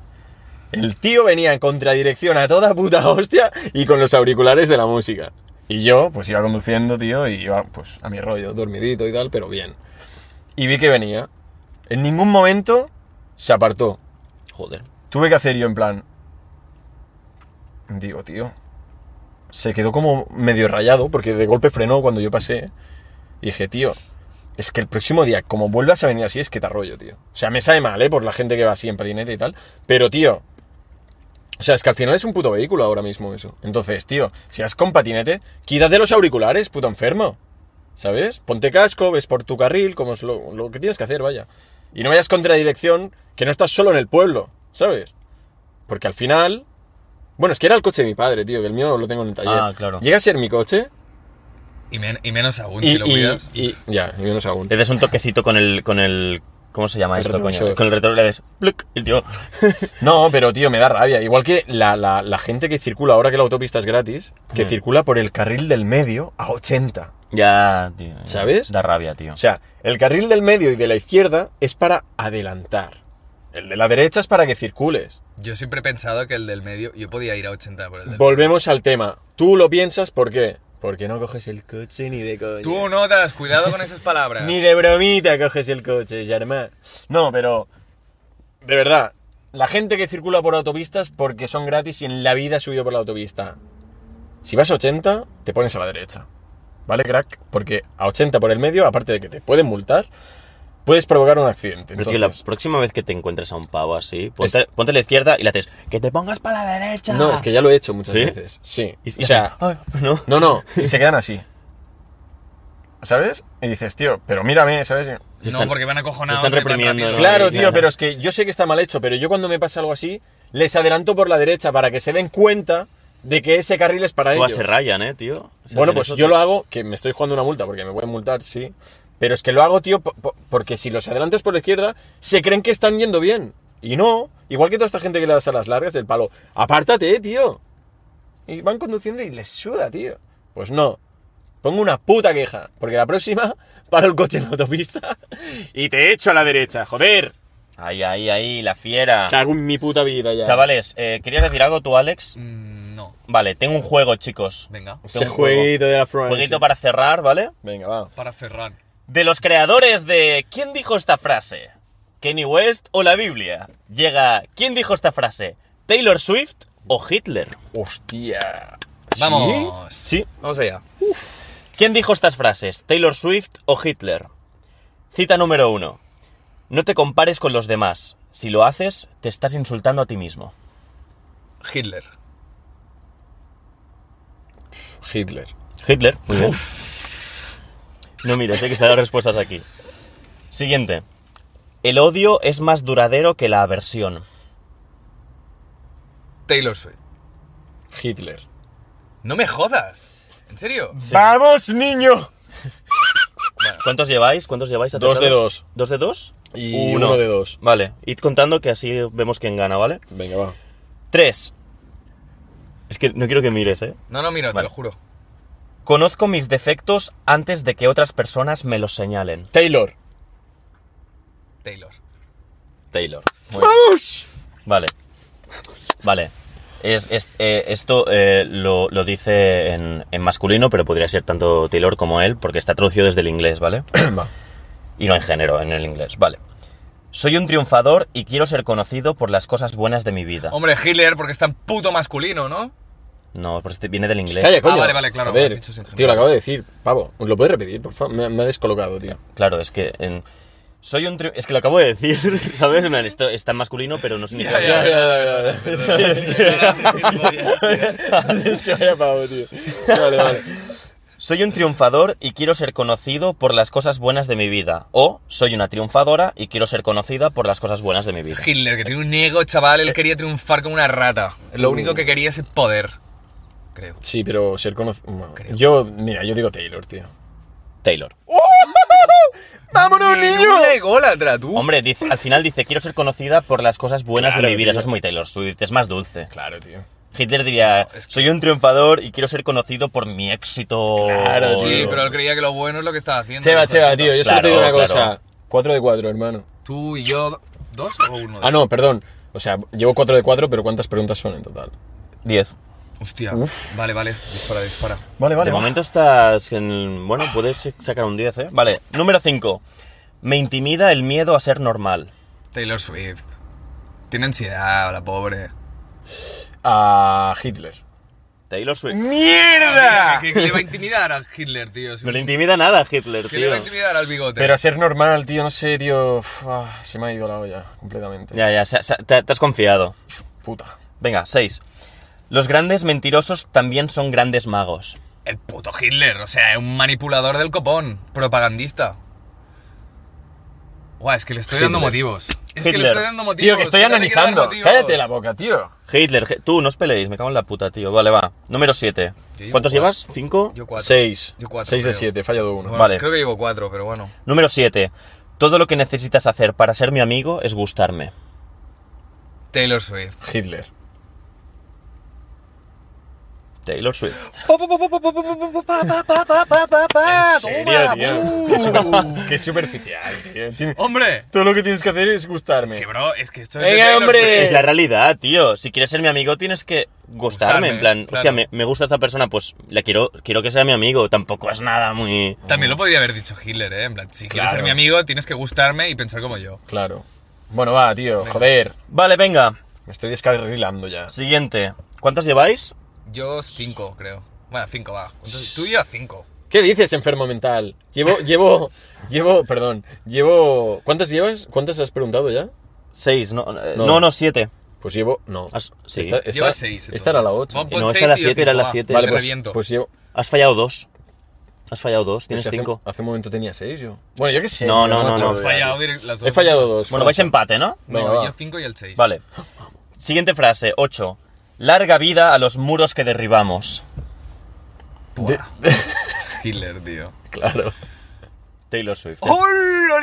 Speaker 3: El tío venía en contradirección a toda puta hostia y con los auriculares de la música. Y yo, pues iba conduciendo, tío, y iba pues a mi rollo, dormidito y tal, pero bien. Y vi que venía. En ningún momento se apartó
Speaker 4: Joder.
Speaker 3: tuve que hacer yo en plan. Digo, tío. Se quedó como medio rayado porque de golpe frenó cuando yo pasé. Y dije, tío, es que el próximo día, como vuelvas a venir así, es que te arroyo, tío. O sea, me sabe mal, ¿eh? Por la gente que va así en patinete y tal. Pero, tío. O sea, es que al final es un puto vehículo ahora mismo eso. Entonces, tío, si vas con patinete, quítate los auriculares, puto enfermo. ¿Sabes? Ponte casco, ves por tu carril, como es lo, lo que tienes que hacer, vaya. Y no vayas contra dirección, que no estás solo en el pueblo, ¿sabes? Porque al final... Bueno, es que era el coche de mi padre, tío, que el mío lo tengo en el taller.
Speaker 1: Ah, claro.
Speaker 3: Llega a ser mi coche
Speaker 2: Y, men- y menos aún,
Speaker 3: y...
Speaker 2: si lo
Speaker 3: y-
Speaker 2: cuidas.
Speaker 3: y- ya, y menos aún.
Speaker 1: Le des un toquecito con el. Con el ¿Cómo se llama
Speaker 3: El
Speaker 1: esto, coño?
Speaker 3: retrovisor.
Speaker 1: Con el retorno le des. ¡pluc! Y el tío.
Speaker 3: No, pero tío, me da rabia. Igual que la, la- la gente que circula, ahora que la autopista es gratis,
Speaker 2: Mm.
Speaker 3: que circula por el carril del medio a 80.
Speaker 1: Ya, tío. ya.
Speaker 3: ¿Sabes?
Speaker 1: Da rabia, tío.
Speaker 3: O sea, el carril del medio y de la izquierda es para adelantar. El de la derecha es para que circules.
Speaker 2: Yo siempre he pensado que el del medio. Yo podía ir a 80 por el del medio.
Speaker 3: Volvemos al tema. ¿Tú lo piensas por qué? Porque no coges el coche ni de coña.
Speaker 2: Tú no te das cuidado con esas palabras.
Speaker 3: Ni de bromita coges el coche, Germán. No, pero. De verdad, la gente que circula por autopistas porque son gratis y en la vida ha subido por la autopista. Si vas a 80, te pones a la derecha. ¿Vale, crack? Porque a 80 por el medio, aparte de que te pueden multar, puedes provocar un accidente.
Speaker 4: Pero, tío, la
Speaker 3: Entonces-
Speaker 4: próxima vez que te encuentres a un pavo así, ponte, ponte a la izquierda y le haces ¡Que te pongas para la derecha!
Speaker 3: No, es que ya lo he hecho muchas
Speaker 4: ¿Sí?
Speaker 3: veces. Sí.
Speaker 4: Y- y
Speaker 3: o sea,
Speaker 4: hace, "Ay", ¿no?
Speaker 3: No, no. Y se quedan así. ¿Sabes? Y dices, tío, pero mírame, ¿sabes?
Speaker 4: Se
Speaker 2: No,
Speaker 4: están-
Speaker 2: porque van acojonados.
Speaker 4: se están
Speaker 2: y van
Speaker 4: reprimiendo,
Speaker 2: rápido.
Speaker 4: ¿no?
Speaker 3: Claro,
Speaker 4: ahí,
Speaker 3: tío,
Speaker 4: claro.
Speaker 3: pero es que yo sé que está mal hecho, pero yo cuando me pasa algo así, les adelanto por la derecha para que se den cuenta de que ese carril es para
Speaker 4: Buah,
Speaker 3: ellos.
Speaker 4: se rayan, ¿eh, tío? O sea,
Speaker 3: Bueno,
Speaker 4: en
Speaker 3: pues
Speaker 4: eso-
Speaker 3: yo lo hago, que me estoy jugando una multa porque me pueden multar, sí. Pero es que lo hago, tío, po- po- porque si los adelantas por la izquierda, se creen que están yendo bien. Y no, igual que toda esta gente que le das a las largas del palo, apártate, tío. Y van conduciendo y les suda, tío. Pues no. Pongo una puta queja, porque la próxima paro el coche en la autopista y te echo a la derecha, joder.
Speaker 1: Ahí, ahí, ahí, la fiera.
Speaker 3: Cago en mi puta vida ya.
Speaker 1: Ah. Chavales, eh, ¿querías decir algo tú, Alex?
Speaker 2: Mm, No,
Speaker 1: Vale, tengo un juego, chicos.
Speaker 2: venga.
Speaker 3: Ese
Speaker 1: tengo un juego.
Speaker 3: jueguito de la front.
Speaker 1: Jueguito para cerrar, ¿vale?
Speaker 3: Venga, va.
Speaker 2: Para Ferran.
Speaker 1: De los creadores de ¿Quién dijo esta frase? ¿Kenny West o la Biblia? Llega ¿Quién dijo esta frase? ¿Taylor Swift o Hitler?
Speaker 3: Hostia.
Speaker 2: Vamos.
Speaker 3: Sí.
Speaker 2: Vamos allá.
Speaker 1: ¿Quién dijo estas frases? ¿Taylor Swift o Hitler? Cita número uno. No te compares con los demás. Si lo haces, te estás insultando a ti mismo.
Speaker 2: Hitler.
Speaker 3: Hitler.
Speaker 1: Hitler. Muy bien. No mires, sé que están las respuestas aquí. Siguiente. El odio es más duradero que la aversión.
Speaker 2: Taylor Swift.
Speaker 3: Hitler.
Speaker 2: No me jodas. ¿En serio?
Speaker 3: ¡Vamos, niño!
Speaker 1: ¿Cuántos lleváis? ¿Cuántos lleváis?
Speaker 3: Dos de
Speaker 1: acertados?
Speaker 3: dos.
Speaker 1: ¿Dos de dos?
Speaker 3: Y uno de dos.
Speaker 1: Vale, id contando que así vemos quién gana, ¿vale?
Speaker 3: Venga, va.
Speaker 1: Tres. Es que no quiero que mires, ¿eh?
Speaker 2: No, no, mira, te
Speaker 1: Vale.
Speaker 2: lo juro.
Speaker 1: Conozco mis defectos antes de que otras personas me los señalen.
Speaker 3: Taylor.
Speaker 2: Taylor.
Speaker 1: Taylor.
Speaker 3: ¡Vamos!
Speaker 1: Vale. Vale. Es, es- eh, esto eh, lo, lo dice en, en masculino, pero podría ser tanto Taylor como él, porque está traducido desde el inglés, ¿vale?
Speaker 3: Va.
Speaker 1: Y no en género, en el inglés, vale. Soy un triunfador y quiero ser conocido por las cosas buenas de mi vida.
Speaker 2: Hombre, Hitler, porque es tan puto masculino, ¿no?
Speaker 1: No, pues este viene del inglés.
Speaker 3: Calla, coño.
Speaker 2: vale, vale, claro,
Speaker 3: Joder,
Speaker 2: lo has dicho sin
Speaker 3: tío, lo
Speaker 2: general.
Speaker 3: acabo de decir. Pavo, ¿lo puedes repetir, por favor? Me, me ha descolocado, tío.
Speaker 1: Claro, es que en- soy un tri- es que lo acabo de decir, ¿sabes? En plan, Esto está en masculino, pero no significa
Speaker 2: Ya, ya,
Speaker 3: Es que vaya pavo, tío. Vale, vale.
Speaker 1: que- Soy un triunfador y quiero ser conocido por las cosas buenas de mi vida. O soy una triunfadora y quiero ser conocida por las cosas buenas de mi vida.
Speaker 2: Hitler, que tiene un ego, chaval,
Speaker 3: Eh.
Speaker 2: él quería triunfar como una rata. Lo
Speaker 3: Uh.
Speaker 2: único que quería es el poder. Creo.
Speaker 3: Sí, pero ser conocido.
Speaker 2: Creo.
Speaker 3: yo, mira, yo digo Taylor, tío.
Speaker 1: Taylor.
Speaker 3: ¡Vámonos,
Speaker 2: Menuda ególatra, tú!
Speaker 1: Hombre, dice- al final dice, quiero ser conocida por las cosas buenas
Speaker 3: Claro,
Speaker 1: de mi vida.
Speaker 3: tío.
Speaker 1: Eso es muy Taylor Swift, es más dulce.
Speaker 3: Claro, tío.
Speaker 1: Hitler diría,
Speaker 2: es que-
Speaker 1: soy un triunfador y quiero ser conocido por mi éxito.
Speaker 3: Claro,
Speaker 2: Sí,
Speaker 3: tío.
Speaker 2: pero él creía que lo bueno es lo que estaba haciendo.
Speaker 3: Cheva,
Speaker 2: hijo de
Speaker 3: cheva,
Speaker 2: puta.
Speaker 3: tío, yo solo te digo una
Speaker 1: Claro,
Speaker 3: cosa.
Speaker 1: claro.
Speaker 3: 4 de 4, hermano.
Speaker 2: Tú y yo, ¿dos o uno?
Speaker 3: Ah, no, perdón. O sea, llevo 4 de 4, pero ¿cuántas preguntas son en total?
Speaker 1: 10.
Speaker 2: Hostia. Vale, vale, dispara, dispara.
Speaker 3: Vale,
Speaker 1: de momento estás en... Bueno, puedes sacar un 10, ¿eh? Vale, número 5. Me intimida el miedo a ser normal.
Speaker 2: Taylor Swift. Tiene ansiedad, la pobre.
Speaker 3: A Hitler.
Speaker 1: Taylor
Speaker 3: Mm.
Speaker 1: Swift.
Speaker 3: ¡Mierda!
Speaker 2: ¿Qué, qué le va a intimidar a Hitler, tío? Si-
Speaker 1: No le intimida nada a Hitler,
Speaker 2: ¿Qué le
Speaker 1: tío.
Speaker 2: va a intimidar al bigote?
Speaker 3: Pero a ser normal, tío, no sé, tío. Uf, ah, se me ha ido la olla completamente.
Speaker 1: Ya, ya, se- se- te, te has confiado.
Speaker 3: Puta.
Speaker 1: Venga, 6. Los grandes mentirosos también son grandes magos.
Speaker 2: El puto Hitler, o sea, es un manipulador del copón, propagandista. Guau, es que le estoy dando motivos. Es que le
Speaker 1: Hitler.
Speaker 2: estoy dando motivos.
Speaker 3: Tío, que estoy
Speaker 2: ya te quiero dar
Speaker 3: analizando.
Speaker 2: motivos.
Speaker 3: Cállate la boca, tío.
Speaker 1: Hitler, Hi- tú, no os peleéis, me cago en la puta, tío. Vale, va. Número 7.
Speaker 2: Yo llevo
Speaker 1: ¿Cuántos
Speaker 2: cuatro.
Speaker 1: llevas? ¿Cinco?
Speaker 2: Yo cuatro.
Speaker 3: 6.
Speaker 2: Yo cuatro,
Speaker 3: 6 de
Speaker 2: creo.
Speaker 3: 7, he fallado uno.
Speaker 2: Bueno,
Speaker 1: Vale.
Speaker 2: Creo que llevo cuatro, pero bueno.
Speaker 1: Número 7. Todo lo que necesitas hacer para ser mi amigo es gustarme.
Speaker 2: Taylor Swift.
Speaker 3: Hitler.
Speaker 1: Taylor Swift.
Speaker 2: Ah,
Speaker 3: ¿En serio, tío? Qué, super- qué superficial, tío. Tiene-
Speaker 2: ¡Hombre!
Speaker 3: Todo lo que tienes que hacer es gustarme.
Speaker 2: Es que, bro, es que esto es.
Speaker 3: Venga,
Speaker 2: de Taylor
Speaker 3: hombre.
Speaker 2: Swift.
Speaker 1: Es la realidad, tío. Si quieres ser mi amigo, tienes que
Speaker 2: Gustarme,
Speaker 1: gustarme. En plan,
Speaker 2: claro.
Speaker 1: hostia, me, me gusta esta persona, pues la quiero, quiero que sea mi amigo. Tampoco es nada muy.
Speaker 2: También lo podría haber dicho Hitler, ¿eh? En plan, si quieres
Speaker 3: Claro.
Speaker 2: ser mi amigo, tienes que gustarme y pensar como yo.
Speaker 3: Claro. Bueno, va, tío. Joder.
Speaker 1: Vale, venga.
Speaker 3: Me estoy descarrilando ya.
Speaker 1: Siguiente. ¿Cuántas lleváis?
Speaker 2: Yo cinco, creo. Bueno, cinco va. Entonces, tú y yo cinco.
Speaker 3: ¿Qué dices, enfermo mental? Llevo, llevo, llevo, perdón, llevo... ¿Cuántas llevas? ¿Cuántas has preguntado ya?
Speaker 1: Seis, no, eh,
Speaker 3: No.
Speaker 1: no, no, siete.
Speaker 3: Pues llevo... No.
Speaker 1: Has- sí.
Speaker 2: Lleva seis.
Speaker 3: Esta era la
Speaker 2: entonces.
Speaker 3: 8.
Speaker 2: Pon- pon
Speaker 1: No, esta
Speaker 2: seis
Speaker 1: era
Speaker 2: y yo
Speaker 1: siete, era
Speaker 2: cinco,
Speaker 1: la
Speaker 2: va.
Speaker 1: siete.
Speaker 2: Te
Speaker 1: Vale,
Speaker 3: pues,
Speaker 2: reviento.
Speaker 3: pues llevo...
Speaker 1: Has fallado dos. Has fallado dos, tienes
Speaker 3: pues hace-
Speaker 1: cinco.
Speaker 3: Hace, un momento tenía 6 yo. Bueno, yo qué sé.
Speaker 1: No,
Speaker 3: tío,
Speaker 1: no,
Speaker 3: me
Speaker 1: no, no.
Speaker 3: acuerdo
Speaker 2: Has
Speaker 3: ya,
Speaker 2: fallado
Speaker 3: tío.
Speaker 2: dir- las dos.
Speaker 3: eh, He fallado dos.
Speaker 1: Bueno, vais
Speaker 3: Francia.
Speaker 1: empate, ¿no?
Speaker 2: Venga,
Speaker 3: Venga, va.
Speaker 2: yo cinco y el seis.
Speaker 1: Vale. Siguiente frase, 8. Larga vida a los muros que derribamos.
Speaker 2: Hitler, tío.
Speaker 3: Claro.
Speaker 1: Taylor Swift.
Speaker 2: ¡Oh,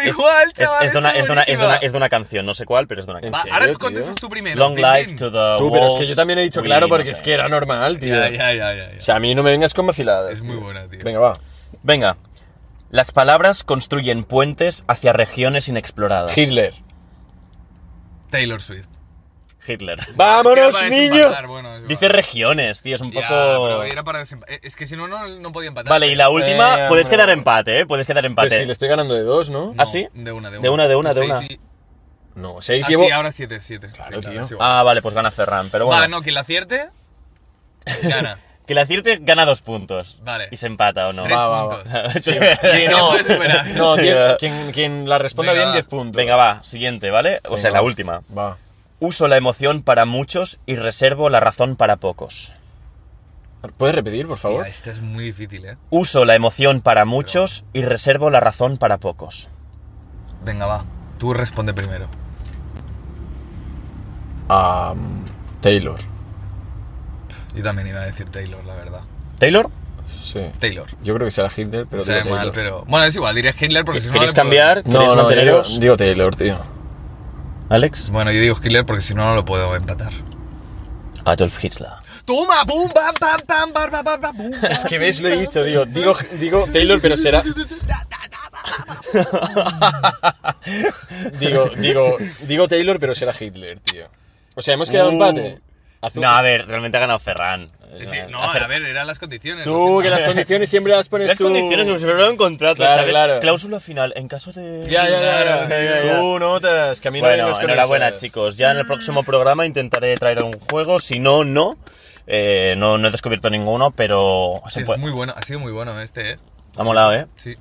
Speaker 1: Es-
Speaker 2: igual,
Speaker 1: es,
Speaker 2: chaval!
Speaker 1: es de una,
Speaker 2: está
Speaker 1: es de una- es de una-
Speaker 2: buenísima.
Speaker 1: es de una canción, no sé cuál, pero es de una
Speaker 3: En
Speaker 1: canción.
Speaker 2: Va, ahora
Speaker 3: serio,
Speaker 2: contestas
Speaker 3: tío?
Speaker 2: tú primero.
Speaker 1: Long
Speaker 2: pim, pim.
Speaker 1: life to the
Speaker 3: Tú, pero es que
Speaker 1: walls
Speaker 3: yo también he dicho
Speaker 1: we-
Speaker 3: claro
Speaker 1: no
Speaker 3: porque
Speaker 1: sé.
Speaker 3: es que era normal, tío.
Speaker 2: Ya, ya, ya, ya.
Speaker 3: O
Speaker 2: ya.
Speaker 3: sea, a mí no me vengas con vaciladas.
Speaker 2: Es
Speaker 3: tío.
Speaker 2: muy buena, tío.
Speaker 3: Venga, va.
Speaker 1: Venga. Las palabras construyen puentes hacia regiones inexploradas.
Speaker 3: Hitler.
Speaker 2: Taylor Swift.
Speaker 1: Hitler.
Speaker 3: ¡Vámonos,
Speaker 2: Era para
Speaker 3: niño!
Speaker 2: desempatar, bueno, es
Speaker 1: Dice
Speaker 2: igual.
Speaker 1: regiones, tío, es un
Speaker 2: Ya,
Speaker 1: poco...
Speaker 2: pero era para desempa- eh, Es que si no, no, no podía empatar.
Speaker 1: Vale, y la última,
Speaker 3: Eh,
Speaker 1: puedes
Speaker 3: bueno.
Speaker 1: quedar empate, ¿eh? Puedes quedar
Speaker 3: Pues
Speaker 1: empate.
Speaker 3: sí, le estoy ganando de dos, ¿no?
Speaker 2: No,
Speaker 1: ¿Ah, sí?
Speaker 2: De una, de una.
Speaker 1: De una, de una, de
Speaker 2: Seis
Speaker 1: una.
Speaker 2: y-
Speaker 3: No, seis
Speaker 2: Ah,
Speaker 3: llevo...
Speaker 2: sí, ahora siete, siete. Sí, Claro,
Speaker 3: tío.
Speaker 2: es igual.
Speaker 1: Ah, vale, pues gana Ferran, pero bueno.
Speaker 2: Va, no, que la acierte. Gana.
Speaker 1: Que la acierte gana dos puntos.
Speaker 2: Vale.
Speaker 1: Y se empata, ¿o no?
Speaker 2: Tres
Speaker 3: va, va, va.
Speaker 2: puntos.
Speaker 1: Sí.
Speaker 3: Sí,
Speaker 2: Se
Speaker 3: no.
Speaker 2: puede superar.
Speaker 3: No, diez- quien, quien la responda
Speaker 2: Venga,
Speaker 3: bien,
Speaker 2: va.
Speaker 3: 10 puntos.
Speaker 1: Venga, va, siguiente, ¿vale? O sea,
Speaker 3: Venga,
Speaker 1: la
Speaker 3: va.
Speaker 1: última.
Speaker 3: Va.
Speaker 1: Uso la emoción para muchos y reservo la razón para pocos.
Speaker 3: ¿Puedes repetir, por favor?
Speaker 2: Tía, esta es muy difícil, eh.
Speaker 1: Uso la emoción para muchos y reservo la razón para pocos.
Speaker 2: Venga, va. Tú responde primero.
Speaker 3: A Ah, Taylor.
Speaker 2: Yo también iba a decir Taylor, la verdad.
Speaker 1: ¿Taylor?
Speaker 3: Sí.
Speaker 2: Taylor.
Speaker 3: Yo creo que será Hitler, pero
Speaker 2: Se ve
Speaker 3: digo
Speaker 2: mal,
Speaker 3: Taylor.
Speaker 2: pero. Bueno, es igual, diría Hitler porque si no. no
Speaker 1: ¿Queréis
Speaker 2: le puedo
Speaker 1: cambiar?
Speaker 3: No,
Speaker 1: ¿Queréis
Speaker 3: no, yo digo,
Speaker 1: manteneros?
Speaker 3: digo Taylor, tío.
Speaker 1: ¿Alex?
Speaker 2: Bueno, yo digo Hitler porque si no, no lo puedo empatar.
Speaker 1: Adolf Hitler.
Speaker 2: Toma, boom, bam, bam, bam, bam, bam, bam, bam, bum.
Speaker 3: Es que ves, lo he dicho, digo, digo, digo Taylor, pero será. Digo, digo, digo Taylor, pero será Hitler, tío. O sea, hemos quedado
Speaker 1: Uh.
Speaker 3: empate. Azul.
Speaker 1: No, a ver, realmente ha ganado Ferran.
Speaker 2: Eh, Sí, no,
Speaker 1: Ha
Speaker 2: a
Speaker 1: Fer-
Speaker 2: ver, eran las condiciones. lo
Speaker 3: Tú,
Speaker 2: siento.
Speaker 3: que las condiciones siempre las pones
Speaker 1: Las
Speaker 3: tú.
Speaker 1: condiciones como si fuera un contrato,
Speaker 3: Claro,
Speaker 1: ¿sabes?
Speaker 3: claro.
Speaker 1: Cláusula final, en caso de...
Speaker 3: Ya, ya, ya, ya, ya, ya. Tú notas, que a mí no me
Speaker 1: Bueno,
Speaker 3: vengas con
Speaker 1: enhorabuena
Speaker 3: esas.
Speaker 1: chicos. Ya en el próximo programa intentaré traer un juego. Si no, no. Eh, no, no he descubierto ninguno, pero
Speaker 2: Sí,
Speaker 1: se
Speaker 2: es
Speaker 1: puede.
Speaker 2: muy bueno, ha sido muy bueno este, eh.
Speaker 1: ha molado, ¿eh?
Speaker 2: Sí.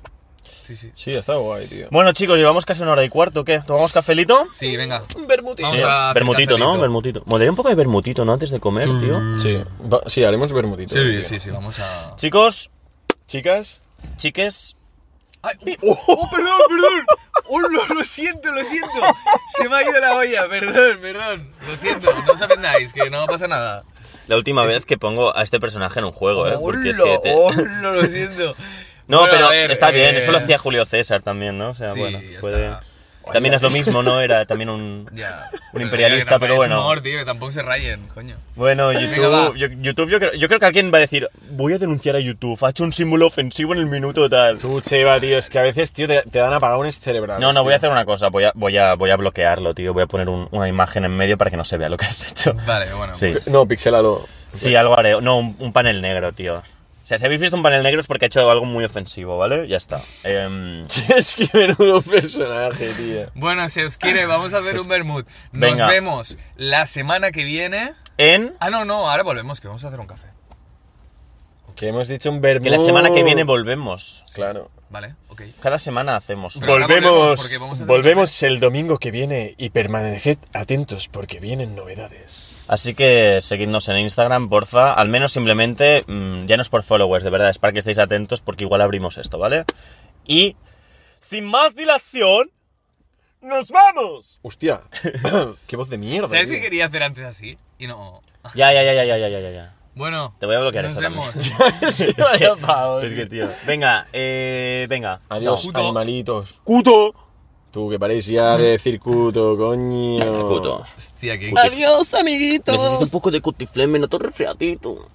Speaker 2: Sí, sí.
Speaker 3: Sí, está guay, tío.
Speaker 1: Bueno chicos, llevamos casi una hora y cuarto. ¿Qué? ¿Tomamos cafelito?
Speaker 2: Sí, venga.
Speaker 3: Un bermutín.
Speaker 2: Vamos a hacer
Speaker 1: Bermutito, ¿no?
Speaker 2: cafelito.
Speaker 1: Bermutito. Molaría un poco de bermutito, ¿no? Antes de comer, tío.
Speaker 3: Sí, va- sí, haremos bermutito.
Speaker 2: Sí,
Speaker 3: tío.
Speaker 2: sí, sí, vamos a.
Speaker 1: Chicos,
Speaker 3: Chicas,
Speaker 1: Chiques,
Speaker 2: Ay, oh, oh, perdón, perdón. Oh, lo, lo siento, lo siento. Se me ha ido la olla, perdón, perdón. Lo siento, no os ofendáis, que no pasa nada.
Speaker 1: la última vez que pongo a este personaje en un juego, ¿eh? Porque es
Speaker 2: Olo,
Speaker 1: que te-
Speaker 2: olo, lo siento.
Speaker 1: No,
Speaker 2: Bueno,
Speaker 1: pero
Speaker 2: a ver,
Speaker 1: está bien,
Speaker 2: eh,
Speaker 1: eso lo hacía Julio César también, ¿no? O sea,
Speaker 2: Sí,
Speaker 1: bueno,
Speaker 2: ya
Speaker 1: puede...
Speaker 2: está.
Speaker 1: También es lo mismo, ¿no? Era también un...
Speaker 2: Ya.
Speaker 1: Un imperialista,
Speaker 2: que
Speaker 1: pero
Speaker 2: es
Speaker 1: bueno.
Speaker 2: humor, tío, que tampoco se rayen, coño.
Speaker 1: Bueno,
Speaker 2: va.
Speaker 1: YouTube, yo, YouTube yo, creo, yo creo que alguien va a decir, voy a denunciar a YouTube, ha hecho un símbolo ofensivo en el minuto tal.
Speaker 3: tú, Cheva, tío, es que a veces, tío, te, te dan apagones cerebrales.
Speaker 1: No, no, voy
Speaker 3: tío.
Speaker 1: a hacer una cosa, voy a, voy a, voy a bloquearlo, tío, voy a poner un- una imagen en medio para que no se vea lo que has hecho.
Speaker 2: Vale, bueno.
Speaker 1: Sí,
Speaker 3: No, pixelalo.
Speaker 1: sí, algo haré. No, un, un panel negro, tío. O sea, si habéis visto un panel negro es porque ha hecho algo muy ofensivo, ¿vale? Ya está. Em,
Speaker 3: es que menudo personaje, tío.
Speaker 2: Bueno, si os quiere, vamos a hacer un vermut. Nos
Speaker 1: Pues Venga.
Speaker 2: vemos la semana que viene.
Speaker 1: en...
Speaker 2: Ah, no, no, ahora volvemos, que vamos a hacer un café.
Speaker 3: Que hemos dicho un verbo.
Speaker 1: Que la semana que viene volvemos.
Speaker 3: Claro.
Speaker 2: Vale, ok.
Speaker 1: Cada semana hacemos un-
Speaker 2: Pero ahora volvemos,
Speaker 3: volvemos
Speaker 2: porque vamos a hacer
Speaker 3: volvemos el domingo que viene y permaneced atentos porque vienen novedades.
Speaker 1: Así que seguidnos en Instagram, porfa. Al menos simplemente, mm, ya no es por followers, de verdad, es para que estéis atentos porque igual abrimos esto, ¿vale? Y, sin más dilación, ¡nos vamos!
Speaker 3: Hostia, qué voz de mierda.
Speaker 2: ¿Sabes
Speaker 3: tío.
Speaker 2: qué quería hacer antes así? Y no.
Speaker 1: Ya, ya, ya, ya, ya, ya, ya, ya, ya.
Speaker 2: Bueno.
Speaker 1: Te voy a bloquear
Speaker 2: nos
Speaker 1: esto
Speaker 2: vemos.
Speaker 1: también.
Speaker 3: Sí,
Speaker 1: Es que-
Speaker 3: vaya pavo,
Speaker 1: es que,
Speaker 3: tío.
Speaker 1: tío. Venga, eh, venga.
Speaker 3: Adiós,
Speaker 2: Chao.
Speaker 3: animalitos.
Speaker 1: ¡Cuto!
Speaker 3: Tú que paréis ya de decir cuto, coño.
Speaker 1: Cuto.
Speaker 2: Hostia, qué
Speaker 1: Necesito un poco de cutifleme, no todo resfriadito.